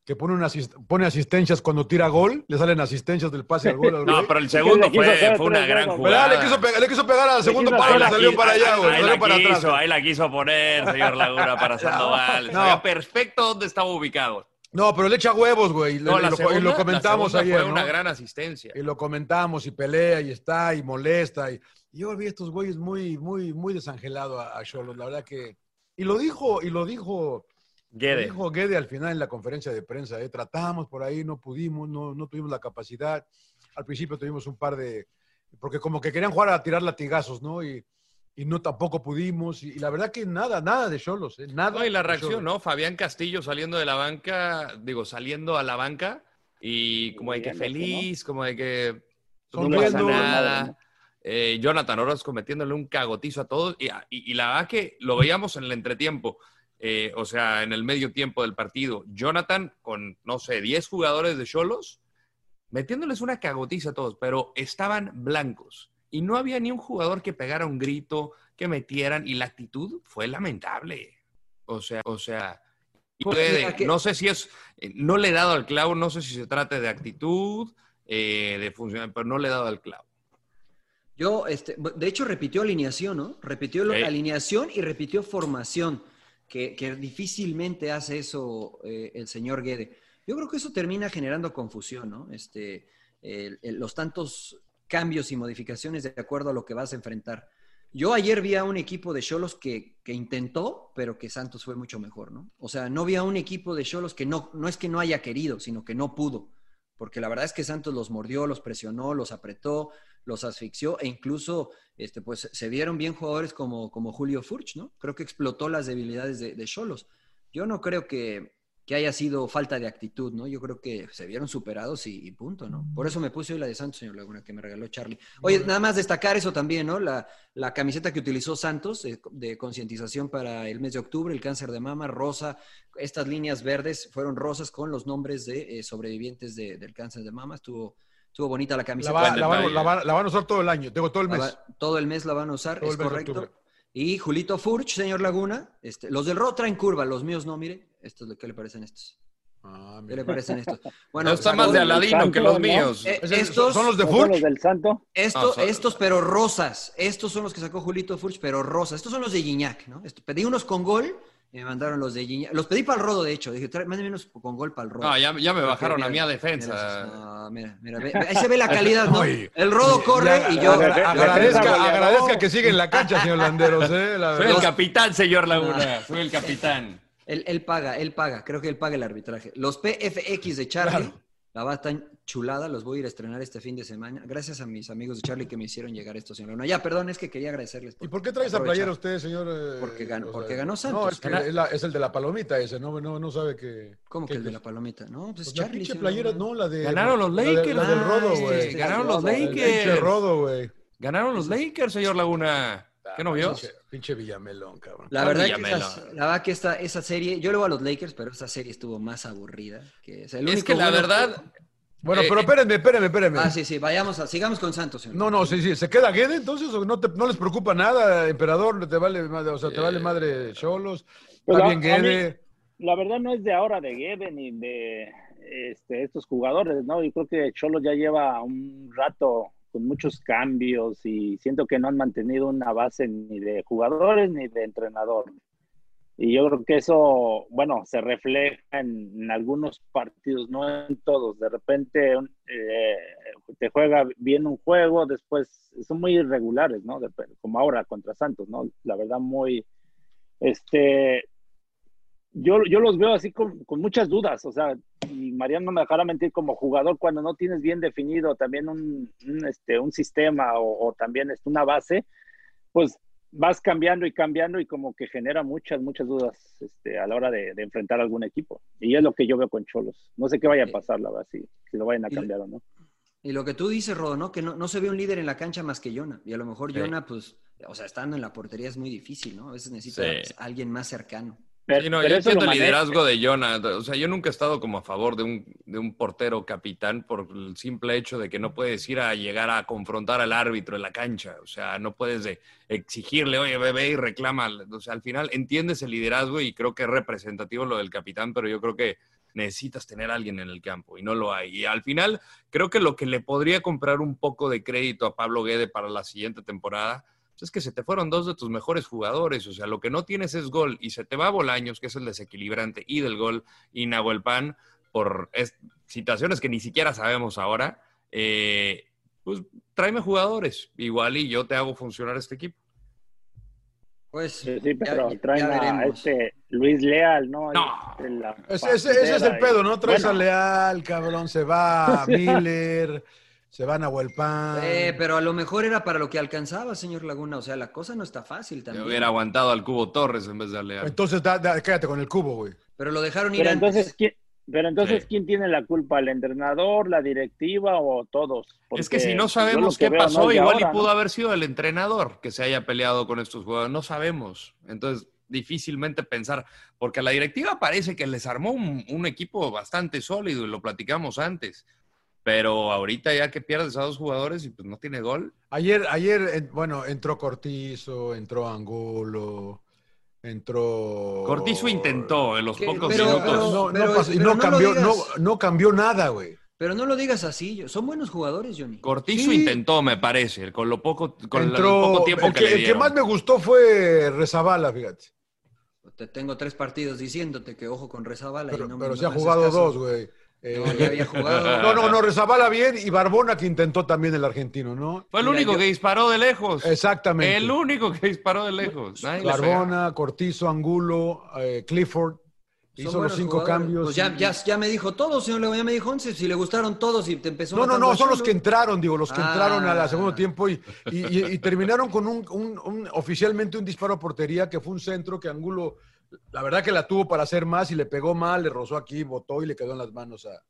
[SPEAKER 9] que pone, una asist- pone asistencias cuando tira gol. Le salen asistencias del pase al gol. al
[SPEAKER 5] No,
[SPEAKER 9] güey.
[SPEAKER 5] pero el segundo
[SPEAKER 10] le quiso hacer
[SPEAKER 5] fue, fue una
[SPEAKER 10] tres
[SPEAKER 5] gran
[SPEAKER 10] dedos,
[SPEAKER 9] Pero, ah,
[SPEAKER 5] jugada.
[SPEAKER 9] le, quiso pegar, le quiso pegar al segundo
[SPEAKER 10] quiso
[SPEAKER 9] palo y
[SPEAKER 10] pegar
[SPEAKER 9] le
[SPEAKER 5] la
[SPEAKER 9] salió
[SPEAKER 5] qui-
[SPEAKER 9] para allá,
[SPEAKER 5] ahí-
[SPEAKER 9] güey.
[SPEAKER 5] ahí
[SPEAKER 9] Salió
[SPEAKER 5] la
[SPEAKER 9] para atrás.
[SPEAKER 5] quiso, ahí la quiso poner, señor Laguna, para Sandoval.
[SPEAKER 9] No.
[SPEAKER 5] Sabía perfecto dónde estaba ubicado.
[SPEAKER 9] No, pero le echa huevos, güey. Y, le-
[SPEAKER 5] No,
[SPEAKER 9] y
[SPEAKER 5] la
[SPEAKER 9] lo,
[SPEAKER 5] segunda-
[SPEAKER 9] y lo comentamos
[SPEAKER 5] la segunda
[SPEAKER 9] ayer.
[SPEAKER 5] Fue una
[SPEAKER 9] ¿no?
[SPEAKER 5] gran asistencia.
[SPEAKER 9] Y lo comentamos y pelea y está y molesta. Y y yo vi a estos güeyes muy, muy, muy desangelado a Cholos. La verdad que. Y lo dijo, y lo dijo, lo
[SPEAKER 5] Guede.
[SPEAKER 9] dijo Guede al final en la conferencia de prensa. eh, Tratamos por ahí, no pudimos, no, no tuvimos la capacidad. Al principio tuvimos un par de. Porque como que querían jugar a tirar latigazos, ¿no? Y, y no tampoco pudimos. Y, y la verdad que nada, nada de Cholos, eh, nada.
[SPEAKER 5] No, y la reacción, ¿no? Fabián Castillo saliendo de la banca, digo, saliendo a la banca y como de que feliz, como de que no pasa nada. Eh, Jonathan Orozco metiéndole un cagotizo a todos y, y, y la verdad que lo veíamos en el entretiempo. Eh, o sea, en el medio tiempo del partido, Jonathan con, no sé, 10 jugadores de Cholos, metiéndoles una cagotiza a todos, pero estaban blancos y no había ni un jugador que pegara un grito, que metieran, y la actitud fue lamentable. O sea, o sea, puede, no sé si es, eh, no le he dado al clavo, no sé si se trata de actitud, eh, de funcionar, pero no le he dado al clavo.
[SPEAKER 2] Yo, este, de hecho, repitió alineación, ¿no? Repitió sí. alineación y repitió formación. Que, que, difícilmente hace eso eh, el señor Guede. Yo creo que eso termina generando confusión, ¿no? Este, el, el, los tantos cambios y modificaciones de acuerdo a lo que vas a enfrentar. Yo ayer vi a un equipo de Cholos que, que, intentó, pero que Santos fue mucho mejor, ¿no? O sea, no vi a un equipo de Cholos que no, no es que no haya querido, sino que no pudo. Porque la verdad es que Santos los mordió, los presionó, los apretó, los asfixió e incluso este, pues, se vieron bien jugadores como, como Julio Furch, ¿no? Creo que explotó las debilidades de Cholos. Yo no creo que, que, haya sido falta de actitud, ¿no? Yo creo que se vieron superados y, y, punto, ¿no? Por eso me puse hoy la de Santos, señor Laguna, que me regaló Charlie. Oye, bueno. nada más destacar eso también, ¿no? La, la camiseta que utilizó Santos de, de concientización para el mes de octubre, el cáncer de mama, rosa. Estas líneas verdes fueron rosas con los nombres de eh, sobrevivientes de, del cáncer de mama. Estuvo, Estuvo bonita la camiseta.
[SPEAKER 9] La, va, la, van, la, van, la, van a usar todo el año, tengo todo el mes. Va,
[SPEAKER 2] todo el mes la van a usar, todo es correcto. Y Julito Furch, señor Laguna, este, los del RO traen curva, los míos no, mire. Esto es lo, ¿Qué le parecen estos? Ah, ¿Qué le parecen estos?
[SPEAKER 5] Bueno, no está más de Aladino santo, que los ¿no? míos.
[SPEAKER 2] Eh, estos,
[SPEAKER 9] ¿Son los de Furch?
[SPEAKER 10] Los del Santo?
[SPEAKER 2] Esto, no, son... Estos, pero rosas. Estos son los que sacó Julito Furch, pero rosas. Estos son los de Gignac, ¿no? Esto, pedí unos con gol me mandaron los de Gignac. Los pedí para el rodo, de hecho. Dije, mándenme unos con gol para el rodo.
[SPEAKER 5] No, ya, ya me bajaron mira, a mi defensa.
[SPEAKER 2] Mira, no, mira, mira, mira, Ahí se ve la calidad, ¿no? El rodo corre y yo.
[SPEAKER 9] Agra agradezca, agradezca, que sigue en la cancha, señor Landeros. ¿eh? La
[SPEAKER 5] Soy el capitán, señor Laguna. Soy el capitán.
[SPEAKER 2] Él, él, paga, él paga. Creo que él paga el arbitraje. Los PFX de Charlie. Claro. La va tan chulada, los voy a ir a estrenar este fin de semana. Gracias a mis amigos de Charlie que me hicieron llegar esto, señor Laguna. Ya, perdón, es que quería agradecerles.
[SPEAKER 9] Por ¿Y por qué traes aprovechar. a playera usted, señor? Eh,
[SPEAKER 2] porque, ganó, o sea, porque ganó Santos.
[SPEAKER 9] No, es, que es, la, es, el de la palomita ese, no, no, no sabe que.
[SPEAKER 2] ¿Cómo que el
[SPEAKER 9] es?
[SPEAKER 2] de la palomita? No, Ah, pues, pues Charlie.
[SPEAKER 9] La playera, no, la de.
[SPEAKER 5] Ganaron los Lakers.
[SPEAKER 9] La, de, la del Rodo, güey.
[SPEAKER 5] Sí, sí, ganaron los Lakers.
[SPEAKER 9] El Rodo, güey.
[SPEAKER 5] Ganaron los Lakers, señor Laguna. ¿Qué no vio?
[SPEAKER 9] Pinche, pinche, Villamelón, cabrón.
[SPEAKER 2] La verdad, Villamelón. Que, esa, la verdad que esta, esa serie, yo le voy a los Lakers, pero esa serie estuvo más aburrida. Que, o sea, el
[SPEAKER 5] es
[SPEAKER 2] único
[SPEAKER 5] que la verdad. Que...
[SPEAKER 9] Bueno, eh, pero espérenme, espérenme, espérenme.
[SPEAKER 2] Ah, sí, sí, vayamos a, sigamos con Santos. Señor.
[SPEAKER 9] No, no, sí, sí, ¿se queda Guede entonces o no, te, no les preocupa nada, emperador? ¿Te vale, o sea, te vale madre Cholos? ¿Está bien Guede?
[SPEAKER 10] pues, Mí, la verdad no es de ahora de Guede ni de este, estos jugadores, ¿no? Yo creo que Cholos ya lleva un rato con muchos cambios y siento que no han mantenido una base ni de jugadores ni de entrenador. Y yo creo que eso, bueno, se refleja en, en algunos partidos, no en todos. De repente eh, te juega bien un juego, después son muy irregulares, ¿no? como ahora contra Santos, ¿no? La verdad, muy, este, yo, yo, los veo así con, con, muchas dudas, o sea, y Mariano me dejará mentir como jugador cuando no tienes bien definido también un, un este, un sistema o, o también este, una base, pues vas cambiando y cambiando y como que genera muchas, muchas dudas este, a la hora de, de enfrentar algún equipo. Y es lo que yo veo con Cholos. No sé qué vaya a pasar, la verdad, si, si lo vayan a cambiar o no.
[SPEAKER 2] Y lo que tú dices, Rodo, ¿no? Que no, no, se ve un líder en la cancha más que Yona. Y a lo mejor sí. Yona, pues, o sea, estando en la portería es muy difícil, ¿no? A veces necesita sí. a alguien más cercano.
[SPEAKER 5] Pero, sí, no, pero yo entiendo el liderazgo de Jonah. O sea, yo nunca he estado como a favor de un, de un portero capitán por el simple hecho de que no puedes ir a llegar a confrontar al árbitro en la cancha. O sea, no puedes de exigirle, oye, bebé, y reclama. O sea, al final entiendes el liderazgo y creo que es representativo lo del capitán, pero yo creo que necesitas tener a alguien en el campo y no lo hay. Y al final, creo que lo que le podría comprar un poco de crédito a Pablo Guede para la siguiente temporada pues, es que se te fueron dos de tus mejores jugadores. O sea, lo que no tienes es gol y se te va Bolaños, que es el desequilibrante, y del gol, y Nahuel Pan, por situaciones que ni siquiera sabemos ahora. Eh, pues tráeme jugadores, igual y yo te hago funcionar este equipo.
[SPEAKER 2] Pues
[SPEAKER 10] sí, pero ya, traen ya a este Luis Leal, ¿no? Este,
[SPEAKER 5] no.
[SPEAKER 9] La ese, ese, ese, es el pedo, ¿no? Traes bueno. a Leal, cabrón, se va, Miller. se van a Huelpán.
[SPEAKER 2] Eh, pero a lo mejor era para lo que alcanzaba, señor Laguna. O sea, la cosa no está fácil también.
[SPEAKER 5] Yo hubiera aguantado al Cubo Torres en vez de Alea.
[SPEAKER 9] Entonces, da- da- quédate con el cubo, güey.
[SPEAKER 2] Pero lo dejaron ir
[SPEAKER 10] Pero
[SPEAKER 2] antes.
[SPEAKER 10] entonces, ¿quién, pero entonces
[SPEAKER 5] Sí.
[SPEAKER 10] ¿quién tiene la culpa? ¿El entrenador, la directiva o todos?
[SPEAKER 5] Es que
[SPEAKER 10] Porque pues,
[SPEAKER 5] si
[SPEAKER 10] yo
[SPEAKER 5] no sabemos
[SPEAKER 10] lo que
[SPEAKER 5] qué
[SPEAKER 10] veo, ¿no?
[SPEAKER 5] pasó,
[SPEAKER 10] Y
[SPEAKER 5] igual
[SPEAKER 10] ahora,
[SPEAKER 5] y
[SPEAKER 10] ¿no?
[SPEAKER 5] pudo haber sido el entrenador que se haya peleado con estos jugadores. No sabemos. Entonces, difícilmente pensar, porque a la directiva parece que les armó un, un equipo bastante sólido y lo platicamos antes. Pero ahorita ya que pierdes a dos jugadores y pues no tiene gol,
[SPEAKER 9] Ayer, ayer, en- bueno, entró Cortizo, entró Angulo, entró.
[SPEAKER 5] Cortizo intentó en los
[SPEAKER 2] Que-
[SPEAKER 5] pocos
[SPEAKER 2] pero-
[SPEAKER 5] minutos.
[SPEAKER 2] pero-
[SPEAKER 9] no, no
[SPEAKER 2] pero-
[SPEAKER 9] pasó- y
[SPEAKER 2] pero
[SPEAKER 9] no
[SPEAKER 2] no lo
[SPEAKER 9] cambió, no,
[SPEAKER 2] digas.
[SPEAKER 9] no cambió nada, güey.
[SPEAKER 2] Pero no lo digas así. yo- Son buenos jugadores, Johnny.
[SPEAKER 5] Cortizo
[SPEAKER 9] Sí.
[SPEAKER 5] intentó, me parece, con lo poco, con la-
[SPEAKER 9] Entró-
[SPEAKER 5] el poco tiempo
[SPEAKER 9] el
[SPEAKER 5] que,
[SPEAKER 9] que,
[SPEAKER 5] le
[SPEAKER 9] el que
[SPEAKER 5] dieron.
[SPEAKER 9] más me gustó fue Rezabala, fíjate.
[SPEAKER 2] Te tengo tres partidos diciéndote que ojo con Rezabala.
[SPEAKER 9] Pero,
[SPEAKER 2] y no me-
[SPEAKER 9] pero
[SPEAKER 2] no
[SPEAKER 9] se ha
[SPEAKER 2] me haces
[SPEAKER 9] jugado
[SPEAKER 2] caso.
[SPEAKER 9] dos, güey. Eh,
[SPEAKER 2] No, ya había jugado.
[SPEAKER 9] no, no, no, Rezabala bien y Barbona que intentó también el argentino, ¿no?
[SPEAKER 5] Fue el
[SPEAKER 2] Mira,
[SPEAKER 5] único
[SPEAKER 2] yo-
[SPEAKER 5] que disparó de lejos.
[SPEAKER 9] Exactamente.
[SPEAKER 5] El único que disparó de lejos. Nadie le pegaba.
[SPEAKER 9] Barbona, Cortizo, Angulo, eh, Clifford.
[SPEAKER 2] Son
[SPEAKER 9] Hizo los
[SPEAKER 2] buenos
[SPEAKER 9] cinco
[SPEAKER 2] jugadores.
[SPEAKER 9] cambios.
[SPEAKER 2] Pues ya, ya, ya me dijo todos, señor Laguna. Ya me dijo 11. Si le gustaron todos y te empezó
[SPEAKER 9] No, no,
[SPEAKER 2] matando
[SPEAKER 9] no,
[SPEAKER 2] a
[SPEAKER 9] son los
[SPEAKER 2] Cholo.
[SPEAKER 9] que entraron, digo, los que
[SPEAKER 2] Ah.
[SPEAKER 9] entraron al segundo tiempo y, y- y- y terminaron con un, un- un- oficialmente un disparo a portería que fue un centro que Angulo, la verdad que la tuvo para hacer más y le pegó mal, le rozó aquí, botó y le quedó en las manos a a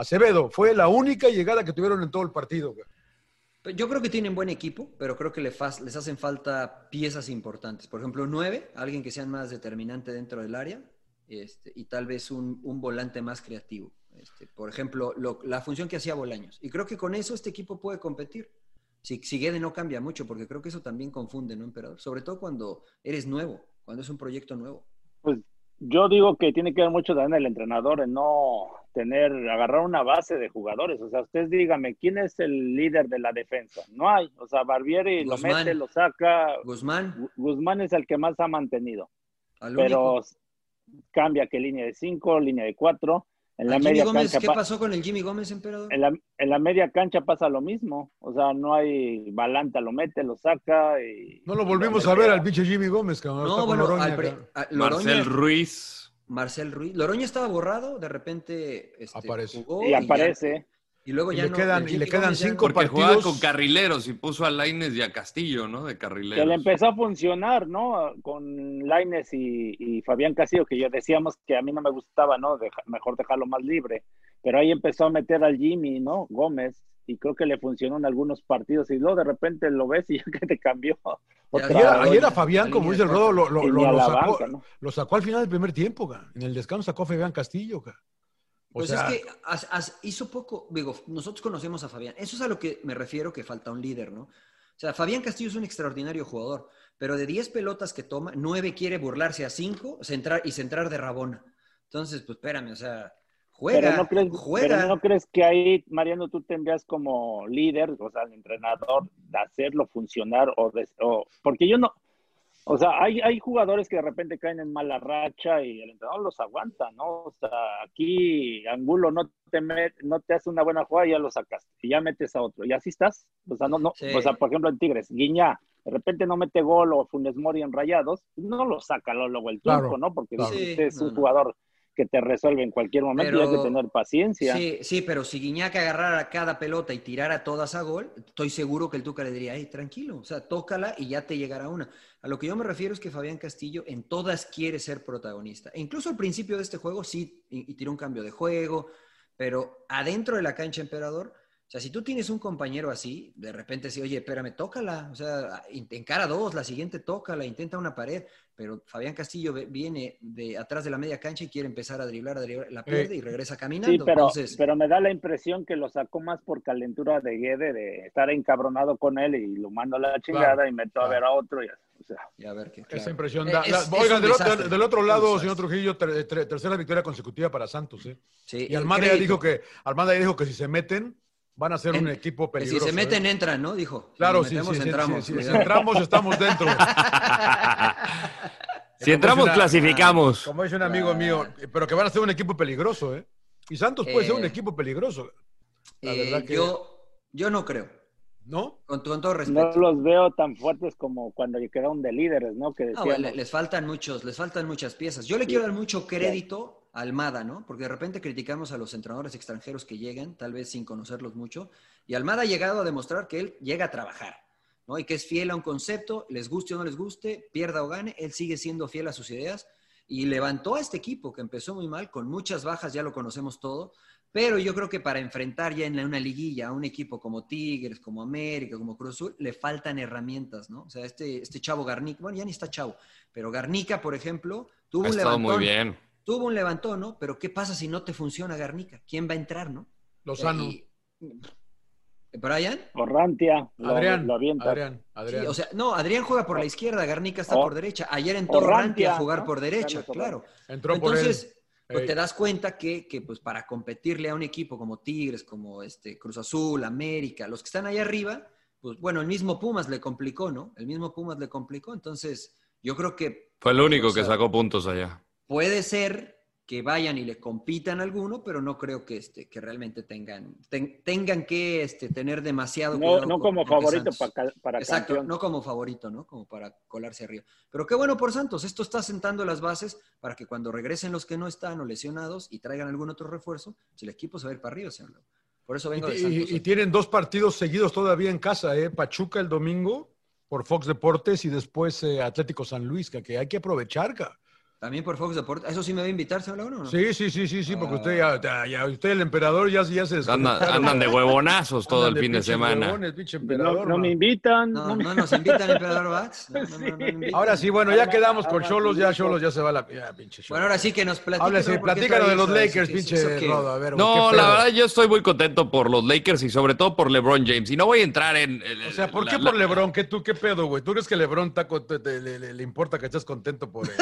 [SPEAKER 9] Acevedo. Fue la única llegada que tuvieron en todo el partido. güey.
[SPEAKER 2] Yo creo que tienen buen equipo, pero creo que le faz- les hacen falta piezas importantes. Por ejemplo, nueve, alguien que sean más determinante dentro del área este, y tal vez un, un volante más creativo. Este, por ejemplo, lo- la función que hacía Bolaños. Y creo que con eso este equipo puede competir. Si, si Guede no cambia mucho, porque creo que eso también confunde, ¿no, emperador? Sobre todo cuando eres nuevo, cuando es un proyecto nuevo.
[SPEAKER 10] Yo digo que tiene que ver mucho también el entrenador en no tener, agarrar una base de jugadores. O sea, ustedes díganme, ¿quién es el líder de la defensa? No hay. O sea, Barbieri
[SPEAKER 2] Guzmán.
[SPEAKER 10] lo mete, lo saca.
[SPEAKER 2] Guzmán,
[SPEAKER 10] Gu- Guzmán es el que más ha mantenido.
[SPEAKER 2] al
[SPEAKER 10] pero
[SPEAKER 2] único.
[SPEAKER 10] s- cambia que línea de 5, línea de 4. En la
[SPEAKER 2] ¿A Jimmy
[SPEAKER 10] media
[SPEAKER 2] Gómez,
[SPEAKER 10] cancha
[SPEAKER 2] ¿Qué
[SPEAKER 10] pa-
[SPEAKER 2] pasó con el Jimmy Gómez, emperador?
[SPEAKER 10] en la, en la media cancha pasa lo mismo. O sea, no hay Balanta, lo mete, lo saca y.
[SPEAKER 9] No lo volvimos a ver al pinche Jimmy Gómez, cabrón. está
[SPEAKER 2] No,
[SPEAKER 9] con
[SPEAKER 2] bueno,
[SPEAKER 9] Oroña,
[SPEAKER 2] al pre-
[SPEAKER 9] cabrón.
[SPEAKER 2] a- Loroña-
[SPEAKER 5] Marcel Ruiz.
[SPEAKER 2] Marcel Ruiz. Loroño estaba borrado, de repente este,
[SPEAKER 9] Aparece.
[SPEAKER 2] jugó
[SPEAKER 10] Y
[SPEAKER 2] ya-
[SPEAKER 10] aparece.
[SPEAKER 2] y luego
[SPEAKER 9] Y
[SPEAKER 2] ya
[SPEAKER 9] le
[SPEAKER 2] no-
[SPEAKER 9] quedan-
[SPEAKER 2] el
[SPEAKER 9] y le
[SPEAKER 2] Jimmy
[SPEAKER 9] quedan
[SPEAKER 2] Gómez ya no-
[SPEAKER 9] cinco
[SPEAKER 5] Porque jugaba
[SPEAKER 9] partidos.
[SPEAKER 5] con carrileros y puso a Laines y a Castillo, ¿no? De carrileros.
[SPEAKER 10] Que le empezó a funcionar, ¿no? Con Laines y, y Fabián Casillo, que ya decíamos que a mí no me gustaba, ¿no? Deja- mejor dejarlo más libre. Pero ahí empezó a meter al Jimmy, ¿no? Gómez. Y creo que le funcionó en algunos partidos. Y luego de repente lo ves y ya que te cambió.
[SPEAKER 9] Ayer,
[SPEAKER 2] Otra
[SPEAKER 9] ayer
[SPEAKER 2] Oroña,
[SPEAKER 9] a Fabián,
[SPEAKER 2] la línea
[SPEAKER 9] como dice el
[SPEAKER 2] de
[SPEAKER 9] Rodo, lo,
[SPEAKER 2] cuatro.
[SPEAKER 9] lo-
[SPEAKER 10] Y
[SPEAKER 9] lo-
[SPEAKER 10] a
[SPEAKER 9] lo
[SPEAKER 10] la
[SPEAKER 9] sacó,
[SPEAKER 10] banca, ¿no?
[SPEAKER 9] lo sacó al final del primer tiempo. cabrón. En el descanso sacó a Fabián Castillo. cabrón. O
[SPEAKER 2] Pues es
[SPEAKER 9] sea,
[SPEAKER 2] que as- as- hizo poco, digo, nosotros conocemos a Fabián, eso es a lo que me refiero que falta un líder, ¿no? O sea, Fabián Castillo es un extraordinario jugador, pero de 10 pelotas que toma, 9 quiere burlarse a 5 centrar, y centrar de Rabona. Entonces, pues espérame, o sea, juega,
[SPEAKER 10] pero no crees,
[SPEAKER 2] juega.
[SPEAKER 10] pero no crees que ahí, Mariano, tú tendrías como líder, o sea, el entrenador, de hacerlo funcionar o, de- o- porque yo no, o sea, hay, hay jugadores que de repente caen en mala racha y el entrenador los aguanta, ¿no? O sea, aquí Angulo no te met- no te hace una buena jugada y ya lo sacaste, y ya metes a otro, y así estás. O sea, no, no,
[SPEAKER 2] Sí.
[SPEAKER 10] o sea, por ejemplo en Tigres, Guiñá, de repente no mete gol o Funes Mori en Rayados, no lo saca luego el
[SPEAKER 9] Claro,
[SPEAKER 10] turco, ¿no? Porque
[SPEAKER 9] claro.
[SPEAKER 10] dice,
[SPEAKER 2] Sí,
[SPEAKER 10] este es
[SPEAKER 2] no,
[SPEAKER 10] un
[SPEAKER 2] no.
[SPEAKER 10] jugador que te resuelve en cualquier momento y hay
[SPEAKER 2] Pero-
[SPEAKER 10] que tener paciencia.
[SPEAKER 2] Sí, sí, pero si Guiñac agarrara cada pelota y tirara todas a gol, estoy seguro que el Tuca le diría, hey, tranquilo, o sea, tócala y ya te llegará una. A lo que yo me refiero es que Fabián Castillo en todas quiere ser protagonista. E incluso al principio de este juego sí, y, y tiró un cambio de juego, pero adentro de la cancha, emperador, o sea, si tú tienes un compañero así, de repente sí, oye, espérame, tócala, o sea, en en cara dos, la siguiente tócala, intenta una pared, pero Fabián Castillo ve- viene de atrás de la media cancha y quiere empezar a driblar, a driblar, la pierde y regresa caminando.
[SPEAKER 10] Sí, pero,
[SPEAKER 2] Entonces,
[SPEAKER 10] pero me da la impresión que lo sacó más por calentura de Guede, de estar encabronado con él y lo mando a la chingada y meto a
[SPEAKER 9] claro.
[SPEAKER 10] ver a otro. Y, o sea,
[SPEAKER 2] y a ver qué.
[SPEAKER 9] Esa
[SPEAKER 2] claro.
[SPEAKER 9] impresión
[SPEAKER 2] Eh,
[SPEAKER 9] da.
[SPEAKER 2] es-
[SPEAKER 9] la-
[SPEAKER 2] es
[SPEAKER 9] oigan,
[SPEAKER 2] un
[SPEAKER 9] del,
[SPEAKER 2] desastre,
[SPEAKER 9] del- del otro
[SPEAKER 2] un
[SPEAKER 9] lado,
[SPEAKER 2] desastre.
[SPEAKER 9] señor Trujillo, ter- ter- tercera victoria consecutiva para Santos. ¿eh?
[SPEAKER 2] Sí,
[SPEAKER 9] Y Almada ya
[SPEAKER 2] crédito.
[SPEAKER 9] dijo que Almada ya dijo que si se meten van a ser un
[SPEAKER 2] En-
[SPEAKER 9] equipo
[SPEAKER 2] Que
[SPEAKER 9] peligroso.
[SPEAKER 2] si se
[SPEAKER 9] ¿eh?
[SPEAKER 2] meten, entran, ¿no? Dijo. Si
[SPEAKER 9] claro,
[SPEAKER 2] nos
[SPEAKER 9] si,
[SPEAKER 2] metemos,
[SPEAKER 9] si- si-
[SPEAKER 2] entramos.
[SPEAKER 9] si- si
[SPEAKER 2] cuidado.
[SPEAKER 9] entramos estamos dentro.
[SPEAKER 5] si entramos,
[SPEAKER 9] Como dice una-
[SPEAKER 5] clasificamos.
[SPEAKER 9] Como dice un amigo mío, eh, pero que van a ser un equipo peligroso, ¿eh? Y Santos puede ser un
[SPEAKER 2] Eh.
[SPEAKER 9] equipo peligroso, La
[SPEAKER 2] Eh,
[SPEAKER 9] verdad que-
[SPEAKER 2] yo, yo no creo,
[SPEAKER 9] ¿no?
[SPEAKER 2] con, con todo respeto. Ah,
[SPEAKER 10] no los veo tan fuertes como cuando quedaron de líderes, ¿no? Que
[SPEAKER 2] No,
[SPEAKER 10] decían,
[SPEAKER 2] le- les faltan muchos, les faltan muchas piezas. Yo le quiero dar mucho crédito Almada, ¿no? Porque de repente criticamos a los entrenadores extranjeros que llegan, tal vez sin conocerlos mucho, y Almada ha llegado a demostrar que él llega a trabajar, ¿no? Y que es fiel a un concepto, les guste o no les guste, pierda o gane, él sigue siendo fiel a sus ideas y levantó a este equipo que empezó muy mal, con muchas bajas, ya lo conocemos todo, pero yo creo que para enfrentar ya en una liguilla a un equipo como Tigres, como América, como Cruz Azul, le faltan herramientas, ¿no? O sea, este, este chavo Garnica, bueno, ya ni está chavo, pero Garnica, por ejemplo, tuvo
[SPEAKER 5] ha
[SPEAKER 2] un
[SPEAKER 5] estado
[SPEAKER 2] levantón.
[SPEAKER 5] muy bien.
[SPEAKER 2] Tuvo un levantón, ¿no? Pero ¿qué pasa si no te funciona Garnica? ¿Quién va a entrar, no?
[SPEAKER 9] Lozano.
[SPEAKER 2] Eh, y- ¿Brian?
[SPEAKER 10] Orrantia. lo-
[SPEAKER 9] Adrián,
[SPEAKER 10] lo avienta.
[SPEAKER 9] Adrián, Adrián.
[SPEAKER 2] Sí, o sea, no, Adrián juega por la izquierda, Garnica está
[SPEAKER 10] O-
[SPEAKER 2] por derecha. Ayer entró
[SPEAKER 10] Orrantia,
[SPEAKER 2] Ranti a jugar
[SPEAKER 10] ¿no?
[SPEAKER 2] por derecha,
[SPEAKER 10] Carlos Orrantia.
[SPEAKER 2] claro.
[SPEAKER 9] Entró
[SPEAKER 2] Entonces,
[SPEAKER 9] por él.
[SPEAKER 2] pues,
[SPEAKER 9] Ey.
[SPEAKER 2] te das cuenta que, que, pues, para competirle a un equipo como Tigres, como este, Cruz Azul, América, los que están ahí arriba, pues bueno, el mismo Pumas le complicó, ¿no? El mismo Pumas le complicó. Entonces, yo creo que
[SPEAKER 5] Fue el único
[SPEAKER 2] O sea,
[SPEAKER 5] que sacó puntos allá.
[SPEAKER 2] puede ser que vayan y le compitan a alguno, pero no creo que, este, que realmente tengan, ten- tengan que este, tener demasiado
[SPEAKER 10] No,
[SPEAKER 2] cuidado
[SPEAKER 10] no
[SPEAKER 2] con-
[SPEAKER 10] como
[SPEAKER 2] con que
[SPEAKER 10] favorito
[SPEAKER 2] Santos.
[SPEAKER 10] para, ca- para
[SPEAKER 2] Exacto,
[SPEAKER 10] campeón.
[SPEAKER 2] no como favorito, ¿no? Como para colarse arriba. Pero qué bueno por Santos, esto está sentando las bases para que cuando regresen los que no están o lesionados y traigan algún otro refuerzo, pues el equipo se va a ir para arriba, señor Laguna. Por eso vengo de
[SPEAKER 9] Y-
[SPEAKER 2] Santos.
[SPEAKER 9] Y, y tienen dos partidos seguidos todavía en casa, ¿eh? Pachuca el domingo por Fox Deportes y después eh, Atlético San Luis, que, que hay que aprovechar, ca.
[SPEAKER 2] También por Fox Deportes. ¿A ¿Eso sí me va a invitar, señor Laguna, o no?
[SPEAKER 9] Sí, sí, sí, sí, sí, porque
[SPEAKER 2] Ah.
[SPEAKER 9] usted ya, ya- ya- usted el emperador ya, ya se
[SPEAKER 5] Andan,
[SPEAKER 9] desconectaron.
[SPEAKER 5] andan de huevonazos todo
[SPEAKER 9] Andan
[SPEAKER 5] el fin de
[SPEAKER 9] pinches
[SPEAKER 5] semana.
[SPEAKER 9] huevones, pinche
[SPEAKER 10] No,
[SPEAKER 9] emperador,
[SPEAKER 10] no
[SPEAKER 9] man.
[SPEAKER 10] me invitan.
[SPEAKER 2] No,
[SPEAKER 10] no me-
[SPEAKER 2] no nos invitan, emperador Bax. No, no, no, no nos invitan.
[SPEAKER 9] Ahora sí, bueno, ya
[SPEAKER 10] Habla-
[SPEAKER 9] quedamos con
[SPEAKER 10] habla
[SPEAKER 9] Cholos, ya
[SPEAKER 10] Filipe.
[SPEAKER 9] Cholos ya se va la ya, pinche Cholos.
[SPEAKER 2] Bueno, ahora sí que nos platiquen.
[SPEAKER 9] Háblese,
[SPEAKER 2] ¿no? Porque
[SPEAKER 9] platícanos de
[SPEAKER 2] otra
[SPEAKER 9] los
[SPEAKER 2] vez,
[SPEAKER 9] Lakers,
[SPEAKER 2] ¿eso qué- eso
[SPEAKER 9] pinche
[SPEAKER 2] qué?
[SPEAKER 9] Rodo, a ver, güey,
[SPEAKER 5] No,
[SPEAKER 9] qué
[SPEAKER 5] la
[SPEAKER 9] pedo.
[SPEAKER 5] verdad yo estoy muy contento por los Lakers y sobre todo por LeBron James. Y no voy a entrar en...
[SPEAKER 9] O sea, ¿por
[SPEAKER 5] la-
[SPEAKER 9] qué
[SPEAKER 5] la-
[SPEAKER 9] por LeBron? ¿Qué tú qué pedo, güey? ¿Tú crees que LeBron está con- te- te- le, le- le importa que estés contento por él?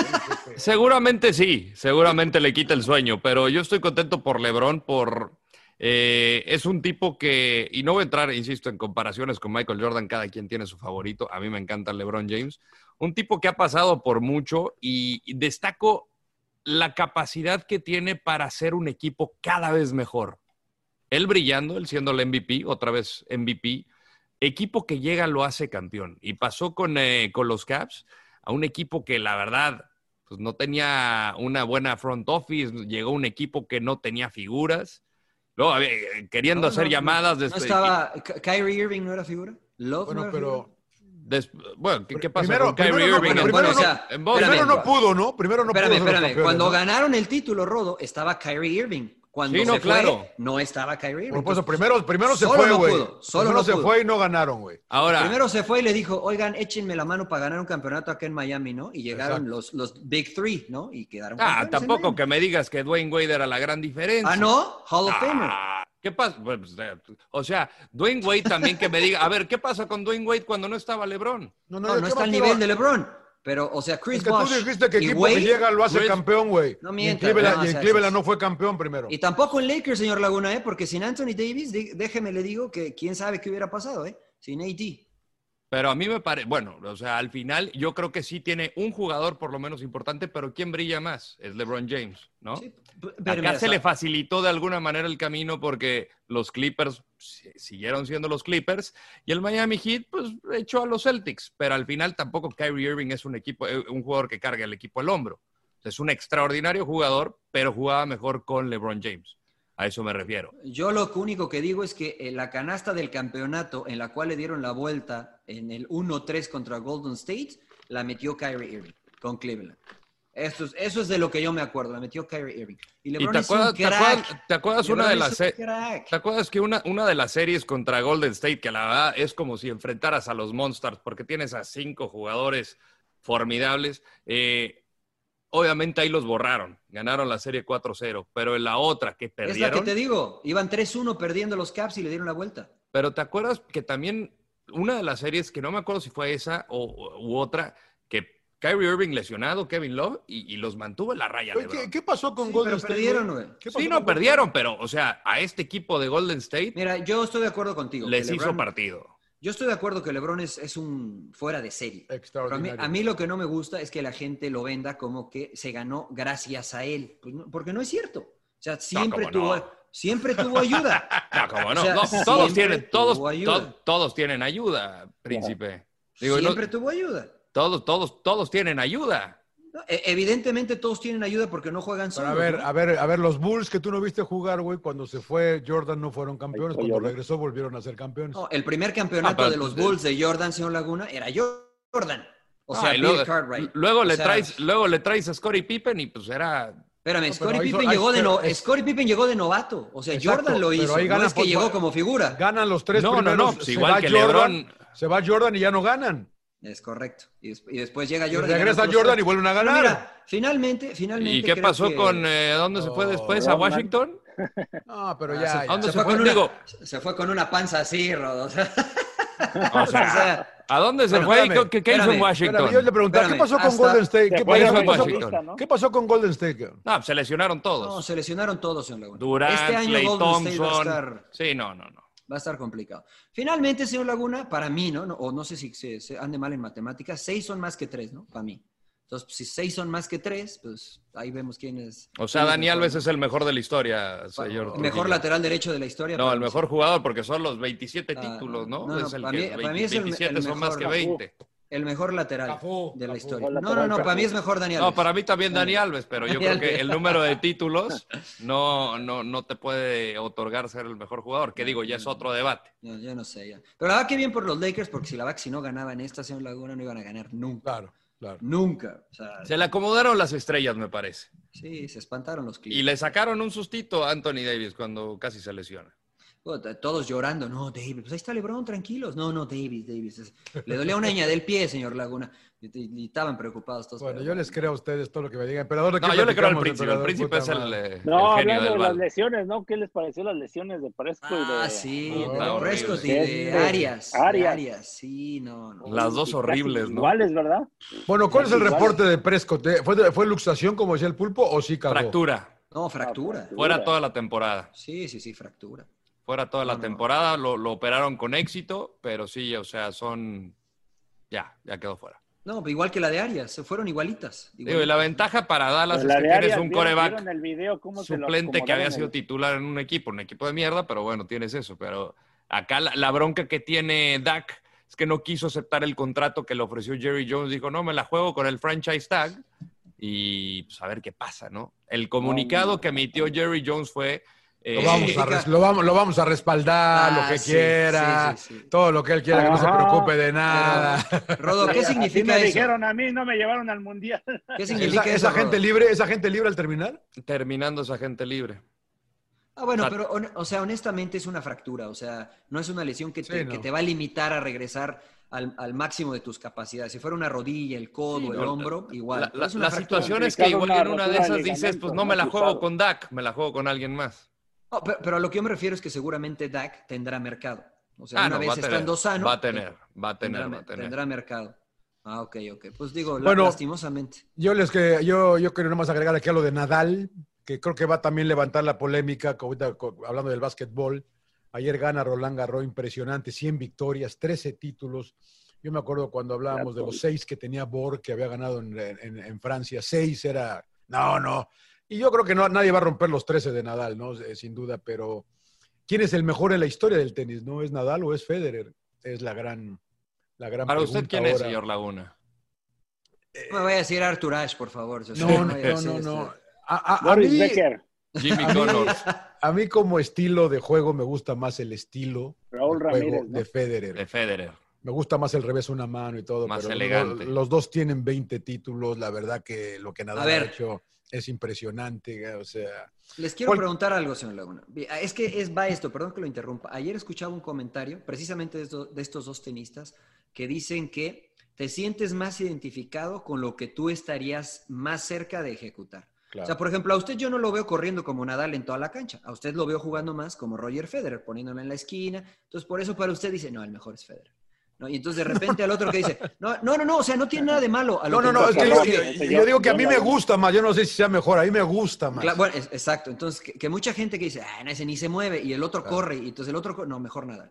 [SPEAKER 5] Seguramente sí, seguramente le quita el sueño, pero yo estoy contento por LeBron, por... eh, es un tipo que, y no voy a entrar, insisto, en comparaciones con Michael Jordan, cada quien tiene su favorito, a mí me encanta LeBron James, un tipo que ha pasado por mucho y y destaco la capacidad que tiene para hacer un equipo cada vez mejor. Él brillando, él siendo el MVP, otra vez MVP, equipo que llega lo hace campeón. Y pasó con, eh, con los Caps a un equipo que la verdad pues no tenía una buena front office, llegó un equipo que no tenía figuras, luego, a ver, queriendo
[SPEAKER 2] No,
[SPEAKER 5] hacer
[SPEAKER 2] no,
[SPEAKER 5] llamadas. de este
[SPEAKER 2] No estaba... Ky- Kyrie Irving no era figura. Love no
[SPEAKER 9] este bueno,
[SPEAKER 2] era figura.
[SPEAKER 9] pero
[SPEAKER 5] des- bueno, ¿qué, qué pasó
[SPEAKER 9] Primero-
[SPEAKER 5] con Kyrie
[SPEAKER 9] primero no,
[SPEAKER 5] Irving?
[SPEAKER 9] bueno,
[SPEAKER 5] en-
[SPEAKER 9] primero
[SPEAKER 5] en-
[SPEAKER 9] no-
[SPEAKER 5] en Boston?
[SPEAKER 9] primero no
[SPEAKER 2] Espérame.
[SPEAKER 9] pudo, ¿no? Primero no
[SPEAKER 2] espérame,
[SPEAKER 9] pudo. ser los
[SPEAKER 2] espérame.
[SPEAKER 9] campeones,
[SPEAKER 2] Cuando
[SPEAKER 9] ¿no?
[SPEAKER 2] ganaron el título, Rodo, estaba Kyrie Irving. Cuando
[SPEAKER 5] Sí, no,
[SPEAKER 2] se
[SPEAKER 5] claro.
[SPEAKER 2] fue, no estaba Kyrie Irving.
[SPEAKER 9] Por supuesto, primero, primero se
[SPEAKER 2] Solo
[SPEAKER 9] fue,
[SPEAKER 2] no
[SPEAKER 9] güey.
[SPEAKER 2] pudo, solo
[SPEAKER 9] primero
[SPEAKER 2] no
[SPEAKER 9] se
[SPEAKER 2] pudo.
[SPEAKER 9] fue y no ganaron, güey.
[SPEAKER 5] Ahora,
[SPEAKER 2] Primero se fue y le dijo, oigan, échenme la mano para ganar un campeonato acá en Miami, ¿no? Y llegaron los, los Big Three, ¿no? Y quedaron.
[SPEAKER 5] ah,
[SPEAKER 2] campeones en
[SPEAKER 5] tampoco
[SPEAKER 2] Miami.
[SPEAKER 5] que me digas que Dwayne Wade era la gran diferencia.
[SPEAKER 2] Ah, no, Hall of Famer.
[SPEAKER 5] Ah, ¿Qué pasa? Pues, eh, O sea, Dwayne Wade también que me diga, a ver, ¿qué pasa con Dwayne Wade cuando no estaba LeBron?
[SPEAKER 2] No, no
[SPEAKER 9] ¿qué
[SPEAKER 2] está al
[SPEAKER 9] partido?
[SPEAKER 2] nivel de LeBron. Pero, o sea, Chris
[SPEAKER 9] Es que tú
[SPEAKER 2] Bosh
[SPEAKER 9] dijiste que
[SPEAKER 2] y
[SPEAKER 9] equipo que
[SPEAKER 2] Wade-
[SPEAKER 9] llega lo hace
[SPEAKER 5] Wade-
[SPEAKER 9] campeón, güey.
[SPEAKER 2] No
[SPEAKER 9] Y en
[SPEAKER 2] mientas,
[SPEAKER 9] Cleveland-
[SPEAKER 2] no,
[SPEAKER 9] y en
[SPEAKER 2] seas-
[SPEAKER 9] Cleveland no fue campeón primero.
[SPEAKER 2] Y tampoco en Lakers, señor Laguna, ¿eh? Porque sin Anthony Davis, di- déjeme le digo que quién sabe qué hubiera pasado, ¿eh? Sin AD.
[SPEAKER 5] Pero a mí me parece, bueno, o sea, al final yo creo que sí tiene un jugador por lo menos importante, pero ¿quién brilla más? Es LeBron James, ¿no?
[SPEAKER 2] Sí, pero
[SPEAKER 5] Acá
[SPEAKER 2] mira,
[SPEAKER 5] se
[SPEAKER 2] sa-
[SPEAKER 5] le facilitó de alguna manera el camino porque los Clippers si- siguieron siendo los Clippers y el Miami Heat pues echó a los Celtics, pero al final tampoco Kyrie Irving es un equipo eh, un jugador que carga el equipo al hombro. Es un extraordinario jugador, pero jugaba mejor con LeBron James. A eso me refiero.
[SPEAKER 2] Yo lo único que digo es que eh, la canasta del campeonato en la cual le dieron la vuelta en el 1-3 contra Golden State, la metió Kyrie Irving con Cleveland. Eso es, eso es de lo que yo me acuerdo, la metió Kyrie Irving. Y
[SPEAKER 5] ¿Y
[SPEAKER 2] LeBron
[SPEAKER 5] te
[SPEAKER 2] es un
[SPEAKER 5] acuerdas, te
[SPEAKER 2] crack.
[SPEAKER 5] acuerdas- te acuerdas una
[SPEAKER 2] LeBron
[SPEAKER 5] de
[SPEAKER 2] es
[SPEAKER 5] las
[SPEAKER 2] un
[SPEAKER 5] se-
[SPEAKER 2] crack.
[SPEAKER 5] ¿Te acuerdas que una, una de las series contra Golden State, que la verdad es como si enfrentaras a los Monsters, porque tienes a cinco jugadores formidables, eh, obviamente ahí los borraron, ganaron la serie 4-0, pero en la otra que
[SPEAKER 2] Es la
[SPEAKER 5] perdieron,
[SPEAKER 2] que te digo, iban 3-1 perdiendo los Caps y le dieron la vuelta.
[SPEAKER 5] pero ¿te acuerdas que también una de las series, que no me acuerdo si fue esa o, u otra, que Kyrie Irving lesionado, Kevin Love, y, y los mantuvo en la raya.
[SPEAKER 9] Oye,
[SPEAKER 5] LeBron.
[SPEAKER 9] ¿Qué, qué pasó con
[SPEAKER 2] Sí,
[SPEAKER 9] Golden
[SPEAKER 2] pero
[SPEAKER 9] State,
[SPEAKER 2] perdieron, güey.
[SPEAKER 9] ¿Qué pasó
[SPEAKER 5] Sí,
[SPEAKER 9] con
[SPEAKER 5] no,
[SPEAKER 9] Golden
[SPEAKER 5] perdieron, pero, o sea, a este equipo de Golden State
[SPEAKER 2] Mira, yo estoy de acuerdo contigo. que
[SPEAKER 5] les hizo
[SPEAKER 2] LeBron-
[SPEAKER 5] partido.
[SPEAKER 2] Yo estoy de acuerdo que LeBron es, es un fuera de serie.
[SPEAKER 9] State?
[SPEAKER 2] Pero a mí,
[SPEAKER 9] Extraordinario.
[SPEAKER 2] a mí lo que no me gusta es que la gente lo venda como que se ganó gracias a él, Pues no, porque no es cierto. O sea, siempre
[SPEAKER 5] ¿cómo
[SPEAKER 2] tuvo,
[SPEAKER 5] no?
[SPEAKER 2] siempre tuvo ayuda.
[SPEAKER 5] No, Ah, cómo no.
[SPEAKER 2] O sea,
[SPEAKER 5] No, todos
[SPEAKER 2] siempre
[SPEAKER 5] tienen, todos,
[SPEAKER 2] tuvo ayuda.
[SPEAKER 5] to- todos tienen ayuda, príncipe. Digo, y no-
[SPEAKER 2] siempre tuvo ayuda. E,
[SPEAKER 5] todos, todos, todos tienen ayuda.
[SPEAKER 2] Evidentemente todos tienen ayuda porque no juegan
[SPEAKER 9] Pero
[SPEAKER 2] solos.
[SPEAKER 9] a ver,
[SPEAKER 2] ¿no?
[SPEAKER 9] a ver, a ver, los Bulls que tú no viste jugar, güey, cuando se fue Jordan no fueron campeones,
[SPEAKER 2] fue
[SPEAKER 9] cuando
[SPEAKER 2] Jordan.
[SPEAKER 9] regresó volvieron a ser campeones.
[SPEAKER 2] No, el primer campeonato
[SPEAKER 5] Ah,
[SPEAKER 2] de los Bulls de Jordan, señor Laguna, era Jordan. O
[SPEAKER 5] Ah,
[SPEAKER 2] sea,
[SPEAKER 5] y luego,
[SPEAKER 2] Bill Cartwright.
[SPEAKER 5] luego
[SPEAKER 2] O
[SPEAKER 5] le
[SPEAKER 2] sea,
[SPEAKER 5] traes, luego le traes a Scottie Pippen y pues era.
[SPEAKER 2] Espérame,
[SPEAKER 5] No, pero
[SPEAKER 2] Scottie
[SPEAKER 5] ahí
[SPEAKER 2] Pippen,
[SPEAKER 5] son- ahí-
[SPEAKER 2] llegó de no-
[SPEAKER 5] pero es-
[SPEAKER 2] Scottie Pippen llegó de novato. O sea,
[SPEAKER 9] Exacto,
[SPEAKER 2] Jordan lo
[SPEAKER 9] pero
[SPEAKER 2] hizo.
[SPEAKER 9] ahí
[SPEAKER 2] no
[SPEAKER 9] gana
[SPEAKER 2] es que
[SPEAKER 9] por-
[SPEAKER 2] llegó como figura.
[SPEAKER 9] Ganan los tres
[SPEAKER 5] No, no,
[SPEAKER 9] primeros.
[SPEAKER 5] no, pues
[SPEAKER 9] se
[SPEAKER 5] igual
[SPEAKER 9] va
[SPEAKER 5] que
[SPEAKER 9] Jordan,
[SPEAKER 5] LeBron.
[SPEAKER 9] Se va Jordan y ya no ganan.
[SPEAKER 2] Es correcto. Y, des- y después llega
[SPEAKER 9] Y
[SPEAKER 2] Jordan.
[SPEAKER 9] regresa
[SPEAKER 2] gana otros
[SPEAKER 9] Jordan
[SPEAKER 2] tres.
[SPEAKER 9] y vuelven a
[SPEAKER 2] Pero
[SPEAKER 9] ganar.
[SPEAKER 2] mira, finalmente, finalmente.
[SPEAKER 5] ¿Y qué
[SPEAKER 2] creo
[SPEAKER 5] pasó
[SPEAKER 2] que-
[SPEAKER 5] con eh, dónde se fue después? ¿A
[SPEAKER 2] Rodman.
[SPEAKER 5] Washington?
[SPEAKER 9] No, pero
[SPEAKER 2] Ah,
[SPEAKER 9] ya.
[SPEAKER 2] se,
[SPEAKER 9] ya.
[SPEAKER 5] ¿Dónde
[SPEAKER 2] se
[SPEAKER 5] se
[SPEAKER 2] fue
[SPEAKER 5] fue?
[SPEAKER 2] con una,
[SPEAKER 5] Digo-
[SPEAKER 2] se fue con una panza así, Rodo. O sea,
[SPEAKER 5] Ah, O sea, ¿a dónde se fue? ¿Y
[SPEAKER 9] espérame,
[SPEAKER 5] ¿Qué, qué hizo en
[SPEAKER 2] espérame,
[SPEAKER 5] Washington?
[SPEAKER 9] Espérame, yo le preguntaba, ¿qué
[SPEAKER 2] Espérame,
[SPEAKER 9] pasó con
[SPEAKER 2] hasta-
[SPEAKER 9] Golden State? ¿Qué
[SPEAKER 10] Se fue
[SPEAKER 9] pasó,
[SPEAKER 5] con
[SPEAKER 9] qué pasó-
[SPEAKER 5] Washington.
[SPEAKER 10] ¿no?
[SPEAKER 9] qué pasó con Golden State?
[SPEAKER 5] No, se lesionaron todos.
[SPEAKER 2] no, se lesionaron todos, señor Laguna.
[SPEAKER 5] Durant,
[SPEAKER 2] este año
[SPEAKER 5] Klay
[SPEAKER 2] Golden State va a
[SPEAKER 5] Thompson.
[SPEAKER 2] estar-
[SPEAKER 5] Sí, no, no, no.
[SPEAKER 2] Va a estar complicado. Finalmente, señor Laguna, para mí, ¿no? No- O no sé si se, se ande mal en matemáticas, seis son más que tres, ¿no? Para mí. Entonces, pues, si seis son más que tres, pues ahí vemos quién es.
[SPEAKER 5] O sea,
[SPEAKER 2] quién es
[SPEAKER 5] Dani
[SPEAKER 2] mejor.
[SPEAKER 5] Alves es el mejor de la historia, señor.
[SPEAKER 2] El
[SPEAKER 5] Trujillo.
[SPEAKER 2] mejor lateral derecho de la historia.
[SPEAKER 5] No,
[SPEAKER 2] para
[SPEAKER 5] el
[SPEAKER 2] mí,
[SPEAKER 5] mejor jugador porque son los 27
[SPEAKER 2] Ah,
[SPEAKER 5] títulos,
[SPEAKER 2] no,
[SPEAKER 5] ¿no?
[SPEAKER 2] no, no,
[SPEAKER 5] es el
[SPEAKER 2] para
[SPEAKER 5] que
[SPEAKER 2] mí- para mí es el-
[SPEAKER 5] 27
[SPEAKER 2] el
[SPEAKER 5] son más
[SPEAKER 2] mejor.
[SPEAKER 5] que 20.
[SPEAKER 2] El mejor lateral
[SPEAKER 9] Cafú,
[SPEAKER 2] de la
[SPEAKER 9] Cafú.
[SPEAKER 2] historia.
[SPEAKER 10] Mejor
[SPEAKER 2] No, no,
[SPEAKER 10] lateral,
[SPEAKER 2] no, para
[SPEAKER 10] Cafú.
[SPEAKER 2] mí es mejor Dani Alves.
[SPEAKER 5] No, para mí también Dani Alves, pero yo
[SPEAKER 2] Dani
[SPEAKER 5] creo que
[SPEAKER 2] Alves.
[SPEAKER 5] el número de títulos no, no, no te puede otorgar ser el mejor jugador, que digo, ya es otro debate.
[SPEAKER 2] Yo, yo no sé ya. Pero la verdad que bien por los Lakers, porque si la Vaxi no ganaba en esta señor Laguna, no iban a ganar nunca.
[SPEAKER 9] Claro, claro.
[SPEAKER 2] Nunca. O sea,
[SPEAKER 5] Se le acomodaron las estrellas, me parece.
[SPEAKER 2] sí, se espantaron los
[SPEAKER 5] Y
[SPEAKER 2] clientes.
[SPEAKER 5] le sacaron un sustito a Anthony Davis cuando casi se lesiona.
[SPEAKER 2] Puta, Todos llorando. No, Davis. Pues ahí está LeBron, tranquilos. No, no, Davis, Davis. Es- Le dolía una ña del pie, señor Laguna. Y, y- y estaban preocupados todos.
[SPEAKER 9] Bueno,
[SPEAKER 2] pero-
[SPEAKER 9] yo les creo a ustedes todo lo que me digan. Emperador, ¿de qué
[SPEAKER 5] No, yo le creo al
[SPEAKER 9] platicamos,
[SPEAKER 5] príncipe. El
[SPEAKER 9] emperador?
[SPEAKER 5] príncipe
[SPEAKER 9] Puta
[SPEAKER 5] es el,
[SPEAKER 9] madre.
[SPEAKER 5] eh,
[SPEAKER 10] No,
[SPEAKER 5] el
[SPEAKER 10] hablando
[SPEAKER 5] genio del
[SPEAKER 10] de las
[SPEAKER 5] balón.
[SPEAKER 10] lesiones, ¿no? ¿Qué les pareció las lesiones de Presco y de...
[SPEAKER 2] Ah, sí,
[SPEAKER 9] No,
[SPEAKER 2] de
[SPEAKER 9] horrible.
[SPEAKER 2] Prescott y
[SPEAKER 10] Este,
[SPEAKER 2] de Arias. de
[SPEAKER 10] Arias.
[SPEAKER 2] Arias, sí, no, no.
[SPEAKER 5] Las dos
[SPEAKER 10] Casi
[SPEAKER 5] horribles, ¿no?
[SPEAKER 10] Iguales, ¿verdad?
[SPEAKER 9] Bueno, ¿cuál es el
[SPEAKER 10] Igual.
[SPEAKER 9] reporte de Prescott? ¿Eh? ¿Fue, ¿Fue luxación, como decía el pulpo, o sí cagó?
[SPEAKER 5] Fractura.
[SPEAKER 2] No, fractura.
[SPEAKER 5] Fuera toda la temporada.
[SPEAKER 2] Sí, sí, sí, fractura.
[SPEAKER 5] Fuera toda la
[SPEAKER 2] No, no.
[SPEAKER 5] temporada. Lo, lo operaron con éxito, pero sí, o sea, son. Ya, ya quedó fuera.
[SPEAKER 2] No, pero igual que la de Arias, se fueron igualitas.
[SPEAKER 5] Digo, y la ventaja para Dallas
[SPEAKER 10] Pues la
[SPEAKER 5] es que
[SPEAKER 10] de
[SPEAKER 5] tienes
[SPEAKER 10] Arias,
[SPEAKER 5] un
[SPEAKER 10] ¿vieron-
[SPEAKER 5] coreback
[SPEAKER 10] vieron el video cómo se lo
[SPEAKER 5] suplente que había
[SPEAKER 10] acomodaron
[SPEAKER 5] sido
[SPEAKER 10] el-
[SPEAKER 5] titular en un equipo, un equipo de mierda, pero bueno, tienes eso. Pero acá la, la bronca que tiene Dak es que no quiso aceptar el contrato que le ofreció Jerry Jones. Dijo, no, me la juego con el franchise tag y pues a ver qué pasa, ¿no? El comunicado que emitió Jerry Jones fue... eh,
[SPEAKER 9] Lo vamos, a res- lo, vamos, lo vamos a respaldar,
[SPEAKER 2] Ah,
[SPEAKER 9] lo que quiera, todo lo que él quiera, que no se
[SPEAKER 10] Ajá.
[SPEAKER 9] preocupe de nada.
[SPEAKER 2] Rodo, ¿qué
[SPEAKER 10] Así
[SPEAKER 2] significa
[SPEAKER 10] me
[SPEAKER 2] eso?
[SPEAKER 10] dijeron a mí, no me llevaron al Mundial.
[SPEAKER 2] ¿Qué
[SPEAKER 9] ¿Esa,
[SPEAKER 2] significa eso,
[SPEAKER 9] esa
[SPEAKER 2] Rodo?
[SPEAKER 9] gente libre, ¿Esa gente libre al terminar?
[SPEAKER 5] terminando esa gente libre.
[SPEAKER 2] Ah, bueno,
[SPEAKER 5] O sea-
[SPEAKER 2] pero hon- o sea, honestamente es una fractura, o sea, no es una lesión que te,
[SPEAKER 9] Sí, no.
[SPEAKER 2] que te va a limitar a regresar al, al máximo de tus capacidades. Si fuera una rodilla, el codo, el
[SPEAKER 5] no,
[SPEAKER 2] hombro, igual.
[SPEAKER 5] La,
[SPEAKER 2] Pero
[SPEAKER 5] la-
[SPEAKER 2] es una
[SPEAKER 5] la
[SPEAKER 2] fractura.
[SPEAKER 5] situación es que
[SPEAKER 10] Complicado
[SPEAKER 5] igual
[SPEAKER 10] una
[SPEAKER 5] en una de
[SPEAKER 10] rotura de
[SPEAKER 5] esas dices,
[SPEAKER 10] ligamento,
[SPEAKER 5] pues no me la
[SPEAKER 10] ¿no?
[SPEAKER 5] juego
[SPEAKER 10] Cruzado.
[SPEAKER 5] con Dak, me la juego con alguien más.
[SPEAKER 2] No, pe- pero, a lo que yo me refiero es que seguramente Dak tendrá mercado. O sea,
[SPEAKER 5] Ah,
[SPEAKER 2] una
[SPEAKER 5] no,
[SPEAKER 2] vez
[SPEAKER 5] va a tener,
[SPEAKER 2] estando sano, eh,
[SPEAKER 5] va a tener, va a
[SPEAKER 2] tendrá,
[SPEAKER 5] tener, va a tener.
[SPEAKER 2] tendrá mercado. Ah, ok, ok. Pues digo, la-
[SPEAKER 9] Bueno.
[SPEAKER 2] lastimosamente.
[SPEAKER 9] Yo les que yo, yo quería nomás agregar aquí a lo de Nadal, que creo que va a también levantar la polémica, que ahorita co- hablando del básquetbol. Ayer gana Roland Garros, impresionante, 100 victorias, 13 títulos. Yo me acuerdo cuando hablábamos de los seis que tenía Borg, que había ganado en, en- en Francia, seis era, no, no. Y yo creo que no, nadie va a romper los 13 de Nadal, ¿no? Eh, Sin duda, pero ¿quién es el mejor en la historia del tenis? ¿No es Nadal o es Federer? Es la gran, la gran
[SPEAKER 5] Para usted,
[SPEAKER 9] pregunta
[SPEAKER 5] ¿quién es,
[SPEAKER 9] ahora.
[SPEAKER 5] señor Laguna?
[SPEAKER 2] No me vaya a decir Arthur Ashe, por favor. Yo sé,
[SPEAKER 9] No,
[SPEAKER 2] me
[SPEAKER 9] no,
[SPEAKER 2] vaya a
[SPEAKER 9] no,
[SPEAKER 2] decir
[SPEAKER 9] no.
[SPEAKER 2] este-
[SPEAKER 9] no. A- a- a
[SPEAKER 10] Boris
[SPEAKER 9] mí-
[SPEAKER 10] Becker,
[SPEAKER 5] Jimmy
[SPEAKER 9] A mí-
[SPEAKER 5] Connors.
[SPEAKER 9] A mí como estilo de juego me gusta más el estilo
[SPEAKER 10] Raúl
[SPEAKER 9] de juego
[SPEAKER 10] Ramírez. ¿no?
[SPEAKER 9] de Federer.
[SPEAKER 5] De Federer.
[SPEAKER 9] Me gusta más el revés una mano y todo.
[SPEAKER 5] Más
[SPEAKER 9] pero
[SPEAKER 5] elegante.
[SPEAKER 9] lo- Los dos tienen 20 títulos. La verdad que lo que Nadal
[SPEAKER 2] A ver.
[SPEAKER 9] ha hecho es impresionante. eh, O sea,
[SPEAKER 2] Les quiero
[SPEAKER 9] Pol-
[SPEAKER 2] preguntar algo, señor Laguna. Es que es, va esto, perdón que lo interrumpa. Ayer escuchaba un comentario precisamente de, esto- de estos dos tenistas que dicen que te sientes más identificado con lo que tú estarías más cerca de ejecutar.
[SPEAKER 9] claro.
[SPEAKER 2] O sea, por ejemplo, a usted yo no lo veo corriendo como Nadal en toda la cancha. A usted lo veo jugando más como Roger Federer, poniéndolo en la esquina. Entonces, por eso para usted dice, no, el mejor es Federer. ¿No? Y entonces de repente al otro que dice, no, no, no, no, o sea, no tiene nada de malo. A lo
[SPEAKER 9] no, no,
[SPEAKER 2] que yo
[SPEAKER 9] no. es que
[SPEAKER 2] creo
[SPEAKER 10] Nadal,
[SPEAKER 9] yo,
[SPEAKER 2] es que-
[SPEAKER 9] yo-
[SPEAKER 10] ese
[SPEAKER 9] yo
[SPEAKER 10] yo-
[SPEAKER 9] digo que a
[SPEAKER 10] yo
[SPEAKER 9] mí
[SPEAKER 10] la-
[SPEAKER 9] me gusta más. Yo no sé si sea mejor. A mí me gusta más.
[SPEAKER 2] Cla- bueno, es- exacto. Entonces, que, que mucha gente que dice, ah, no, ese ni se mueve, y el otro
[SPEAKER 9] Claro.
[SPEAKER 2] corre, y entonces el otro, co- no, mejor nada.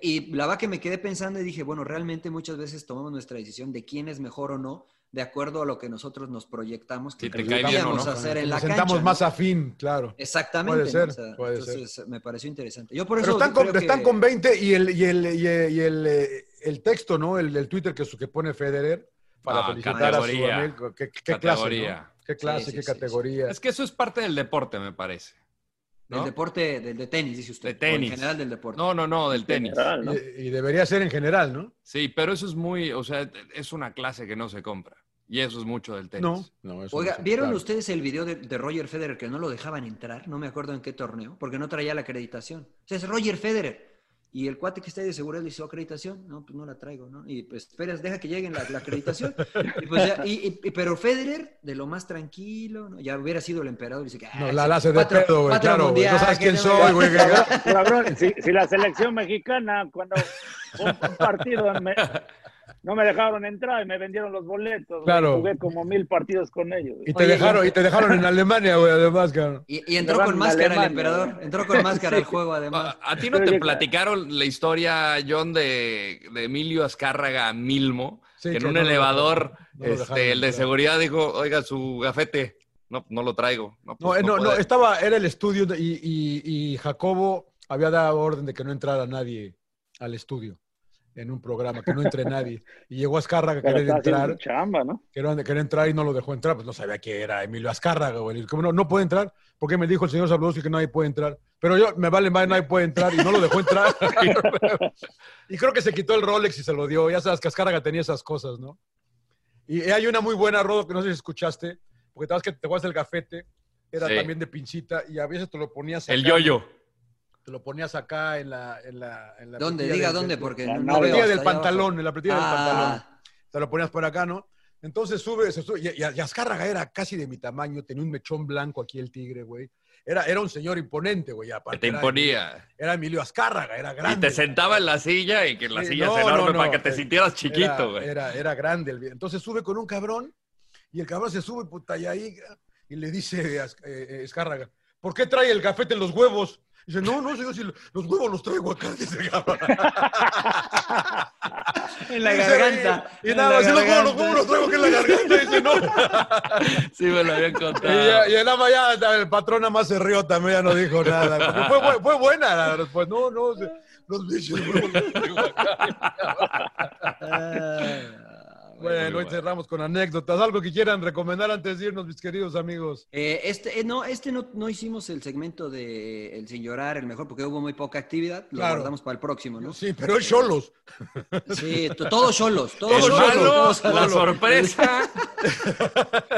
[SPEAKER 2] Y la verdad que me quedé pensando y dije, bueno, realmente muchas veces tomamos nuestra decisión de quién es mejor o no, de acuerdo a lo que nosotros nos proyectamos que
[SPEAKER 5] Si te
[SPEAKER 9] cae bien o
[SPEAKER 2] queríamos
[SPEAKER 5] no.
[SPEAKER 2] hacer en
[SPEAKER 9] Nos
[SPEAKER 2] la
[SPEAKER 9] sentamos
[SPEAKER 2] cancha. ¿no?
[SPEAKER 9] más afín, claro.
[SPEAKER 2] Exactamente.
[SPEAKER 9] Puede ser,
[SPEAKER 2] ¿no? O sea,
[SPEAKER 9] puede ser.
[SPEAKER 2] entonces, me pareció interesante. Yo por
[SPEAKER 9] Pero
[SPEAKER 2] eso
[SPEAKER 9] están
[SPEAKER 2] creo
[SPEAKER 9] con,
[SPEAKER 2] que-
[SPEAKER 9] están con 20 y el, y el, y el, y el, eh, el texto, ¿no? El, el Twitter que, su- que pone Federer para
[SPEAKER 5] Ah,
[SPEAKER 9] felicitar
[SPEAKER 5] categoría.
[SPEAKER 9] a su amigo. Qué, qué clase,
[SPEAKER 5] Categoría.
[SPEAKER 9] ¿no? Qué clase,
[SPEAKER 2] Sí, sí,
[SPEAKER 9] qué
[SPEAKER 2] sí,
[SPEAKER 9] categoría.
[SPEAKER 5] Es que eso es parte del deporte, me parece. ¿no?
[SPEAKER 2] Del deporte, del de tenis, dice usted.
[SPEAKER 5] De
[SPEAKER 2] o
[SPEAKER 5] tenis.
[SPEAKER 2] en general del deporte.
[SPEAKER 5] No, no, no, del tenis.
[SPEAKER 10] General, ¿no?
[SPEAKER 9] Y, y debería ser en general, ¿no?
[SPEAKER 5] Sí, pero eso es muy, o sea, es una clase que no se compra. Y eso es mucho del tenis.
[SPEAKER 9] No, no. eso
[SPEAKER 2] Oiga,
[SPEAKER 9] no es
[SPEAKER 2] ¿vieron
[SPEAKER 9] aceptable.
[SPEAKER 2] ustedes el video de, de Roger Federer que no lo dejaban entrar? No me acuerdo en qué torneo, porque no traía la acreditación. O sea, es Roger Federer. Y el cuate que está ahí de seguridad le hizo acreditación. No, pues no la traigo, ¿no? Y pues esperas, deja que lleguen la, la acreditación. Y pues ya- y- y- pero Federer, de lo más tranquilo, ¿no? ya hubiera sido el emperador. Dice que, "Ah,
[SPEAKER 9] No, la,
[SPEAKER 2] sí,
[SPEAKER 9] la hace de
[SPEAKER 2] cuatro-
[SPEAKER 9] pedo, güey.
[SPEAKER 2] cuatro
[SPEAKER 9] Claro, güey. No
[SPEAKER 2] mundiales,
[SPEAKER 9] sabes
[SPEAKER 2] que
[SPEAKER 9] quién
[SPEAKER 2] no-
[SPEAKER 9] soy, güey. que-
[SPEAKER 10] Cabrón, si, si la selección mexicana, cuando un, un partido me- no me dejaron entrar y me vendieron los boletos, güey.
[SPEAKER 9] Claro.
[SPEAKER 10] jugué como mil partidos con ellos.
[SPEAKER 9] Y te,
[SPEAKER 2] Oye,
[SPEAKER 9] dejaron,
[SPEAKER 2] y-
[SPEAKER 9] y te dejaron en Alemania, güey, además, cabrón.
[SPEAKER 2] Y, y entró
[SPEAKER 10] Le
[SPEAKER 2] con
[SPEAKER 10] van a
[SPEAKER 2] máscara el
[SPEAKER 10] Alemania,
[SPEAKER 2] emperador.
[SPEAKER 10] güey.
[SPEAKER 2] Entró con máscara al juego, además.
[SPEAKER 9] Ah,
[SPEAKER 5] ¿A, a ti no
[SPEAKER 10] Pero
[SPEAKER 5] te
[SPEAKER 10] yo-
[SPEAKER 5] platicaron la historia, John, de, de Emilio Azcárraga Milmo?
[SPEAKER 9] Sí,
[SPEAKER 5] que en
[SPEAKER 9] que
[SPEAKER 5] un
[SPEAKER 9] no lo
[SPEAKER 5] elevador,
[SPEAKER 9] dejaron, no lo
[SPEAKER 5] este,
[SPEAKER 9] dejaron
[SPEAKER 5] el de
[SPEAKER 9] entrar.
[SPEAKER 5] seguridad dijo, oiga, su gafete. No, no lo traigo. No,
[SPEAKER 9] No,
[SPEAKER 5] pues,
[SPEAKER 9] eh, no, no,
[SPEAKER 5] puede".
[SPEAKER 9] estaba, era el estudio de- y, y- y Jacobo había dado orden de que no entrara nadie al estudio en un programa, que no entre nadie. Y llegó Azcárraga a
[SPEAKER 10] Pero
[SPEAKER 9] querer
[SPEAKER 10] está haciendo
[SPEAKER 9] entrar,
[SPEAKER 10] su chamba, ¿no?
[SPEAKER 9] quería, quería entrar y no lo dejó entrar, pues no sabía que era Emilio Azcárraga, güey. Y Como no, no puede entrar, porque me dijo el señor Sabludowski que nadie puede entrar. Pero yo, me vale más, nadie puede entrar y no lo dejó entrar. y creo que se quitó el Rolex y se lo dio. Ya sabes que Azcárraga tenía esas cosas, ¿no? Y hay una muy buena, Rodo, que no sé si escuchaste, porque sabes que te guardas el gafete, era
[SPEAKER 5] Sí.
[SPEAKER 9] también de pinchita, y a veces te lo ponías
[SPEAKER 5] El
[SPEAKER 9] acá,
[SPEAKER 5] yoyo.
[SPEAKER 9] Te lo ponías acá en la... En la, en la
[SPEAKER 2] ¿Dónde?
[SPEAKER 9] pletilla
[SPEAKER 2] Diga
[SPEAKER 9] del-
[SPEAKER 2] dónde,
[SPEAKER 9] del-
[SPEAKER 2] porque
[SPEAKER 10] la
[SPEAKER 2] no,
[SPEAKER 9] la
[SPEAKER 10] veo,
[SPEAKER 9] pletilla
[SPEAKER 2] veo.
[SPEAKER 9] del
[SPEAKER 2] hasta allá abajo.
[SPEAKER 9] pantalón, en la pletilla del pantalón
[SPEAKER 2] Ah,
[SPEAKER 9] te lo ponías por acá, ¿no? Entonces sube, se sube, y, y Azcárraga era casi de mi tamaño, tenía un mechón blanco aquí el tigre, güey. Era, era un señor imponente, güey.
[SPEAKER 5] Que
[SPEAKER 9] aparte
[SPEAKER 5] te
[SPEAKER 9] era-
[SPEAKER 5] imponía.
[SPEAKER 9] Era Emilio Azcárraga, era grande.
[SPEAKER 5] Y te sentaba en la silla y que la
[SPEAKER 9] Sí,
[SPEAKER 5] silla
[SPEAKER 9] no,
[SPEAKER 5] es enorme
[SPEAKER 9] no, no,
[SPEAKER 5] para que te
[SPEAKER 9] era-
[SPEAKER 5] sintieras
[SPEAKER 9] Era-
[SPEAKER 5] chiquito, güey.
[SPEAKER 9] Era, era grande el vie- Entonces sube con un cabrón y el cabrón se sube, puta, y ahí y le dice a Azc- eh, eh, Azcárraga, ¿por qué trae el gafete en los huevos? Y dice, no, no, señor, si lo- los huevos los traigo acá, dice el cabrón.
[SPEAKER 2] En la
[SPEAKER 9] Y dice,
[SPEAKER 2] garganta.
[SPEAKER 9] Y,
[SPEAKER 2] en
[SPEAKER 9] nada,
[SPEAKER 2] la
[SPEAKER 9] más, "Sí, los huevos, los
[SPEAKER 2] garganta.
[SPEAKER 9] huevos los traigo que en la garganta, dice, no.
[SPEAKER 5] Sí, me lo habían
[SPEAKER 9] Y,
[SPEAKER 5] contado.
[SPEAKER 9] ya- y nada más ya el patrón nada más se rió también, ya no dijo nada. Porque Fue, bu- fue buena la respuesta. No, no, se- los bichos.
[SPEAKER 2] Ah, bueno.
[SPEAKER 9] Bueno, hoy cerramos con anécdotas. Algo que quieran recomendar antes de irnos, mis queridos amigos.
[SPEAKER 2] Eh, este, eh, no, este no, no hicimos el segmento de El Sin Llorar, el mejor, porque hubo muy poca actividad. Lo
[SPEAKER 9] Claro.
[SPEAKER 2] guardamos para el próximo, ¿no?
[SPEAKER 9] Sí, pero es cholos.
[SPEAKER 2] Sí, to- todos solos, todos
[SPEAKER 5] Hermano,
[SPEAKER 2] solos.
[SPEAKER 5] la sorpresa.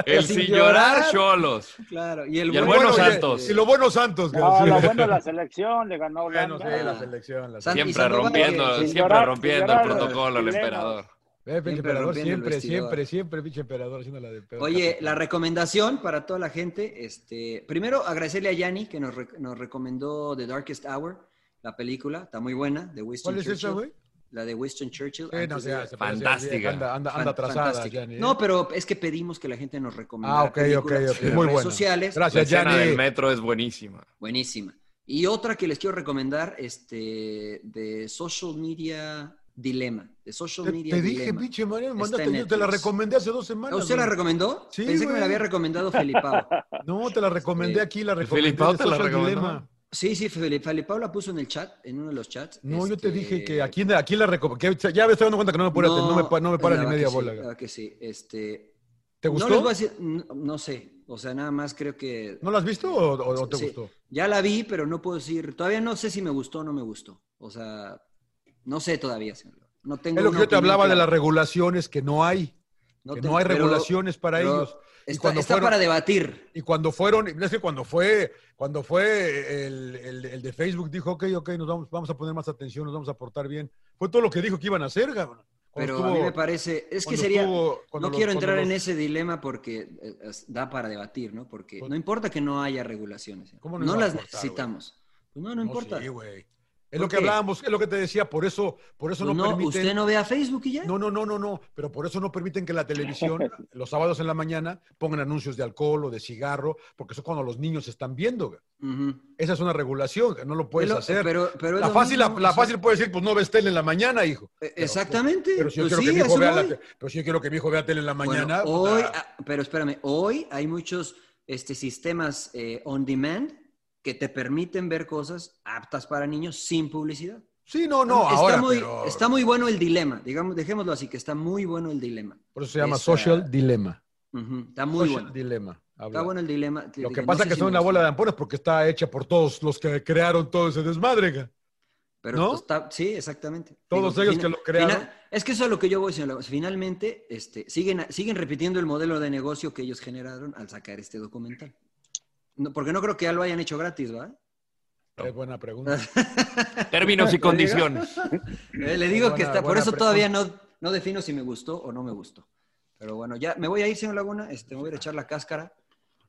[SPEAKER 5] el
[SPEAKER 2] Sin
[SPEAKER 5] sin llorar,
[SPEAKER 2] llorar.
[SPEAKER 5] cholos.
[SPEAKER 2] Claro, y el,
[SPEAKER 5] Y
[SPEAKER 2] bueno,
[SPEAKER 5] el
[SPEAKER 2] eh,
[SPEAKER 5] bueno
[SPEAKER 9] oye,
[SPEAKER 5] Santos.
[SPEAKER 9] Y los buenos Santos.
[SPEAKER 10] No,
[SPEAKER 9] sí.
[SPEAKER 10] lo bueno de Ah, la selección, le ganó
[SPEAKER 9] Bueno, sí,
[SPEAKER 10] Holanda.
[SPEAKER 9] la selección. La
[SPEAKER 2] San-
[SPEAKER 9] selección.
[SPEAKER 2] y
[SPEAKER 5] Siempre
[SPEAKER 2] Sandoval,
[SPEAKER 5] rompiendo,
[SPEAKER 10] sin
[SPEAKER 5] siempre
[SPEAKER 10] llorar, sin
[SPEAKER 5] rompiendo
[SPEAKER 10] llorar,
[SPEAKER 5] el protocolo el
[SPEAKER 10] chilenos.
[SPEAKER 5] emperador.
[SPEAKER 9] Eh, pinche
[SPEAKER 2] siempre
[SPEAKER 9] emperador,
[SPEAKER 2] rompiendo el
[SPEAKER 9] siempre,
[SPEAKER 2] vestidor.
[SPEAKER 9] siempre, siempre, pinche emperador haciendo la de pedo.
[SPEAKER 2] Oye, la recomendación para toda la gente, este, primero agradecerle a Yanni que nos, re- nos recomendó The Darkest Hour, la película, está muy buena, de Winston
[SPEAKER 9] ¿Cuál es
[SPEAKER 2] Churchill.
[SPEAKER 9] esa, güey?
[SPEAKER 2] La de Winston Churchill.
[SPEAKER 9] Eh, no,
[SPEAKER 2] antes
[SPEAKER 9] se
[SPEAKER 2] de-
[SPEAKER 9] hace, pero sí,
[SPEAKER 5] Fantástica.
[SPEAKER 9] Anda, anda,
[SPEAKER 2] Fan-
[SPEAKER 9] anda atrasada,
[SPEAKER 2] fantástica.
[SPEAKER 9] Gianni, ¿eh?
[SPEAKER 2] No, pero es que pedimos que la gente nos recomendara
[SPEAKER 9] Ah, ok, ok,
[SPEAKER 2] películas
[SPEAKER 9] ok.
[SPEAKER 2] en
[SPEAKER 9] Muy
[SPEAKER 2] redes
[SPEAKER 9] buena.
[SPEAKER 2] sociales.
[SPEAKER 5] La
[SPEAKER 9] Gracias,
[SPEAKER 5] escena del
[SPEAKER 9] Gianni.
[SPEAKER 5] metro es buenísima.
[SPEAKER 2] Buenísima. Y otra que les quiero recomendar, este, de Social Media Dilemma. De Social
[SPEAKER 9] Te,
[SPEAKER 2] Media
[SPEAKER 9] te dije,
[SPEAKER 2] Dilemma.
[SPEAKER 9] pinche María, me
[SPEAKER 2] Está en
[SPEAKER 9] mandaste, yo te la
[SPEAKER 2] Netflix.
[SPEAKER 9] recomendé hace dos
[SPEAKER 2] ¿Ah,
[SPEAKER 9] semanas.
[SPEAKER 2] ¿Usted la
[SPEAKER 9] güey.
[SPEAKER 2] recomendó?
[SPEAKER 9] Sí,
[SPEAKER 2] Pensé que me
[SPEAKER 9] güey.
[SPEAKER 2] la había recomendado Felipao.
[SPEAKER 9] No, te la recomendé
[SPEAKER 2] Este,
[SPEAKER 9] aquí, la
[SPEAKER 5] ¿el
[SPEAKER 9] recomendé.
[SPEAKER 5] Felipao
[SPEAKER 9] de
[SPEAKER 5] te la
[SPEAKER 9] Social
[SPEAKER 5] recomendó?
[SPEAKER 9] Dilemma.
[SPEAKER 2] Sí, sí, Felipe, Felipao la puso en el chat, en uno de los chats.
[SPEAKER 9] No, yo te
[SPEAKER 2] Este,
[SPEAKER 9] dije que aquí, aquí la recomendé. Ya me estoy dando cuenta que no me paras, no, me, pa- no me paras
[SPEAKER 2] la
[SPEAKER 9] ni
[SPEAKER 2] verdad
[SPEAKER 9] media
[SPEAKER 2] que sí,
[SPEAKER 9] bola.
[SPEAKER 2] la verdad que sí. Este,
[SPEAKER 9] ¿Te
[SPEAKER 2] No, les
[SPEAKER 9] gustó?
[SPEAKER 2] voy a
[SPEAKER 9] No,
[SPEAKER 2] decir, no, no sé. O sea, nada más creo que.
[SPEAKER 9] la has visto o, o- o te
[SPEAKER 2] Sí.
[SPEAKER 9] gustó?
[SPEAKER 2] Ya la vi, pero no puedo decir. Todavía no sé si me gustó o no me gustó. O sea, no sé todavía. señor. No tengo
[SPEAKER 9] Es lo
[SPEAKER 2] una
[SPEAKER 9] que yo te
[SPEAKER 2] opinión
[SPEAKER 9] hablaba de
[SPEAKER 2] clara.
[SPEAKER 9] las regulaciones que no hay. que
[SPEAKER 2] tengo-
[SPEAKER 9] no hay
[SPEAKER 2] pero
[SPEAKER 9] regulaciones para
[SPEAKER 2] pero
[SPEAKER 9] ellos. Y
[SPEAKER 2] Está,
[SPEAKER 9] cuando
[SPEAKER 2] está
[SPEAKER 9] fueron-
[SPEAKER 2] para debatir.
[SPEAKER 9] Y cuando fueron, es que cuando fue, cuando fue el, el- el de Facebook dijo, ok, ok, nos vamos, vamos a poner más atención, nos vamos a portar bien. Fue todo lo que dijo que iban a hacer, cabrón.
[SPEAKER 2] Pero
[SPEAKER 9] Cuando
[SPEAKER 2] a
[SPEAKER 9] estuvo-
[SPEAKER 2] mí me parece. Es que
[SPEAKER 9] cuando
[SPEAKER 2] sería.
[SPEAKER 9] estuvo- cuando
[SPEAKER 2] No
[SPEAKER 9] los-
[SPEAKER 2] quiero
[SPEAKER 9] cuando
[SPEAKER 2] entrar en
[SPEAKER 9] los-
[SPEAKER 2] ese dilema porque eh, es- da para debatir, ¿no? Porque
[SPEAKER 9] Pues-
[SPEAKER 2] no importa que no haya regulaciones. ¿eh?
[SPEAKER 9] ¿Cómo no
[SPEAKER 2] no
[SPEAKER 9] iba a
[SPEAKER 2] las
[SPEAKER 9] importar, güey?
[SPEAKER 2] necesitamos. Pues no, no, importa.
[SPEAKER 9] sí, güey. Es
[SPEAKER 2] ¿Por
[SPEAKER 9] lo que
[SPEAKER 2] qué?
[SPEAKER 9] hablábamos, es lo que te decía, por eso, por eso
[SPEAKER 2] Pues
[SPEAKER 9] no,
[SPEAKER 2] no,
[SPEAKER 9] permiten.
[SPEAKER 2] usted no vea Facebook y ya.
[SPEAKER 9] No, no, no, no, no, pero por eso no permiten que la televisión los sábados en la mañana pongan anuncios de alcohol o de cigarro, porque eso es cuando los niños están viendo. güey.
[SPEAKER 2] Ujú.
[SPEAKER 9] Esa es una regulación, que no lo puedes
[SPEAKER 2] Es lo-
[SPEAKER 9] hacer.
[SPEAKER 2] Pero, pero es
[SPEAKER 9] la
[SPEAKER 2] lo
[SPEAKER 9] fácil, la,
[SPEAKER 2] mismo,
[SPEAKER 9] la
[SPEAKER 2] o sea,
[SPEAKER 9] fácil puede decir, pues no ves tele en la mañana, hijo.
[SPEAKER 2] eh,
[SPEAKER 9] Pero-
[SPEAKER 2] Exactamente.
[SPEAKER 9] Pero si yo
[SPEAKER 2] Pues
[SPEAKER 9] quiero que
[SPEAKER 2] sí,
[SPEAKER 9] mi
[SPEAKER 2] a
[SPEAKER 9] hijo
[SPEAKER 2] eso
[SPEAKER 9] vea la
[SPEAKER 2] voy.
[SPEAKER 9] te- pero si yo quiero que mi hijo vea tele en la
[SPEAKER 2] Bueno,
[SPEAKER 9] mañana. pues,
[SPEAKER 2] hoy,
[SPEAKER 9] puta,
[SPEAKER 2] ah, pero espérame, hoy hay muchos este, sistemas eh, on demand que te permiten ver cosas aptas para niños sin publicidad.
[SPEAKER 9] Sí, no, no,
[SPEAKER 2] está
[SPEAKER 9] ahora.
[SPEAKER 2] Muy,
[SPEAKER 9] pero-
[SPEAKER 2] Está muy bueno el dilema, digamos, dejémoslo así, que está muy bueno el dilema.
[SPEAKER 9] Por eso se llama
[SPEAKER 2] Esa-
[SPEAKER 9] Social Dilemma.
[SPEAKER 2] Ujú, Está muy
[SPEAKER 9] Social
[SPEAKER 2] bueno.
[SPEAKER 9] Dilemma. habla.
[SPEAKER 2] Está bueno el dilema.
[SPEAKER 9] Lo que pasa es que son una bola de ampones porque está hecha por todos los que crearon todo ese desmadre. ga.
[SPEAKER 2] Pero
[SPEAKER 9] ¿No?
[SPEAKER 2] pues, está- sí, exactamente.
[SPEAKER 9] Todos
[SPEAKER 2] Digo,
[SPEAKER 9] ellos
[SPEAKER 2] fina-
[SPEAKER 9] que lo crearon.
[SPEAKER 2] fina- es que eso es lo que yo voy señor Lagos. Finalmente, este, siguen, siguen repitiendo el modelo de negocio que ellos generaron al sacar este documental. No, porque no creo que ya lo hayan hecho gratis, ¿va?
[SPEAKER 9] Es buena pregunta.
[SPEAKER 5] Términos y condiciones.
[SPEAKER 2] Eh, le digo que
[SPEAKER 9] Buena-
[SPEAKER 2] está, por
[SPEAKER 9] buena
[SPEAKER 2] eso
[SPEAKER 9] pregunta.
[SPEAKER 2] todavía no, no defino si me gustó o no me gustó. Pero bueno, ya me voy a ir, señor Laguna, este, me voy a ir a echar la cáscara.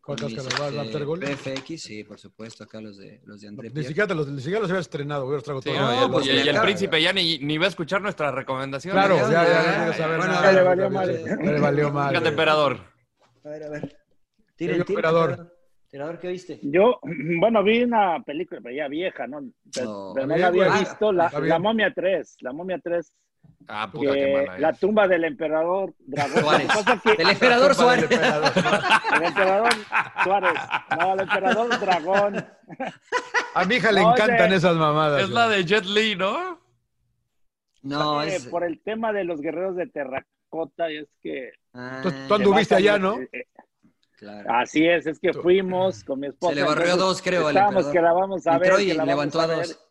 [SPEAKER 9] ¿Cuál
[SPEAKER 2] con mis,
[SPEAKER 9] cáscara? ¿Vas a
[SPEAKER 2] este,
[SPEAKER 9] meter gol? pues,
[SPEAKER 2] PFX, sí, por supuesto, acá los de, los de André
[SPEAKER 9] Ni
[SPEAKER 2] Pierre.
[SPEAKER 9] siquiera, te los, ni siquiera los había estrenado, yo los traigo
[SPEAKER 5] Sí,
[SPEAKER 9] todos.
[SPEAKER 5] no, y el-
[SPEAKER 2] pues,
[SPEAKER 5] y,
[SPEAKER 2] me
[SPEAKER 5] el
[SPEAKER 2] acaba-
[SPEAKER 5] príncipe ya ni, ni va a escuchar nuestras recomendaciones.
[SPEAKER 9] Claro,
[SPEAKER 2] Ya,
[SPEAKER 9] ya, ya, ya,
[SPEAKER 2] ya,
[SPEAKER 9] no quiero saber
[SPEAKER 2] bueno,
[SPEAKER 9] nada.
[SPEAKER 2] ya le
[SPEAKER 10] valió
[SPEAKER 9] madre.
[SPEAKER 10] madre.
[SPEAKER 9] Ya le valió madre.
[SPEAKER 5] Fíjate, emperador.
[SPEAKER 2] A ver, a ver. Tiren,
[SPEAKER 9] Señor
[SPEAKER 2] tiren,
[SPEAKER 9] operador.
[SPEAKER 2] operador. Operador, ¿qué viste?
[SPEAKER 10] Yo, mm, bueno, vi una película, pero ya vieja, ¿no? Pero,
[SPEAKER 2] No,
[SPEAKER 10] pero no
[SPEAKER 9] bien,
[SPEAKER 10] la había
[SPEAKER 9] güey.
[SPEAKER 10] visto, la,
[SPEAKER 9] Está bien.
[SPEAKER 10] la momia 3, la momia 3,
[SPEAKER 5] Ah,
[SPEAKER 10] que-
[SPEAKER 5] puta, qué mala
[SPEAKER 10] la
[SPEAKER 5] es.
[SPEAKER 10] tumba del emperador dragón. Lo que
[SPEAKER 2] Suárez.
[SPEAKER 10] pasa es que
[SPEAKER 2] El emperador Suárez.
[SPEAKER 10] el emperador Suárez, no, el emperador dragón.
[SPEAKER 9] A mi hija le
[SPEAKER 10] Oye.
[SPEAKER 9] encantan esas mamadas.
[SPEAKER 5] Es la
[SPEAKER 9] güey.
[SPEAKER 5] de Jet Li, ¿no?
[SPEAKER 2] No,
[SPEAKER 10] Eh,
[SPEAKER 2] es...
[SPEAKER 10] Por el tema de los guerreros de terracota, y es que...
[SPEAKER 2] Ah,
[SPEAKER 9] Tú- tú andu-
[SPEAKER 10] te vas
[SPEAKER 9] Anduviste
[SPEAKER 10] a-
[SPEAKER 9] allá, ¿no?
[SPEAKER 10] eh,
[SPEAKER 2] claro.
[SPEAKER 10] Así es, es que
[SPEAKER 9] Tú-
[SPEAKER 10] fuimos con mi esposa.
[SPEAKER 2] Se le barrió
[SPEAKER 10] entonces
[SPEAKER 2] dos, creo, al
[SPEAKER 10] Estábamos
[SPEAKER 2] emperador.
[SPEAKER 10] que la vamos a ver.
[SPEAKER 2] Entró
[SPEAKER 10] que
[SPEAKER 2] y
[SPEAKER 10] la vamos
[SPEAKER 2] levantó a
[SPEAKER 10] ver.
[SPEAKER 2] dos.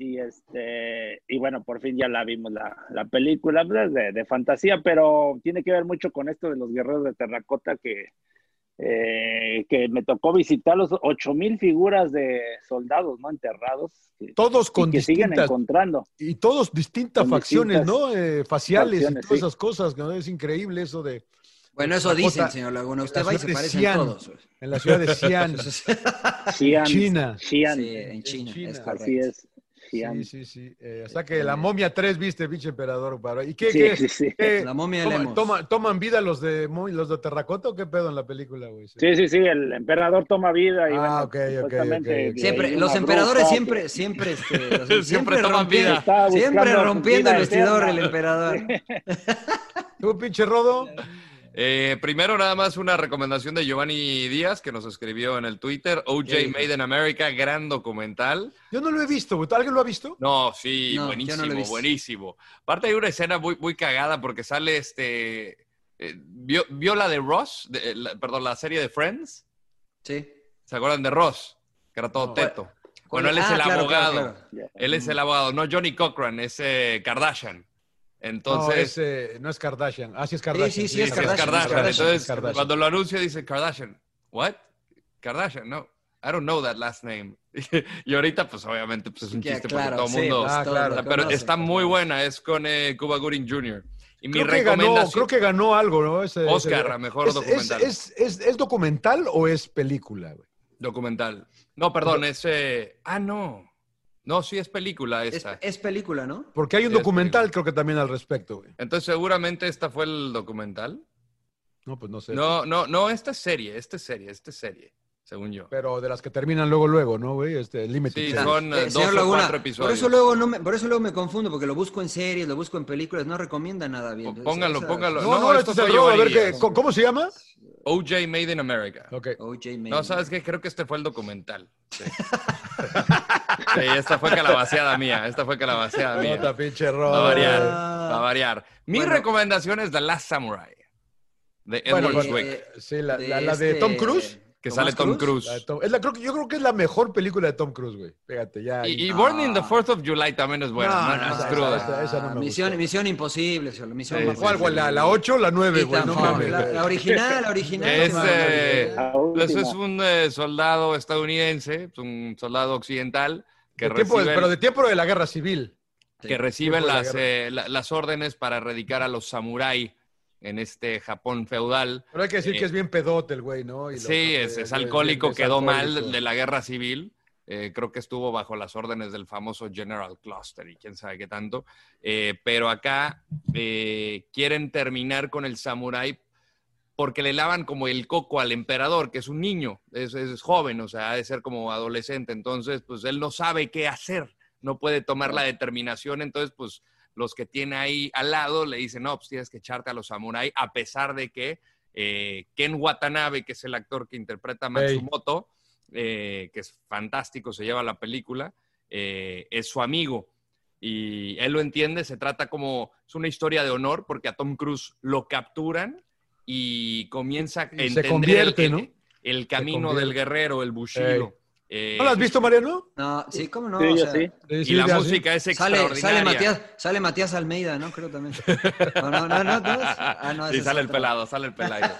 [SPEAKER 10] y este y bueno por fin ya la vimos la, la película pues, de, de fantasía pero tiene que ver mucho con esto de los guerreros de terracota que eh, que me tocó visitar los ocho mil figuras de soldados no enterrados que,
[SPEAKER 9] Todos
[SPEAKER 10] y
[SPEAKER 9] con
[SPEAKER 10] que siguen
[SPEAKER 9] distintas.
[SPEAKER 10] encontrando
[SPEAKER 9] Y todos distintas
[SPEAKER 10] Con
[SPEAKER 9] facciones,
[SPEAKER 10] distintas
[SPEAKER 9] ¿no? Eh, faciales
[SPEAKER 10] facciones,
[SPEAKER 9] y todas
[SPEAKER 10] sí.
[SPEAKER 9] esas cosas. ¿no? Es increíble eso de.
[SPEAKER 2] Bueno, eso
[SPEAKER 9] La
[SPEAKER 2] dicen,
[SPEAKER 9] cosa-
[SPEAKER 2] señor Laguna.
[SPEAKER 9] la
[SPEAKER 2] Usted va y
[SPEAKER 9] ciudad
[SPEAKER 2] se
[SPEAKER 9] de
[SPEAKER 2] parecen
[SPEAKER 9] Xi'an.
[SPEAKER 2] todos.
[SPEAKER 9] En la ciudad de Xi'an.
[SPEAKER 10] Xi'an,
[SPEAKER 9] China.
[SPEAKER 10] Xi'an,
[SPEAKER 2] Sí, en China,
[SPEAKER 9] China.
[SPEAKER 2] es correcto.
[SPEAKER 10] así es Xi'an.
[SPEAKER 9] Sí, sí, sí. Eh, o sea que la momia 3, viste, pinche emperador. Paro. ¿Y qué?
[SPEAKER 10] Sí,
[SPEAKER 9] qué-
[SPEAKER 10] sí, sí.
[SPEAKER 9] qué-
[SPEAKER 2] La momia
[SPEAKER 9] toma-
[SPEAKER 2] Lemos.
[SPEAKER 9] toma- ¿Toman vida los de, mo- los de Terracota o qué pedo en la película, güey?
[SPEAKER 10] Sí, sí, sí, el emperador toma vida y
[SPEAKER 9] Ah,
[SPEAKER 10] bueno,
[SPEAKER 9] ok, ok,
[SPEAKER 10] supuestamente
[SPEAKER 9] ok, ok.
[SPEAKER 10] hay
[SPEAKER 2] Siempre,
[SPEAKER 10] una
[SPEAKER 2] los emperadores
[SPEAKER 10] bruja
[SPEAKER 2] siempre,
[SPEAKER 10] que-
[SPEAKER 2] siempre, este, los-
[SPEAKER 5] Siempre toman
[SPEAKER 2] rompiendo-
[SPEAKER 5] vida.
[SPEAKER 10] Estaba
[SPEAKER 2] Siempre
[SPEAKER 10] buscando
[SPEAKER 2] rompiendo el
[SPEAKER 10] vida
[SPEAKER 2] vestidor
[SPEAKER 10] eterna.
[SPEAKER 2] el emperador.
[SPEAKER 9] ¿Tú, pinche Rodo?
[SPEAKER 5] Eh, primero, nada más una recomendación de Giovanni Díaz, que nos escribió en el Twitter.
[SPEAKER 2] ¿Qué
[SPEAKER 5] OJ
[SPEAKER 2] dijo?
[SPEAKER 5] Made in America, gran documental.
[SPEAKER 9] Yo no lo he visto, güey. ¿Alguien lo ha visto?
[SPEAKER 5] No, sí,
[SPEAKER 2] No, yo no lo he
[SPEAKER 5] buenísimo,
[SPEAKER 2] visto.
[SPEAKER 5] buenísimo. Aparte hay una escena muy, muy cagada porque sale este... eh, ¿vio, vio la de Ross? De- eh, la- perdón, la serie de Friends.
[SPEAKER 2] Sí.
[SPEAKER 5] ¿Se acuerdan de Ross? Que era todo
[SPEAKER 9] No.
[SPEAKER 5] teto. Bueno, él es
[SPEAKER 2] Ah,
[SPEAKER 5] el
[SPEAKER 2] claro, claro,
[SPEAKER 5] abogado.
[SPEAKER 2] claro.
[SPEAKER 10] Ya.
[SPEAKER 5] Él es el abogado. No Johnny Cochran, es eh, Kardashian.
[SPEAKER 9] No, es,
[SPEAKER 5] Entonces...
[SPEAKER 9] eh, no es Kardashian. Ah, sí es Kardashian.
[SPEAKER 2] Sí, sí, sí,
[SPEAKER 5] sí, es Kardashian.
[SPEAKER 2] Kardashian, es
[SPEAKER 5] Entonces,
[SPEAKER 9] Kardashian.
[SPEAKER 5] cuando lo anuncia, dice Kardashian. ¿What? Kardashian, no. I don't know that last name. y ahorita, pues obviamente, pues es un
[SPEAKER 2] Ya,
[SPEAKER 5] chiste
[SPEAKER 2] claro,
[SPEAKER 5] porque todo el
[SPEAKER 2] sí,
[SPEAKER 5] mundo...
[SPEAKER 2] pues,
[SPEAKER 9] Ah,
[SPEAKER 2] todos
[SPEAKER 9] claro,
[SPEAKER 2] lo
[SPEAKER 9] claro.
[SPEAKER 5] Pero
[SPEAKER 2] conocen.
[SPEAKER 5] está muy buena, es con eh, Cuba Gooding Jr. Y mi
[SPEAKER 9] pues, Creo que, ganó,
[SPEAKER 5] recomendación,
[SPEAKER 9] creo que ganó algo, ¿no? Ese- ese-
[SPEAKER 5] Oscar, a mejor
[SPEAKER 9] es,
[SPEAKER 5] documental.
[SPEAKER 9] Es, es- es- ¿es documental o es película, güey?
[SPEAKER 5] documental. No, perdón, es... eh, Ah, no. No, sí es película
[SPEAKER 2] Es,
[SPEAKER 5] esta.
[SPEAKER 2] es película, ¿no?
[SPEAKER 9] Porque hay un
[SPEAKER 5] Sí, es
[SPEAKER 9] documental, creo que también al respecto, güey.
[SPEAKER 5] Entonces, seguramente esta fue el documental.
[SPEAKER 9] No, pues no sé.
[SPEAKER 5] No, no, no, esta es serie, esta es serie, esta es serie, según yo.
[SPEAKER 9] Pero de las que terminan luego, luego, ¿no, güey? Este, Limited.
[SPEAKER 5] Sí,
[SPEAKER 9] Series.
[SPEAKER 5] son eh,
[SPEAKER 2] Eh,
[SPEAKER 5] dos
[SPEAKER 2] señor
[SPEAKER 5] o
[SPEAKER 2] Laguna,
[SPEAKER 5] cuatro episodios.
[SPEAKER 2] Por eso, luego no me, por eso luego me confundo, porque lo busco en series, lo busco en películas, no recomienda nada bien.
[SPEAKER 5] P- póngalo,
[SPEAKER 2] Esa-
[SPEAKER 5] póngalo.
[SPEAKER 9] No, no,
[SPEAKER 5] no,
[SPEAKER 9] este
[SPEAKER 5] esto
[SPEAKER 9] es el
[SPEAKER 5] fue
[SPEAKER 9] robo. A ver,
[SPEAKER 5] Giovanni
[SPEAKER 9] qué,
[SPEAKER 5] Díaz.
[SPEAKER 9] ¿cómo, cómo se llama?
[SPEAKER 5] OJ Made in America.
[SPEAKER 9] Ok.
[SPEAKER 2] OJ
[SPEAKER 5] No,
[SPEAKER 2] Maynard.
[SPEAKER 5] ¿sabes qué? Creo que este fue el documental. Sí, Sí, esta fue calabaceada mía. Esta fue calabaceada mía.
[SPEAKER 9] Nota, pinche
[SPEAKER 5] Va a
[SPEAKER 9] robo.
[SPEAKER 5] variar, va a variar. Mi
[SPEAKER 2] Bueno.
[SPEAKER 5] recomendación es The Last Samurai. De Edward
[SPEAKER 9] Bueno, pues,
[SPEAKER 2] eh,
[SPEAKER 5] Zwick,
[SPEAKER 9] Sí, la la- la de
[SPEAKER 2] este-
[SPEAKER 9] Tom Cruise.
[SPEAKER 5] que
[SPEAKER 2] ¿Tomás
[SPEAKER 5] sale Tom Cruise.
[SPEAKER 9] La de Tom- es la, creo que, yo creo que es la mejor película de Tom Cruise, güey. Fíjate, ya.
[SPEAKER 5] Y, y
[SPEAKER 2] Ah.
[SPEAKER 5] Born in the Fourth of July también es buena,
[SPEAKER 9] No,
[SPEAKER 5] más,
[SPEAKER 9] Ah, no,
[SPEAKER 5] más
[SPEAKER 9] esa-
[SPEAKER 5] cruda.
[SPEAKER 9] esa- esa no me
[SPEAKER 2] misión,
[SPEAKER 9] gustó.
[SPEAKER 2] misión imposible, señor. Misión
[SPEAKER 5] Sí,
[SPEAKER 9] ¿Cuál,
[SPEAKER 5] sí,
[SPEAKER 2] imposible.
[SPEAKER 9] güey? ¿La, ¿La 8 o la 9, güey? No
[SPEAKER 2] Ethan Hawke,
[SPEAKER 9] mames.
[SPEAKER 2] la, la original, la original.
[SPEAKER 5] Es,
[SPEAKER 2] no mames,
[SPEAKER 5] eh,
[SPEAKER 2] la original.
[SPEAKER 10] La
[SPEAKER 5] Pues
[SPEAKER 10] última.
[SPEAKER 5] es un eh, soldado estadounidense, es un soldado occidental que
[SPEAKER 9] De tiempo de-
[SPEAKER 5] recibe,
[SPEAKER 9] pero de tiempo de la guerra civil.
[SPEAKER 5] que recibe
[SPEAKER 9] tiempo de la
[SPEAKER 5] las,
[SPEAKER 9] guerra.
[SPEAKER 5] eh, la- las órdenes para erradicar a los samurái en este Japón feudal.
[SPEAKER 9] Pero hay que decir
[SPEAKER 5] Sí.
[SPEAKER 9] que es bien pedote el güey, ¿no? Y lo-
[SPEAKER 5] Sí, es, es alcohólico, quedó mal de la guerra civil. Eh, creo que estuvo bajo las órdenes del famoso General Cluster y quién sabe qué tanto. Eh, pero acá eh, quieren terminar con el samurái porque le lavan como el coco al emperador, que es un niño, es, es joven, o sea, ha de ser como adolescente. Entonces, pues él no sabe qué hacer, no puede tomar la determinación. Entonces, pues los que tiene ahí al lado le dicen, no, pues tienes que echarte a los samurái, a pesar de que eh, Ken Watanabe, que es el actor que interpreta a
[SPEAKER 9] Ey.
[SPEAKER 5] Matsumoto, eh, que es fantástico, se lleva la película, eh, es su amigo. Y él lo entiende, se trata como, es una historia de honor porque a Tom Cruise lo capturan y comienza a
[SPEAKER 9] Y
[SPEAKER 5] entender
[SPEAKER 9] se convierte,
[SPEAKER 5] el,
[SPEAKER 9] ¿no?
[SPEAKER 5] el- el camino
[SPEAKER 9] convierte.
[SPEAKER 5] del guerrero, el bushido. Eh,
[SPEAKER 9] ¿No la has visto, Mariano?
[SPEAKER 2] No, sí, cómo no.
[SPEAKER 10] Sí,
[SPEAKER 2] o
[SPEAKER 10] yo
[SPEAKER 2] sea,
[SPEAKER 10] sí.
[SPEAKER 5] Y la música es
[SPEAKER 2] Sale,
[SPEAKER 5] extraordinaria.
[SPEAKER 2] sale, Matías, sale Matías Almeida, ¿no? Creo también. No, no, no, no. no, es- ah, no,
[SPEAKER 5] Sí,
[SPEAKER 2] esa es
[SPEAKER 5] sale el
[SPEAKER 2] otra.
[SPEAKER 5] pelado, sale el pelado.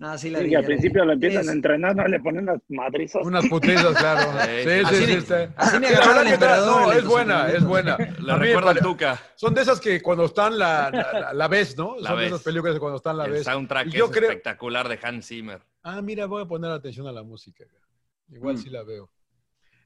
[SPEAKER 2] No, sí la
[SPEAKER 10] Sí,
[SPEAKER 2] vi,
[SPEAKER 10] que al
[SPEAKER 2] ya la vi.
[SPEAKER 10] principio lo empiezan
[SPEAKER 2] Es-
[SPEAKER 10] a entrenar, no le ponen las madrizas.
[SPEAKER 9] Unas putizas, claro.
[SPEAKER 5] Sí,
[SPEAKER 9] Sí,
[SPEAKER 5] sí,
[SPEAKER 9] sí,
[SPEAKER 2] así
[SPEAKER 9] sí,
[SPEAKER 2] me-
[SPEAKER 9] está.
[SPEAKER 2] así me
[SPEAKER 9] Sí, la
[SPEAKER 2] agarró
[SPEAKER 9] verdad
[SPEAKER 2] el
[SPEAKER 9] que está-
[SPEAKER 2] emperador en
[SPEAKER 9] No, es
[SPEAKER 2] los
[SPEAKER 9] buena, es buena.
[SPEAKER 5] La
[SPEAKER 9] A mí me
[SPEAKER 5] recuerda el
[SPEAKER 9] pare-
[SPEAKER 5] Tuca.
[SPEAKER 9] Son de esas que cuando están la, la, la- la ves, ¿no?
[SPEAKER 5] La
[SPEAKER 9] Son
[SPEAKER 5] ves.
[SPEAKER 9] de esas películas que cuando están la
[SPEAKER 5] el
[SPEAKER 9] ves.
[SPEAKER 5] soundtrack
[SPEAKER 9] Y
[SPEAKER 5] es
[SPEAKER 9] yo creo-
[SPEAKER 5] espectacular de Hans Zimmer.
[SPEAKER 9] Ah, mira, voy a poner atención a la música. Igual
[SPEAKER 2] Mm.
[SPEAKER 9] sí la veo.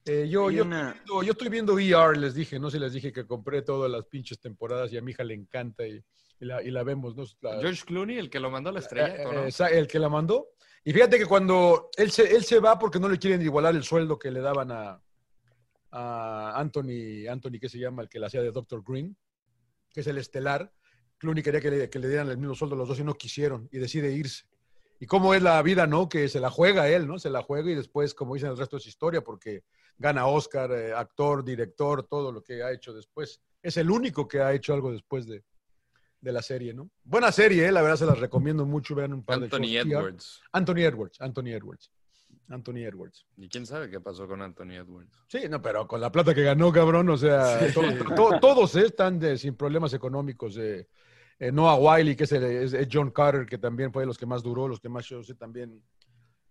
[SPEAKER 9] Eh, yo,
[SPEAKER 2] Hay
[SPEAKER 9] yo,
[SPEAKER 2] una-
[SPEAKER 9] estoy viendo, yo estoy viendo ER, les dije, no sé si les dije que compré todas las pinches temporadas y a mi hija le encanta y, y la, y la vemos, ¿no? La-
[SPEAKER 5] George Clooney, el que lo mandó a la
[SPEAKER 9] eh,
[SPEAKER 5] estrella,
[SPEAKER 9] eh, esa- el que la mandó. Y fíjate que cuando él se, él se va porque no le quieren igualar el sueldo que le daban a, a Anthony, Anthony, ¿qué se llama? El que la hacía de Dr. Green, que es el estelar. Clooney quería que le, que le dieran el mismo sueldo a los dos y no quisieron y decide irse. Y cómo es la vida, ¿no? Que se la juega él, ¿no? Se la juega y después, como dicen, el resto es historia porque gana Oscar, eh, actor, director, todo lo que ha hecho después. Es el único que ha hecho algo después de, de la serie, ¿no? Buena serie, ¿eh? la verdad se las recomiendo mucho. Vean un par de
[SPEAKER 5] Anthony
[SPEAKER 9] shows. Sí, ah,
[SPEAKER 5] Edwards.
[SPEAKER 9] Anthony Edwards, Anthony Edwards. Anthony Edwards.
[SPEAKER 5] ¿Y quién sabe qué pasó con Anthony Edwards?
[SPEAKER 9] Sí, no, pero con la plata que ganó, cabrón, o sea,
[SPEAKER 5] Sí.
[SPEAKER 9] to- to- todos eh, están de- sin problemas económicos. eh. Eh, Noah Wiley, que es, el- es- es John Carter, que también fue de los que más duró, los que más shows, eh, también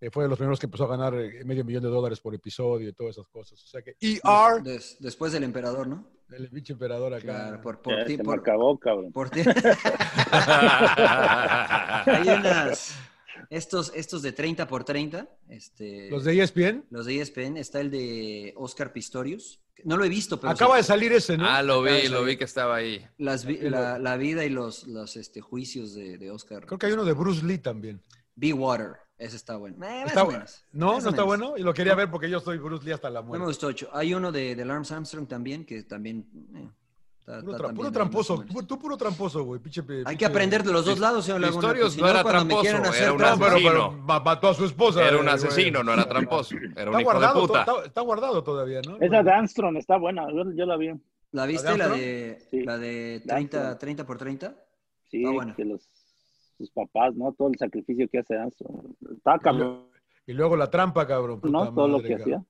[SPEAKER 9] eh, fue de los primeros que empezó a ganar eh, medio millón de dólares por episodio y todas esas cosas. O sea que ER,
[SPEAKER 2] Des- después del emperador, ¿no?
[SPEAKER 9] el pinche emperador acá.
[SPEAKER 2] Claro, por, por
[SPEAKER 10] Ya,
[SPEAKER 2] ti.
[SPEAKER 10] se
[SPEAKER 2] Por,
[SPEAKER 10] me acabó, cabrón.
[SPEAKER 2] por ti. Hay
[SPEAKER 5] Hay
[SPEAKER 2] unas. Estos, estos de 30 por 30. Este,
[SPEAKER 9] Los de E ESPN.
[SPEAKER 2] los de E ESPN. Está el de Oscar Pistorius. No lo he visto, pero.
[SPEAKER 9] Acaba
[SPEAKER 2] sí.
[SPEAKER 9] de salir ese, ¿no?
[SPEAKER 5] Ah, lo vi,
[SPEAKER 2] Acabas
[SPEAKER 5] lo
[SPEAKER 2] ahí.
[SPEAKER 5] vi que estaba ahí.
[SPEAKER 2] Las vi- la, la vida y los, los este, juicios de, de Oscar.
[SPEAKER 9] Creo que hay uno de Bruce Lee también.
[SPEAKER 2] Be Water. Ese está bueno. Eh, más
[SPEAKER 9] Está
[SPEAKER 2] o
[SPEAKER 9] bu-
[SPEAKER 2] menos.
[SPEAKER 9] ¿No?
[SPEAKER 2] Más
[SPEAKER 9] ¿No
[SPEAKER 2] o
[SPEAKER 9] está
[SPEAKER 2] menos.
[SPEAKER 9] bueno? Y lo quería ver porque yo soy Bruce Lee hasta la
[SPEAKER 2] No me
[SPEAKER 9] muerte.
[SPEAKER 2] gustó ocho. Hay uno de, de Lance Armstrong también, que también. eh, está-
[SPEAKER 9] Puro,
[SPEAKER 2] está
[SPEAKER 9] tra-
[SPEAKER 2] también
[SPEAKER 9] puro
[SPEAKER 2] ahí,
[SPEAKER 9] tramposo.
[SPEAKER 2] más o menos.
[SPEAKER 9] Tú, tú puro tramposo, güey. pinche pe-
[SPEAKER 2] Hay
[SPEAKER 9] pinche-
[SPEAKER 2] que aprender de los dos
[SPEAKER 5] Pis-
[SPEAKER 2] lados, señor Laguna.
[SPEAKER 5] Pistorios
[SPEAKER 2] porque si
[SPEAKER 5] no era
[SPEAKER 2] cuando me
[SPEAKER 5] tramposo,
[SPEAKER 2] quieran hacer
[SPEAKER 5] era un
[SPEAKER 9] No,
[SPEAKER 2] trampa-
[SPEAKER 9] pero, pero
[SPEAKER 5] asesino.
[SPEAKER 9] ma- mató a su esposa. eh,
[SPEAKER 5] Era un
[SPEAKER 9] güey.
[SPEAKER 5] asesino, no era tramposo. Era un
[SPEAKER 9] Está
[SPEAKER 5] hijo de
[SPEAKER 9] guardado,
[SPEAKER 5] puta.
[SPEAKER 9] to- está, está guardado todavía, ¿no?
[SPEAKER 10] Esa de Armstrong está buena, yo, yo la vi.
[SPEAKER 2] ¿La viste? ¿La
[SPEAKER 9] Armstrong?
[SPEAKER 2] de,
[SPEAKER 10] Sí.
[SPEAKER 2] la de
[SPEAKER 10] De
[SPEAKER 2] 30,
[SPEAKER 10] Armstrong.
[SPEAKER 2] 30 por 30?
[SPEAKER 10] Sí,
[SPEAKER 2] Ah, bueno.
[SPEAKER 10] que los, sus papás, ¿no? Todo el sacrificio que hace Armstrong. Está cabrón,
[SPEAKER 9] Y luego la trampa, cabrón. puta
[SPEAKER 10] ¿no? Todo lo
[SPEAKER 9] madre,
[SPEAKER 10] que
[SPEAKER 9] cabrón.
[SPEAKER 10] hacía.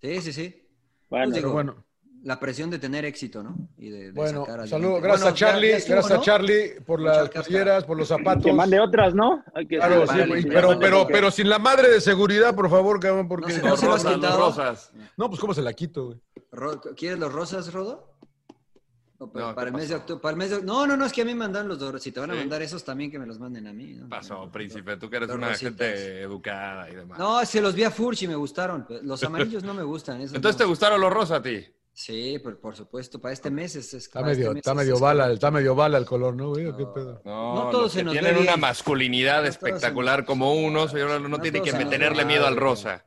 [SPEAKER 2] Sí, sí, sí.
[SPEAKER 10] Bueno,
[SPEAKER 2] Pues digo,
[SPEAKER 9] Pero bueno,
[SPEAKER 2] La presión de tener éxito, ¿no? Y de, de
[SPEAKER 9] bueno
[SPEAKER 2] sacar adelante.
[SPEAKER 9] saludos.
[SPEAKER 2] Bueno,
[SPEAKER 9] Gracias a
[SPEAKER 2] ya-
[SPEAKER 9] Charlie,
[SPEAKER 2] ya estuvo,
[SPEAKER 9] gracias a
[SPEAKER 2] ¿no?
[SPEAKER 9] Charlie por
[SPEAKER 2] Muchas
[SPEAKER 9] las
[SPEAKER 2] gracias.
[SPEAKER 9] playeras, por los zapatos.
[SPEAKER 10] que mande otras, ¿no? Hay que
[SPEAKER 9] Claro,
[SPEAKER 2] Ah,
[SPEAKER 9] sí,
[SPEAKER 2] vale,
[SPEAKER 9] güey,
[SPEAKER 2] sí,
[SPEAKER 9] pero,
[SPEAKER 2] vale,
[SPEAKER 9] pero,
[SPEAKER 2] sí.
[SPEAKER 9] pero sin la madre de seguridad, por favor, cabrón, porque...
[SPEAKER 2] No
[SPEAKER 9] No,
[SPEAKER 2] se- no se lo has
[SPEAKER 5] Rosas,
[SPEAKER 2] quitado.
[SPEAKER 5] rosas.
[SPEAKER 9] pues cómo se la quito, güey.
[SPEAKER 2] Ro- ¿Quieres los rosas, Rodo? No, pero
[SPEAKER 5] No, ¿qué
[SPEAKER 2] para, el mes de
[SPEAKER 5] pasó?
[SPEAKER 2] octubre, para el mes de No, no, no, es que a mí me mandan los dos. Si te van a
[SPEAKER 5] Sí.
[SPEAKER 2] mandar esos también, que me los manden a mí. ¿no?
[SPEAKER 5] Pasó,
[SPEAKER 2] No,
[SPEAKER 5] príncipe, tú que eres
[SPEAKER 2] Dos
[SPEAKER 5] una
[SPEAKER 2] rositas.
[SPEAKER 5] gente educada y demás.
[SPEAKER 2] No, se los vi a Furch y me gustaron. pues, Los amarillos no me gustan. esos
[SPEAKER 5] Entonces, ¿te
[SPEAKER 2] no.
[SPEAKER 5] gustaron los rosas a ti?
[SPEAKER 2] Sí, por, por supuesto. Para este mes es... es-
[SPEAKER 9] Está
[SPEAKER 2] para este
[SPEAKER 9] medio,
[SPEAKER 2] mes
[SPEAKER 9] está
[SPEAKER 2] es
[SPEAKER 9] medio
[SPEAKER 2] escalón.
[SPEAKER 9] bala, está medio bala el color, ¿no, güey? ¿O ¿Qué
[SPEAKER 2] No.
[SPEAKER 9] pedo?
[SPEAKER 5] No,
[SPEAKER 2] No todos
[SPEAKER 5] los que
[SPEAKER 2] se nos ve
[SPEAKER 5] tienen una
[SPEAKER 2] bien.
[SPEAKER 5] masculinidad
[SPEAKER 2] No todos se
[SPEAKER 5] espectacular
[SPEAKER 2] nos-
[SPEAKER 5] como uno, señor, no,
[SPEAKER 2] No
[SPEAKER 5] tiene
[SPEAKER 2] todos
[SPEAKER 5] que
[SPEAKER 2] se nos
[SPEAKER 5] tenerle
[SPEAKER 9] ve
[SPEAKER 5] miedo al
[SPEAKER 9] bien.
[SPEAKER 5] rosa.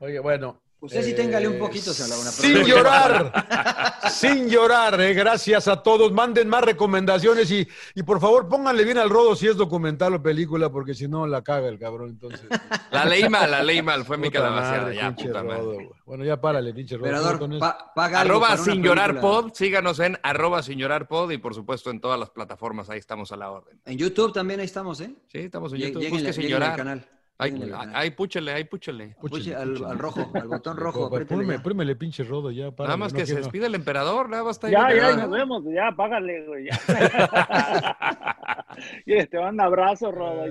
[SPEAKER 9] Oye, bueno.
[SPEAKER 2] Usted sí
[SPEAKER 9] eh,
[SPEAKER 2] téngale un poquito, señor Laguna. pero-
[SPEAKER 9] Sin llorar, sin llorar, eh, gracias a todos. Manden más recomendaciones y, y por favor pónganle bien al rodo si es documental o película, porque si no la caga el cabrón. Entonces,
[SPEAKER 5] La ley mal, la ley mal, fue mi
[SPEAKER 9] Puta
[SPEAKER 5] calabaceada,
[SPEAKER 9] madre,
[SPEAKER 5] ya,
[SPEAKER 9] pinche
[SPEAKER 5] puta
[SPEAKER 9] Rodo,
[SPEAKER 5] madre.
[SPEAKER 9] güey. Bueno, ya párale, pinche rodo. Con
[SPEAKER 2] Emperador,
[SPEAKER 9] eso.
[SPEAKER 2] pa- paga algo
[SPEAKER 5] Arroba
[SPEAKER 2] para una
[SPEAKER 5] sin llorar
[SPEAKER 2] película.
[SPEAKER 5] pod, síganos en arroba sin llorar pod y por supuesto en todas las plataformas, ahí estamos a la orden.
[SPEAKER 2] En YouTube también ahí estamos, ¿eh?
[SPEAKER 5] Sí, estamos Pues en
[SPEAKER 2] Lleguen
[SPEAKER 5] YouTube,
[SPEAKER 2] lleguen
[SPEAKER 5] busque
[SPEAKER 2] al
[SPEAKER 5] sin
[SPEAKER 2] lleguen al
[SPEAKER 5] llorar.
[SPEAKER 2] canal.
[SPEAKER 5] Ahí,
[SPEAKER 2] Lleguen al canal.
[SPEAKER 5] ahí púchele, ahí púchele.
[SPEAKER 2] Puche,
[SPEAKER 9] Púchele,
[SPEAKER 2] al,
[SPEAKER 9] púchele.
[SPEAKER 2] al rojo, al botón rojo.
[SPEAKER 9] Pues,
[SPEAKER 2] apriétele
[SPEAKER 9] Ponme,
[SPEAKER 2] ya.
[SPEAKER 9] pónmele, pinche rodo ya.
[SPEAKER 5] Nada
[SPEAKER 9] párale,
[SPEAKER 5] más
[SPEAKER 9] no
[SPEAKER 5] que se
[SPEAKER 9] quiero-
[SPEAKER 5] despide el emperador, nada más está ahí.
[SPEAKER 10] Ya,
[SPEAKER 5] el
[SPEAKER 10] ya,
[SPEAKER 5] emperador.
[SPEAKER 10] nos vemos, ya, págale, güey. ya. Y te mando abrazo, Rodo.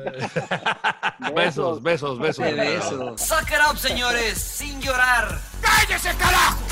[SPEAKER 5] Besos, besos, besos.
[SPEAKER 2] Qué
[SPEAKER 5] emperador.
[SPEAKER 2] beso.
[SPEAKER 8] Suck it up, señores, sin llorar. ¡Cállese, carajo!